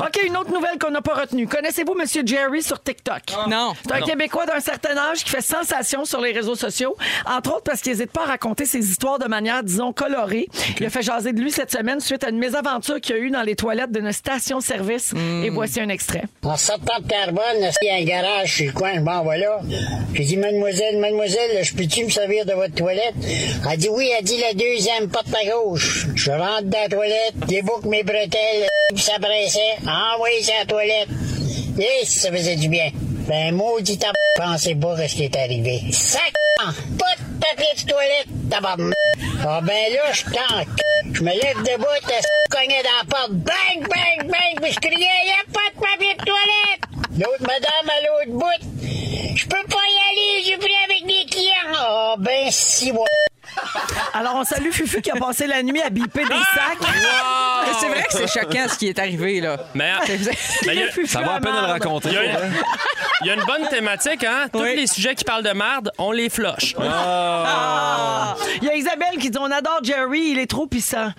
[SPEAKER 2] OK, une autre nouvelle qu'on n'a pas retenue. Connaissez-vous M. Jerry sur TikTok?
[SPEAKER 4] Non.
[SPEAKER 2] C'est un Québécois d'un certain âge qui fait sensation sur les réseaux sociaux, entre autres parce qu'il n'hésite pas à raconter ses histoires de manière, disons, colorée. Il a fait jaser de lui cette semaine suite à une mésaventure qu'il y a eu dans les toilettes d'une station-service.
[SPEAKER 3] Hmm.
[SPEAKER 2] Et voici un extrait.
[SPEAKER 13] En sortant de Terrebonne, il y a un garage sur le coin, je m'en vais là. J'ai dit, mademoiselle, mademoiselle, je peux-tu me servir de votre toilette? Elle dit oui, elle dit la deuxième porte à gauche. Je rentre dans la toilette, déboucle mes bretelles, puis ça pressait. Ah oui, c'est la toilette. Et ça faisait du bien. Ben, maudit tab... pensez pas à ce qui est arrivé. Sac! Pas de papier de toilette, tabarnak! Ah ben là, je tanque. Je me lève debout, t'as cogné dans la porte. Bang, bang, bang! Puis je criais, y'a pas de papier de toilette! L'autre madame à l'autre bout. Je peux pas y aller, j'ai pris avec des clients. Ah ben si, moi.
[SPEAKER 2] Alors, on salue Fufu qui a passé la nuit à biper des
[SPEAKER 3] Ah!
[SPEAKER 2] sacs.
[SPEAKER 6] Oh.
[SPEAKER 4] Mais C'est vrai que c'est choquant ce qui est arrivé, là.
[SPEAKER 6] Mais mais il y a-
[SPEAKER 2] Fufu
[SPEAKER 3] Ça va à peine de le
[SPEAKER 2] merde.
[SPEAKER 3] raconter.
[SPEAKER 6] il y, a une- il y a une bonne thématique, hein? Tous
[SPEAKER 4] Oui.
[SPEAKER 6] les sujets qui parlent de merde, on les floche.
[SPEAKER 2] Ah! Il y a Isabelle qui dit on adore Jerry, il est trop puissant.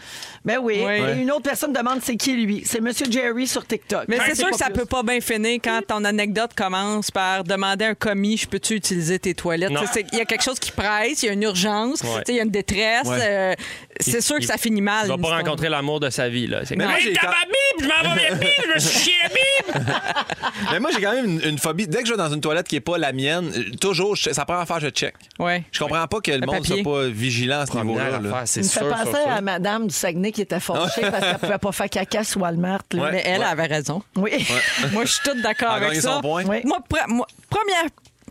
[SPEAKER 2] Ben oui.
[SPEAKER 4] Oui.
[SPEAKER 2] Et une autre personne demande c'est qui lui C'est Monsieur Jerry sur TikTok.
[SPEAKER 4] Mais
[SPEAKER 2] Hein,
[SPEAKER 4] c'est sûr
[SPEAKER 2] pas
[SPEAKER 4] que ça
[SPEAKER 2] plus.
[SPEAKER 4] peut pas bien finir quand ton anecdote commence par demander à un commis je peux-tu utiliser tes toilettes
[SPEAKER 6] Non.
[SPEAKER 4] Tu sais, c'est- Il y a quelque chose qui presse, il y a une urgence,
[SPEAKER 6] Ouais.
[SPEAKER 4] tu sais, il y a une détresse. euh, c'est
[SPEAKER 6] Il-
[SPEAKER 4] sûr que
[SPEAKER 6] il-
[SPEAKER 4] ça finit mal.
[SPEAKER 6] Il va
[SPEAKER 4] une
[SPEAKER 6] pas
[SPEAKER 4] histoire.
[SPEAKER 6] rencontrer l'amour de sa vie, là. C'est
[SPEAKER 5] Mais
[SPEAKER 6] comme,
[SPEAKER 5] moi, j'ai
[SPEAKER 6] Hey, t'as
[SPEAKER 5] quand-
[SPEAKER 6] ma bib, je m'en vais, ma bib, je me suis chié à bib.
[SPEAKER 5] Mais moi, j'ai quand même une, une phobie. Dès que je vais dans une toilette qui n'est pas la mienne, euh, toujours, je- ça prend à faire, je check.
[SPEAKER 4] Ouais.
[SPEAKER 5] Je comprends pas que le, monde
[SPEAKER 4] papier.
[SPEAKER 5] soit pas vigilant à ce niveau-là.
[SPEAKER 6] Première
[SPEAKER 5] là.
[SPEAKER 6] affaire, c'est
[SPEAKER 2] Il me fait
[SPEAKER 6] sûr,
[SPEAKER 2] penser
[SPEAKER 6] sûr, sûr.
[SPEAKER 2] à Madame du Saguenay qui était fâchée parce qu'elle pouvait pas faire caca sous Walmart. là.
[SPEAKER 5] Ouais.
[SPEAKER 4] Mais elle avait raison.
[SPEAKER 2] Oui.
[SPEAKER 4] Moi, je suis toute d'accord
[SPEAKER 5] Elle a
[SPEAKER 4] avec
[SPEAKER 5] gagné
[SPEAKER 4] ça.
[SPEAKER 5] son point.
[SPEAKER 2] Oui.
[SPEAKER 4] Moi, pre- moi, première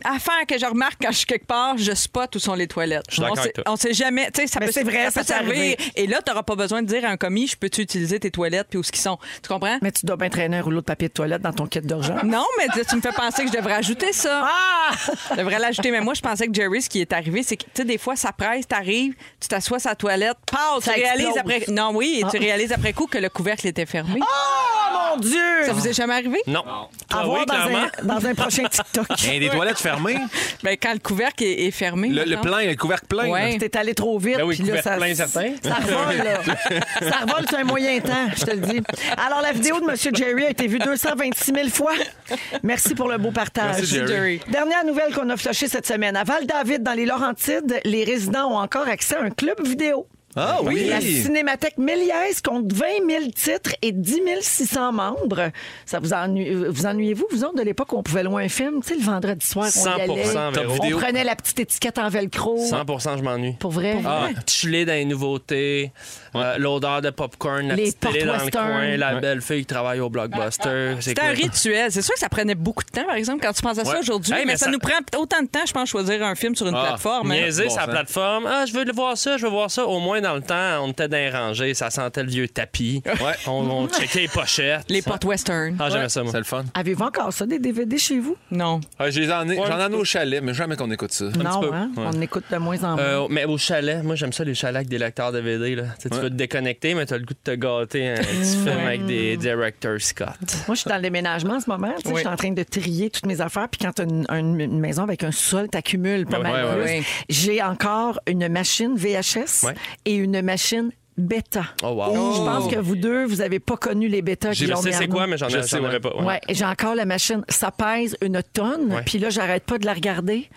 [SPEAKER 4] affaire que je remarque quand je suis quelque part, je spot où sont les toilettes.
[SPEAKER 6] suis d'accord
[SPEAKER 4] on, sait,
[SPEAKER 6] avec toi.
[SPEAKER 4] on sait jamais, tu sais, ça
[SPEAKER 2] Mais
[SPEAKER 4] peut
[SPEAKER 2] c'est vrai, ça
[SPEAKER 4] peut
[SPEAKER 2] peut
[SPEAKER 4] servir.
[SPEAKER 2] arriver.
[SPEAKER 4] Et là, tu n'auras pas besoin de dire à un commis, je peux-tu utiliser tes toilettes puis où ce qu'ils sont. Tu comprends?
[SPEAKER 2] Mais tu dois bien traîner un rouleau de papier de toilette dans ton kit d'argent.
[SPEAKER 4] Non, mais tu- tu me fais penser que je devrais ajouter ça.
[SPEAKER 2] Ah!
[SPEAKER 4] Je devrais l'ajouter. Mais moi, je pensais que Jerry, ce qui est arrivé, c'est que, tu sais, des fois, ça presse, t'arrives, tu t'assois sa toilette, paf, tu
[SPEAKER 2] Ça
[SPEAKER 4] réalises
[SPEAKER 2] explose. Ah!
[SPEAKER 4] après. Non, oui, et tu réalises après coup que le couvercle était fermé.
[SPEAKER 2] Oh mon Dieu!
[SPEAKER 4] Ça vous est jamais arrivé?
[SPEAKER 5] Mm.
[SPEAKER 6] Non.
[SPEAKER 2] À
[SPEAKER 6] Ah
[SPEAKER 2] voir
[SPEAKER 6] oui,
[SPEAKER 2] dans,
[SPEAKER 6] clairement.
[SPEAKER 2] un, dans un prochain TikTok.
[SPEAKER 5] Il y a des toilettes fermées,
[SPEAKER 4] Ben, quand le couvercle est, est fermé.
[SPEAKER 5] le, le
[SPEAKER 4] mettons.
[SPEAKER 5] plein, le couvercle plein.
[SPEAKER 4] Ouais.
[SPEAKER 2] T'es allé trop vite.
[SPEAKER 6] Ben oui,
[SPEAKER 2] puis là,
[SPEAKER 6] couvert
[SPEAKER 2] ça,
[SPEAKER 6] plein certain.
[SPEAKER 2] ça revole, là. ça revole sur un moyen temps, je te le dis. Alors, la vidéo de M. Jerry a été vue 226 000 fois. Merci pour le beau partage.
[SPEAKER 5] Merci, Jerry.
[SPEAKER 4] Jerry.
[SPEAKER 2] Dernière nouvelle qu'on a flushée cette semaine. À Val-David, dans les Laurentides, les résidents ont encore accès à un club vidéo.
[SPEAKER 5] Ah oui!
[SPEAKER 2] La Cinémathèque Méliès compte 20 000 titres et 10 600 membres. Ça vous ennuie, vous ennuyez-vous, vous autres, de l'époque où on pouvait louer un film? Tu sais, le vendredi soir, on
[SPEAKER 6] 100%
[SPEAKER 2] y allait.
[SPEAKER 6] Véro.
[SPEAKER 2] on
[SPEAKER 6] Vidéo.
[SPEAKER 2] prenait la petite étiquette en velcro.
[SPEAKER 6] 100 je m'ennuie.
[SPEAKER 2] Pour vrai?
[SPEAKER 6] Ah, chiller dans les nouveautés, euh, l'odeur de popcorn, la
[SPEAKER 2] Les
[SPEAKER 6] petite télé dans le
[SPEAKER 2] porte-western.
[SPEAKER 6] coin, la
[SPEAKER 2] Ouais.
[SPEAKER 6] belle fille qui travaille au blockbuster. C'est
[SPEAKER 4] C'était un
[SPEAKER 6] quoi?
[SPEAKER 4] rituel. C'est sûr que ça prenait beaucoup de temps, par exemple, quand tu penses à ça
[SPEAKER 6] Ouais.
[SPEAKER 4] aujourd'hui.
[SPEAKER 6] Hey,
[SPEAKER 4] mais
[SPEAKER 6] mais
[SPEAKER 4] ça,
[SPEAKER 6] ça-
[SPEAKER 4] nous prend autant de temps, je pense, choisir un film sur une
[SPEAKER 6] Ah,
[SPEAKER 4] plateforme. hein.
[SPEAKER 6] Niaiser sa plateforme. Ah, je veux le voir ça, je veux voir ça. Au moins, dans le temps, on était dans les rangées, ça sentait le vieux tapis. On, on checkait les pochettes.
[SPEAKER 4] Les portes western.
[SPEAKER 6] Ah, j'aimais
[SPEAKER 4] Ouais.
[SPEAKER 6] ça, moi.
[SPEAKER 5] C'est le fun.
[SPEAKER 2] Avez-vous encore ça, des DVD chez vous?
[SPEAKER 4] Non.
[SPEAKER 5] Ah, j'ai- J'en ai,
[SPEAKER 6] Ouais,
[SPEAKER 5] j'en
[SPEAKER 6] un
[SPEAKER 5] ai au chalet, mais jamais qu'on écoute ça.
[SPEAKER 2] Non, hein?
[SPEAKER 6] ouais.
[SPEAKER 2] on écoute de moins en moins.
[SPEAKER 6] Euh, mais au chalet, moi j'aime ça les chalets avec des lecteurs DVD. Là. Tu sais, tu veux te déconnecter, mais t'as le goût de te gâter un petit film avec des directeurs Scott.
[SPEAKER 2] Moi, je suis dans le déménagement en ce moment. tu sais, Je suis en train de trier toutes mes affaires. Puis quand tu as une, une- une maison avec un sol, tu accumules pas
[SPEAKER 6] Ouais,
[SPEAKER 2] mal.
[SPEAKER 6] ouais,
[SPEAKER 2] de
[SPEAKER 6] ouais.
[SPEAKER 2] choses. J'ai encore une machine VHS
[SPEAKER 6] Ouais.
[SPEAKER 2] et une machine bêta.
[SPEAKER 6] Oh, wow.
[SPEAKER 2] Je pense que vous deux, vous n'avez pas connu les bêtas.
[SPEAKER 6] J'ai- je
[SPEAKER 2] Guillaume
[SPEAKER 6] sais
[SPEAKER 2] et
[SPEAKER 6] c'est
[SPEAKER 2] Arnaud.
[SPEAKER 6] quoi, mais j'en ai-
[SPEAKER 5] Je sais,
[SPEAKER 6] j'en avais
[SPEAKER 5] ouais.
[SPEAKER 6] pas. ouais.
[SPEAKER 2] Ouais, et j'ai encore la machine. Ça pèse une tonne.
[SPEAKER 6] Ouais.
[SPEAKER 2] Puis là, j'arrête pas de la regarder.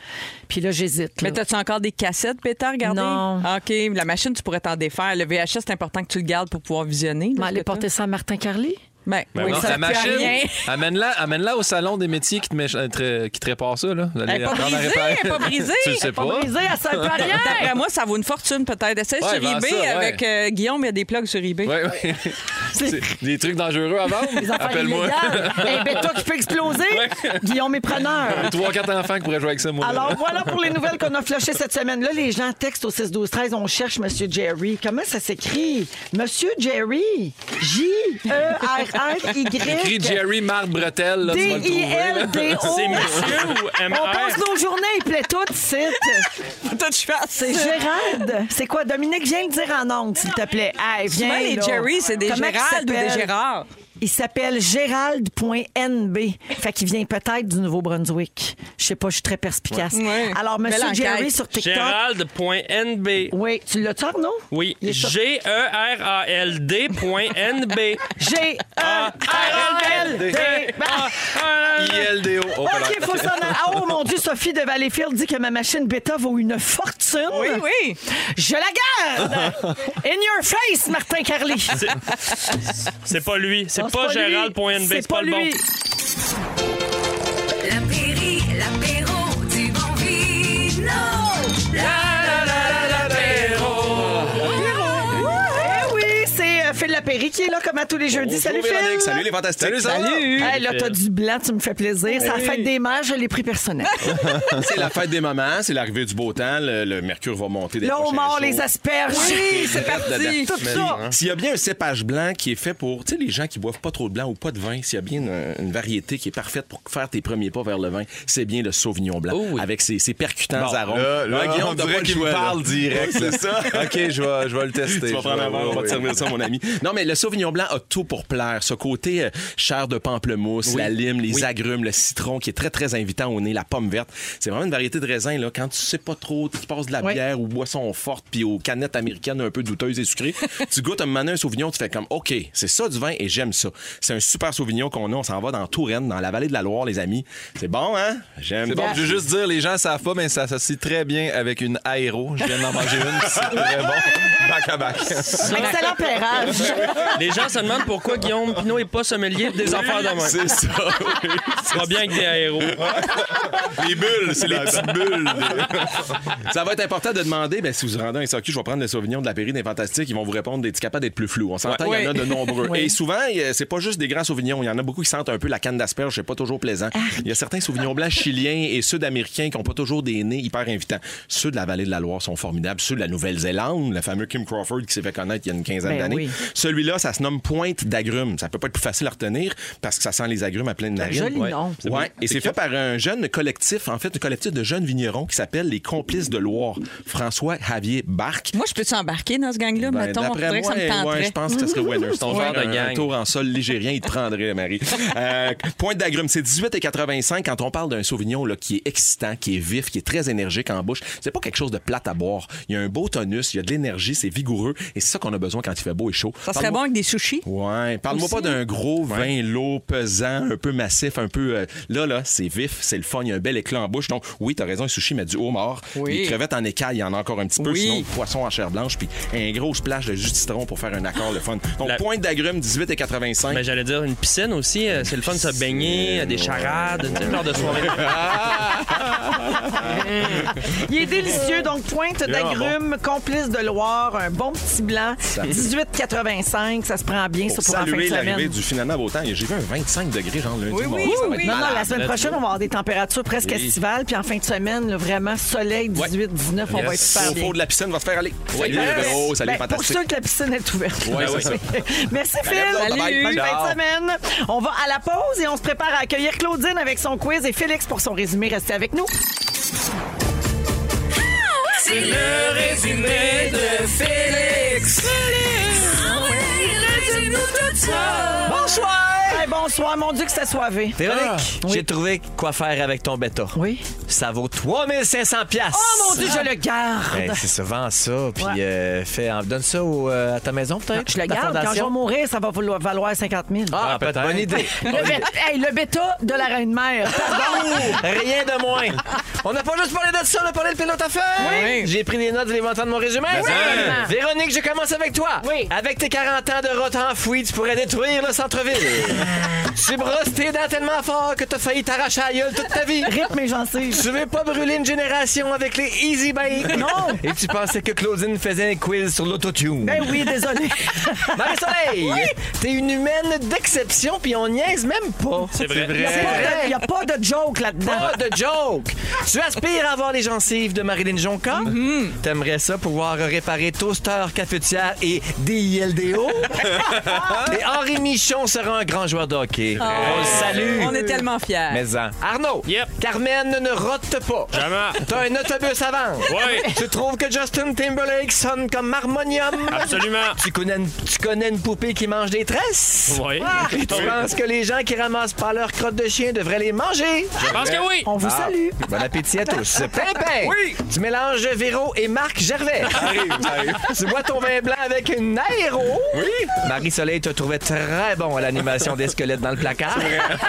[SPEAKER 2] Puis là, j'hésite. là.
[SPEAKER 4] Mais t'as-tu encore des cassettes, Peter, regardez?
[SPEAKER 2] Non.
[SPEAKER 4] OK, la machine, tu pourrais t'en défaire. Le VHS, c'est important que tu le gardes pour pouvoir visionner.
[SPEAKER 2] Mais aller porter ça à Martin Carly?
[SPEAKER 4] Mais
[SPEAKER 5] Ben
[SPEAKER 4] oui,
[SPEAKER 5] non,
[SPEAKER 4] ça
[SPEAKER 5] la
[SPEAKER 4] sert plus à
[SPEAKER 5] machine,
[SPEAKER 4] rien.
[SPEAKER 5] amène-la, amène-la au salon des métiers qui te, mé- te- qui te répare ça. Là. euh, Vous allez
[SPEAKER 4] Elle est pas
[SPEAKER 5] apprendre à
[SPEAKER 4] brisée,
[SPEAKER 5] réparer.
[SPEAKER 4] elle est pas brisée.
[SPEAKER 5] tu le sais pas.
[SPEAKER 2] elle sert plus à rien.
[SPEAKER 4] D'après moi, ça vaut une fortune peut-être. Essaye
[SPEAKER 5] Ouais,
[SPEAKER 4] sur
[SPEAKER 5] vends
[SPEAKER 4] eBay
[SPEAKER 5] ça, ouais.
[SPEAKER 4] avec euh, Guillaume, il y a des plugs sur eBay.
[SPEAKER 5] Ouais, ouais. C'est des trucs dangereux à
[SPEAKER 2] Les
[SPEAKER 5] vendre.
[SPEAKER 2] affaires
[SPEAKER 5] Appelle-moi.
[SPEAKER 2] illégales. Un bêta qui peut exploser? Guillaume est preneur.
[SPEAKER 5] Les Trois, quatre enfants qui pourraient jouer avec ça, moi.
[SPEAKER 2] Alors voilà pour les nouvelles qu'on a flashées cette semaine. Là, les gens textent au 6 12 13 on cherche monsieur Jerry. Comment ça s'écrit Monsieur Jerry. J E R R Y
[SPEAKER 5] Écris Jerry Marc Bretel. Là, tu vas le trouver, là.
[SPEAKER 2] D-I-L-D-O.
[SPEAKER 6] C'est monsieur ou
[SPEAKER 2] Oh! On passe
[SPEAKER 6] MR?
[SPEAKER 2] nos journées, il plaît tout, c'est.
[SPEAKER 4] Toi, tu fais
[SPEAKER 2] C'est Gérald. C'est quoi, Dominique? Viens le dire en ondes, s'il te plaît. Hey, viens,
[SPEAKER 4] Souvent, les
[SPEAKER 2] là.
[SPEAKER 4] Jerry, c'est des
[SPEAKER 2] Comment
[SPEAKER 4] Gérald ou
[SPEAKER 2] qu'il
[SPEAKER 4] des
[SPEAKER 2] s'appelle?
[SPEAKER 4] Gérard.
[SPEAKER 2] Il s'appelle Gérald.nb. Fait qu'il vient peut-être du Nouveau-Brunswick. Je sais pas, je suis très perspicace.
[SPEAKER 4] Ouais.
[SPEAKER 2] Alors,
[SPEAKER 4] Belle
[SPEAKER 2] Monsieur
[SPEAKER 4] enquête.
[SPEAKER 2] Jerry sur TikTok.
[SPEAKER 6] Gérald.nb.
[SPEAKER 2] Oui, tu l'as-tu, Arnaud?
[SPEAKER 6] Oui, E
[SPEAKER 2] Il est sur-
[SPEAKER 6] G-E-R-A-L-D.N-B.
[SPEAKER 2] J'ai un
[SPEAKER 6] E
[SPEAKER 2] RLD.
[SPEAKER 5] ILDO. Oh, voilà.
[SPEAKER 2] OK, faut s'en aller. Ah, Oh mon Dieu, Sophie de Valleyfield dit que ma machine bêta vaut une fortune.
[SPEAKER 4] Oui, oui.
[SPEAKER 2] Je la garde! In your face, Martin Carly. C'est
[SPEAKER 6] C'est pas lui. C'est
[SPEAKER 2] Non,
[SPEAKER 6] pas
[SPEAKER 2] c'est pas lui.
[SPEAKER 6] Gérald.nb.
[SPEAKER 2] C'est
[SPEAKER 6] C'est pas
[SPEAKER 2] pas
[SPEAKER 6] le bon.
[SPEAKER 2] lui.
[SPEAKER 1] La Pairie, l'apéro du bon vino.
[SPEAKER 2] Eh oui, c'est euh, Phil Lapéry qui est là comme à tous les jeudis.
[SPEAKER 14] Bonjour,
[SPEAKER 2] Salut Phil.
[SPEAKER 14] Véronique. Salut les fantastiques.
[SPEAKER 5] Salut, ça va?
[SPEAKER 2] Hey, là, t'as du blanc, tu me fais plaisir. C'est la fête des mères, je l'ai pris personnel.
[SPEAKER 14] C'est la fête des mamans, c'est l'arrivée du beau temps, le, le mercure va monter des
[SPEAKER 2] Là, on
[SPEAKER 14] prochains
[SPEAKER 2] mord
[SPEAKER 14] jours.
[SPEAKER 2] les asperges. hein. Oui, c'est parti. Tout ça.
[SPEAKER 14] S'il y a bien un cépage blanc qui est fait pour, tu sais, les gens qui boivent pas trop de blanc ou pas de vin, s'il y a bien une, une variété qui est parfaite pour faire tes premiers pas vers le vin, c'est bien le Sauvignon blanc avec ses, ses percutants
[SPEAKER 5] Oh Bon,
[SPEAKER 14] arômes. Ah,
[SPEAKER 5] là, là,
[SPEAKER 14] Guillaume,
[SPEAKER 5] on
[SPEAKER 14] t'as
[SPEAKER 5] dirait
[SPEAKER 14] pas le
[SPEAKER 5] qu'il me
[SPEAKER 14] choix, là.
[SPEAKER 5] parle direct,
[SPEAKER 14] Ouais, c'est ça.
[SPEAKER 5] OK, je vais, je vais le tester.
[SPEAKER 14] Tu vas
[SPEAKER 5] Je
[SPEAKER 14] prendre
[SPEAKER 5] vais-
[SPEAKER 14] un verre, on va
[SPEAKER 5] oui,
[SPEAKER 14] te servir ça, mon ami. Non, mais le Sauvignon Blanc a tout pour plaire. Ce côté euh, chair de pamplemousse, la lime, les agrumes, le citron qui est très, très invitant au nez, la pomme verte. C'est vraiment une variété de raisin, là. Quand tu sais pas trop, tu passes de la
[SPEAKER 2] Oui.
[SPEAKER 14] bière ou boisson forte puis aux canettes américaines un peu douteuses et sucrées, tu goûtes un moment donné un Sauvignon, tu fais comme, OK, c'est ça du vin et j'aime ça. C'est un super Sauvignon qu'on a. On s'en va dans Touraine, dans la vallée de la Loire, les amis. C'est bon, hein? J'aime
[SPEAKER 5] C'est bon, je veux juste dire, les gens savent pas, mais ça s'associe très bien avec une aéro. Je viens d'en manger une, puis c'est très bon. Bac à bac.
[SPEAKER 2] Excellent pérage.
[SPEAKER 6] Les gens se demandent pourquoi Guillaume Pinot est pas sommelier des affaires de même.
[SPEAKER 14] C'est ça. oui.
[SPEAKER 6] Ça va bien avec des aéros.
[SPEAKER 14] Les bulles, c'est les petites bulles. ça va être important de demander, ben, si vous rendez un SAQ, je vais prendre le Sauvignon de la Pairie des Fantastiques, ils vont vous répondre d'être capable d'être plus flou. On s'entend, il y en a de nombreux. Et souvent, il- c'est pas juste des grands Sauvignons. Il y en a beaucoup qui sentent un peu la canne d'asperge, c'est pas toujours plaisant. Il y a certains Sauvignons blancs chiliens et sud-américains qui ont pas toujours des nez hyper invitants. Ceux de la vallée de la Loire sont formidables. Ceux de la Nouvelle-Zélande, le fameux Kim Crawford qui s'est fait connaître il y a une quinzaine
[SPEAKER 2] Ben
[SPEAKER 14] d'années.
[SPEAKER 2] oui.
[SPEAKER 14] Celui-là, ça se nomme pointe d'agrumes. Ça peut pas être plus facile à retenir parce que ça sent les agrumes à pleine narine.
[SPEAKER 2] joli nom.
[SPEAKER 14] Ouais. Ouais, et c'est fait par un jeune collectif, en fait, un collectif de jeunes vignerons qui s'appelle les Complices de Loire. François Javier Barque.
[SPEAKER 4] Moi, je peux t'embarquer dans ce gang-là,
[SPEAKER 14] Ben,
[SPEAKER 4] mettons? On
[SPEAKER 14] d'après
[SPEAKER 4] dirait que ça me
[SPEAKER 14] moi,
[SPEAKER 4] tenterait.
[SPEAKER 14] ouais, je pense que ce serait winner. C'est ton
[SPEAKER 6] Ouais.
[SPEAKER 14] genre de
[SPEAKER 6] Un
[SPEAKER 14] gang.
[SPEAKER 6] gang.
[SPEAKER 14] tour en sol ligérien, il te prendrait, Marie. Euh, pointe d'agrumes, c'est 18 et 85 quand on parle d'un Sauvignon là, qui est excitant, qui est vif, qui est très énergique en bouche. C'est pas quelque chose de plate à boire. Il y a un beau tonus, il y a de l'énergie, c'est vigoureux et c'est ça qu'on a besoin quand il fait beau et chaud.
[SPEAKER 4] Ça serait bon avec des sushis.
[SPEAKER 5] Ouais. Parle-moi
[SPEAKER 4] Aussi.
[SPEAKER 5] pas d'un gros vin lourd, pesant, un peu massif, un peu. euh, là, là, c'est vif, c'est le fun, il y a un bel éclat en bouche. Donc, oui, t'as raison, les sushis, mais du homard.
[SPEAKER 4] Oui.
[SPEAKER 5] Les crevettes en écailles, il y en a encore un petit peu.
[SPEAKER 4] Oui.
[SPEAKER 5] Sinon, le poisson en chair blanche, puis un gros splash de jus de citron pour faire un accord, le fun. Donc, pointe d'agrumes, 18 et 85.
[SPEAKER 6] Mais Ben, j'allais dire une piscine aussi, euh, c'est le fun de se baigner, euh, des charades, tu sais, le genre de soirée.
[SPEAKER 2] Il est délicieux, donc pointe
[SPEAKER 6] Vraiment
[SPEAKER 2] d'agrumes, complice de Loire, un bon petit blanc, 18,85, ça se prend bien,
[SPEAKER 5] Pour
[SPEAKER 2] ça pour en fin de
[SPEAKER 5] saluer l'arrivée
[SPEAKER 2] semaine.
[SPEAKER 5] du finalement beau temps. J'ai vu un 25 degrés, genre lundi.
[SPEAKER 2] Oui,
[SPEAKER 5] mardi,
[SPEAKER 2] oui,
[SPEAKER 5] ça va être
[SPEAKER 2] Non, non,
[SPEAKER 5] malade.
[SPEAKER 2] la semaine
[SPEAKER 5] Let's
[SPEAKER 2] prochaine,
[SPEAKER 5] go.
[SPEAKER 2] on va avoir des températures presque
[SPEAKER 5] Oui.
[SPEAKER 2] estivales. Puis en fin de semaine, là, vraiment soleil, 18, 19, on va être
[SPEAKER 5] Yes.
[SPEAKER 2] super
[SPEAKER 5] Au
[SPEAKER 2] bien.
[SPEAKER 5] fond de la piscine, on va se faire aller. oh, Salut,
[SPEAKER 2] Ben,
[SPEAKER 5] Véro, salut,
[SPEAKER 2] ben, pour
[SPEAKER 5] fantastique.
[SPEAKER 2] ceux que la piscine est ouverte. Ben
[SPEAKER 5] Ouais, c'est ça.
[SPEAKER 2] Merci Phil.
[SPEAKER 5] Allez, vous autres, bye-bye.
[SPEAKER 2] Bonne fin
[SPEAKER 5] Ciao.
[SPEAKER 2] de semaine. On va à la pause et on se prépare à accueillir Claudine avec son quiz et Félix pour son résumé. Restez avec nous.
[SPEAKER 12] Ah! C'est le résumé de Félix. Félix! Ah oui, résume-nous tout ça!
[SPEAKER 2] Bonsoir! Hey, bonsoir, mon Dieu que ça soivé.
[SPEAKER 15] Véronique, j'ai trouvé quoi faire avec ton bêta.
[SPEAKER 2] Oui.
[SPEAKER 15] Ça vaut 3500 pièces.
[SPEAKER 2] Oh mon Dieu, je le garde.
[SPEAKER 15] Ben, c'est ça, vends ça, puis euh, fais, en- donne ça au, euh, à ta maison peut-être.
[SPEAKER 2] Je le
[SPEAKER 15] ta
[SPEAKER 2] garde. Quand je
[SPEAKER 15] fondation.
[SPEAKER 2] vais mourir, ça va vouloir- valoir 50 000.
[SPEAKER 15] Ah, peut-être. Bonne idée.
[SPEAKER 2] Le, bê- hey, le bêta de la reine-mère.
[SPEAKER 15] Rien de moins. On n'a pas juste parlé de ça, on a parlé de pilote à feu. J'ai pris des notes, vous les entendre mon résumé.
[SPEAKER 12] Ben, ça.
[SPEAKER 15] Véronique, je commence avec toi. Avec tes 40 ans de rotin enfoui, tu pourrais détruire le centre-ville. tu brosses tes dents tellement fort que t'as failli t'arracher la gueule toute ta vie.
[SPEAKER 2] Rip mes gencives.
[SPEAKER 15] Tu veux pas brûler une génération avec les Easy Bake.
[SPEAKER 2] Non.
[SPEAKER 15] Et tu pensais que Claudine faisait un quiz sur l'autotune.
[SPEAKER 2] Ben oui, désolé.
[SPEAKER 15] Marie-Soleil, t'es une humaine d'exception, puis on niaise même pas.
[SPEAKER 6] C'est vrai.
[SPEAKER 2] Il n'y a, pas de joke là-dedans.
[SPEAKER 15] Pas de joke. Tu aspires à avoir les gencives de Marilyn Jonca. T'aimerais ça pouvoir réparer toaster, cafetière et DILDO. et Henri Michon sera un grand joueur de hockey.
[SPEAKER 4] Ah.
[SPEAKER 15] On le salue.
[SPEAKER 4] On est tellement fiers.
[SPEAKER 15] Maison. Arnaud, Carmen ne rote pas.
[SPEAKER 6] Jamais.
[SPEAKER 15] T'as un autobus avant.
[SPEAKER 6] Oui.
[SPEAKER 15] Tu trouves que Justin Timberlake sonne comme harmonium.
[SPEAKER 6] Ah. Absolument.
[SPEAKER 15] Tu connais une, tu connais une poupée qui mange des tresses.
[SPEAKER 6] Oui.
[SPEAKER 15] Ah, tu penses que les gens qui ramassent pas leurs crottes de chien devraient les manger.
[SPEAKER 6] Je pense que oui.
[SPEAKER 2] On vous
[SPEAKER 15] Ah,
[SPEAKER 2] salue.
[SPEAKER 15] Bon appétit à tous. Pimpin!
[SPEAKER 6] Oui.
[SPEAKER 15] Tu mélanges Véro et Marc Gervais.
[SPEAKER 12] J'arrive, j'arrive.
[SPEAKER 15] Tu bois ton vin blanc avec une aéro. Oui. Marie-Soleil te trouvait très bon à l'animation des squelettes dans le placard.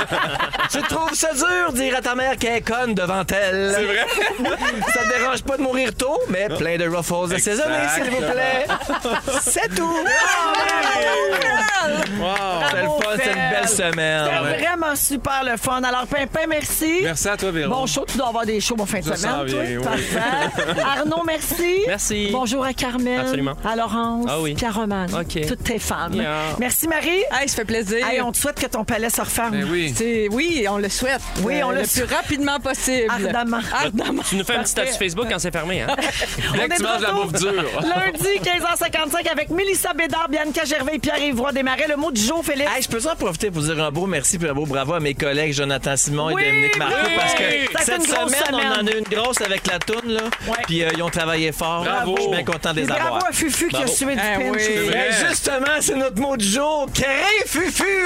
[SPEAKER 15] Tu trouves ça dur de dire à ta mère qu'elle est conne devant elle. C'est vrai. Ça te dérange pas de mourir tôt, mais plein de ruffles assaisonnés, s'il vous plaît. C'est tout. C'est le
[SPEAKER 2] Ah, Bravo,
[SPEAKER 15] fun, c'est une
[SPEAKER 2] Fel.
[SPEAKER 15] belle
[SPEAKER 2] C'était
[SPEAKER 15] semaine.
[SPEAKER 2] vraiment super le fun. Alors, Pimpin, merci.
[SPEAKER 5] Merci à toi, Véro.
[SPEAKER 2] Bon show, tu dois avoir des shows en fin de
[SPEAKER 5] Ça
[SPEAKER 2] semaine.
[SPEAKER 5] sent
[SPEAKER 2] toi.
[SPEAKER 5] bien, oui.
[SPEAKER 2] Parfait. Arnaud, merci.
[SPEAKER 6] Merci.
[SPEAKER 2] Bonjour à Carmen.
[SPEAKER 6] Absolument.
[SPEAKER 2] À Laurence.
[SPEAKER 6] Ah oui.
[SPEAKER 2] Puis à Romane.
[SPEAKER 6] OK.
[SPEAKER 2] Toutes tes femmes.
[SPEAKER 6] Yeah.
[SPEAKER 2] Merci, Marie.
[SPEAKER 4] Hey, ça fait plaisir.
[SPEAKER 2] Hey, on te souhaite que ton palais se referme.
[SPEAKER 6] Ben oui.
[SPEAKER 4] C'est- oui, on le souhaite.
[SPEAKER 2] Oui,
[SPEAKER 4] Euh,
[SPEAKER 2] on le
[SPEAKER 4] plus
[SPEAKER 2] souhaite.
[SPEAKER 4] rapidement possible.
[SPEAKER 2] Ardemment.
[SPEAKER 4] Ardemment.
[SPEAKER 6] Tu nous fais un petit statut Facebook quand c'est fermé, hein?
[SPEAKER 2] On
[SPEAKER 6] Dès
[SPEAKER 2] est
[SPEAKER 6] que tu
[SPEAKER 2] de
[SPEAKER 6] manges la
[SPEAKER 2] retour
[SPEAKER 6] bouffe dure.
[SPEAKER 2] Lundi, 15h55, avec Mélissa Bédard, Bianca Gervais et Pierre-Yves Roy Desmarais. Le mot du jour, Félix.
[SPEAKER 15] Hey, je peux en profiter pour dire un beau merci et un beau bravo à mes collègues Jonathan Simon
[SPEAKER 2] Oui,
[SPEAKER 15] et Dominique Marco
[SPEAKER 2] oui.
[SPEAKER 15] parce que
[SPEAKER 2] Ça fait
[SPEAKER 15] cette
[SPEAKER 2] une
[SPEAKER 15] semaine,
[SPEAKER 2] grosse
[SPEAKER 15] on en
[SPEAKER 2] semaine.
[SPEAKER 15] a eu une grosse avec la toune là. Puis euh, ils ont travaillé fort.
[SPEAKER 6] Bravo.
[SPEAKER 15] Je suis bien content de les
[SPEAKER 2] Puis
[SPEAKER 15] avoir.
[SPEAKER 2] bravo à Fufu qui a
[SPEAKER 15] Bravo.
[SPEAKER 2] sué du
[SPEAKER 4] Eh
[SPEAKER 2] pinch.
[SPEAKER 4] oui.
[SPEAKER 15] Ben, justement, c'est notre mot du jour. Cré fufu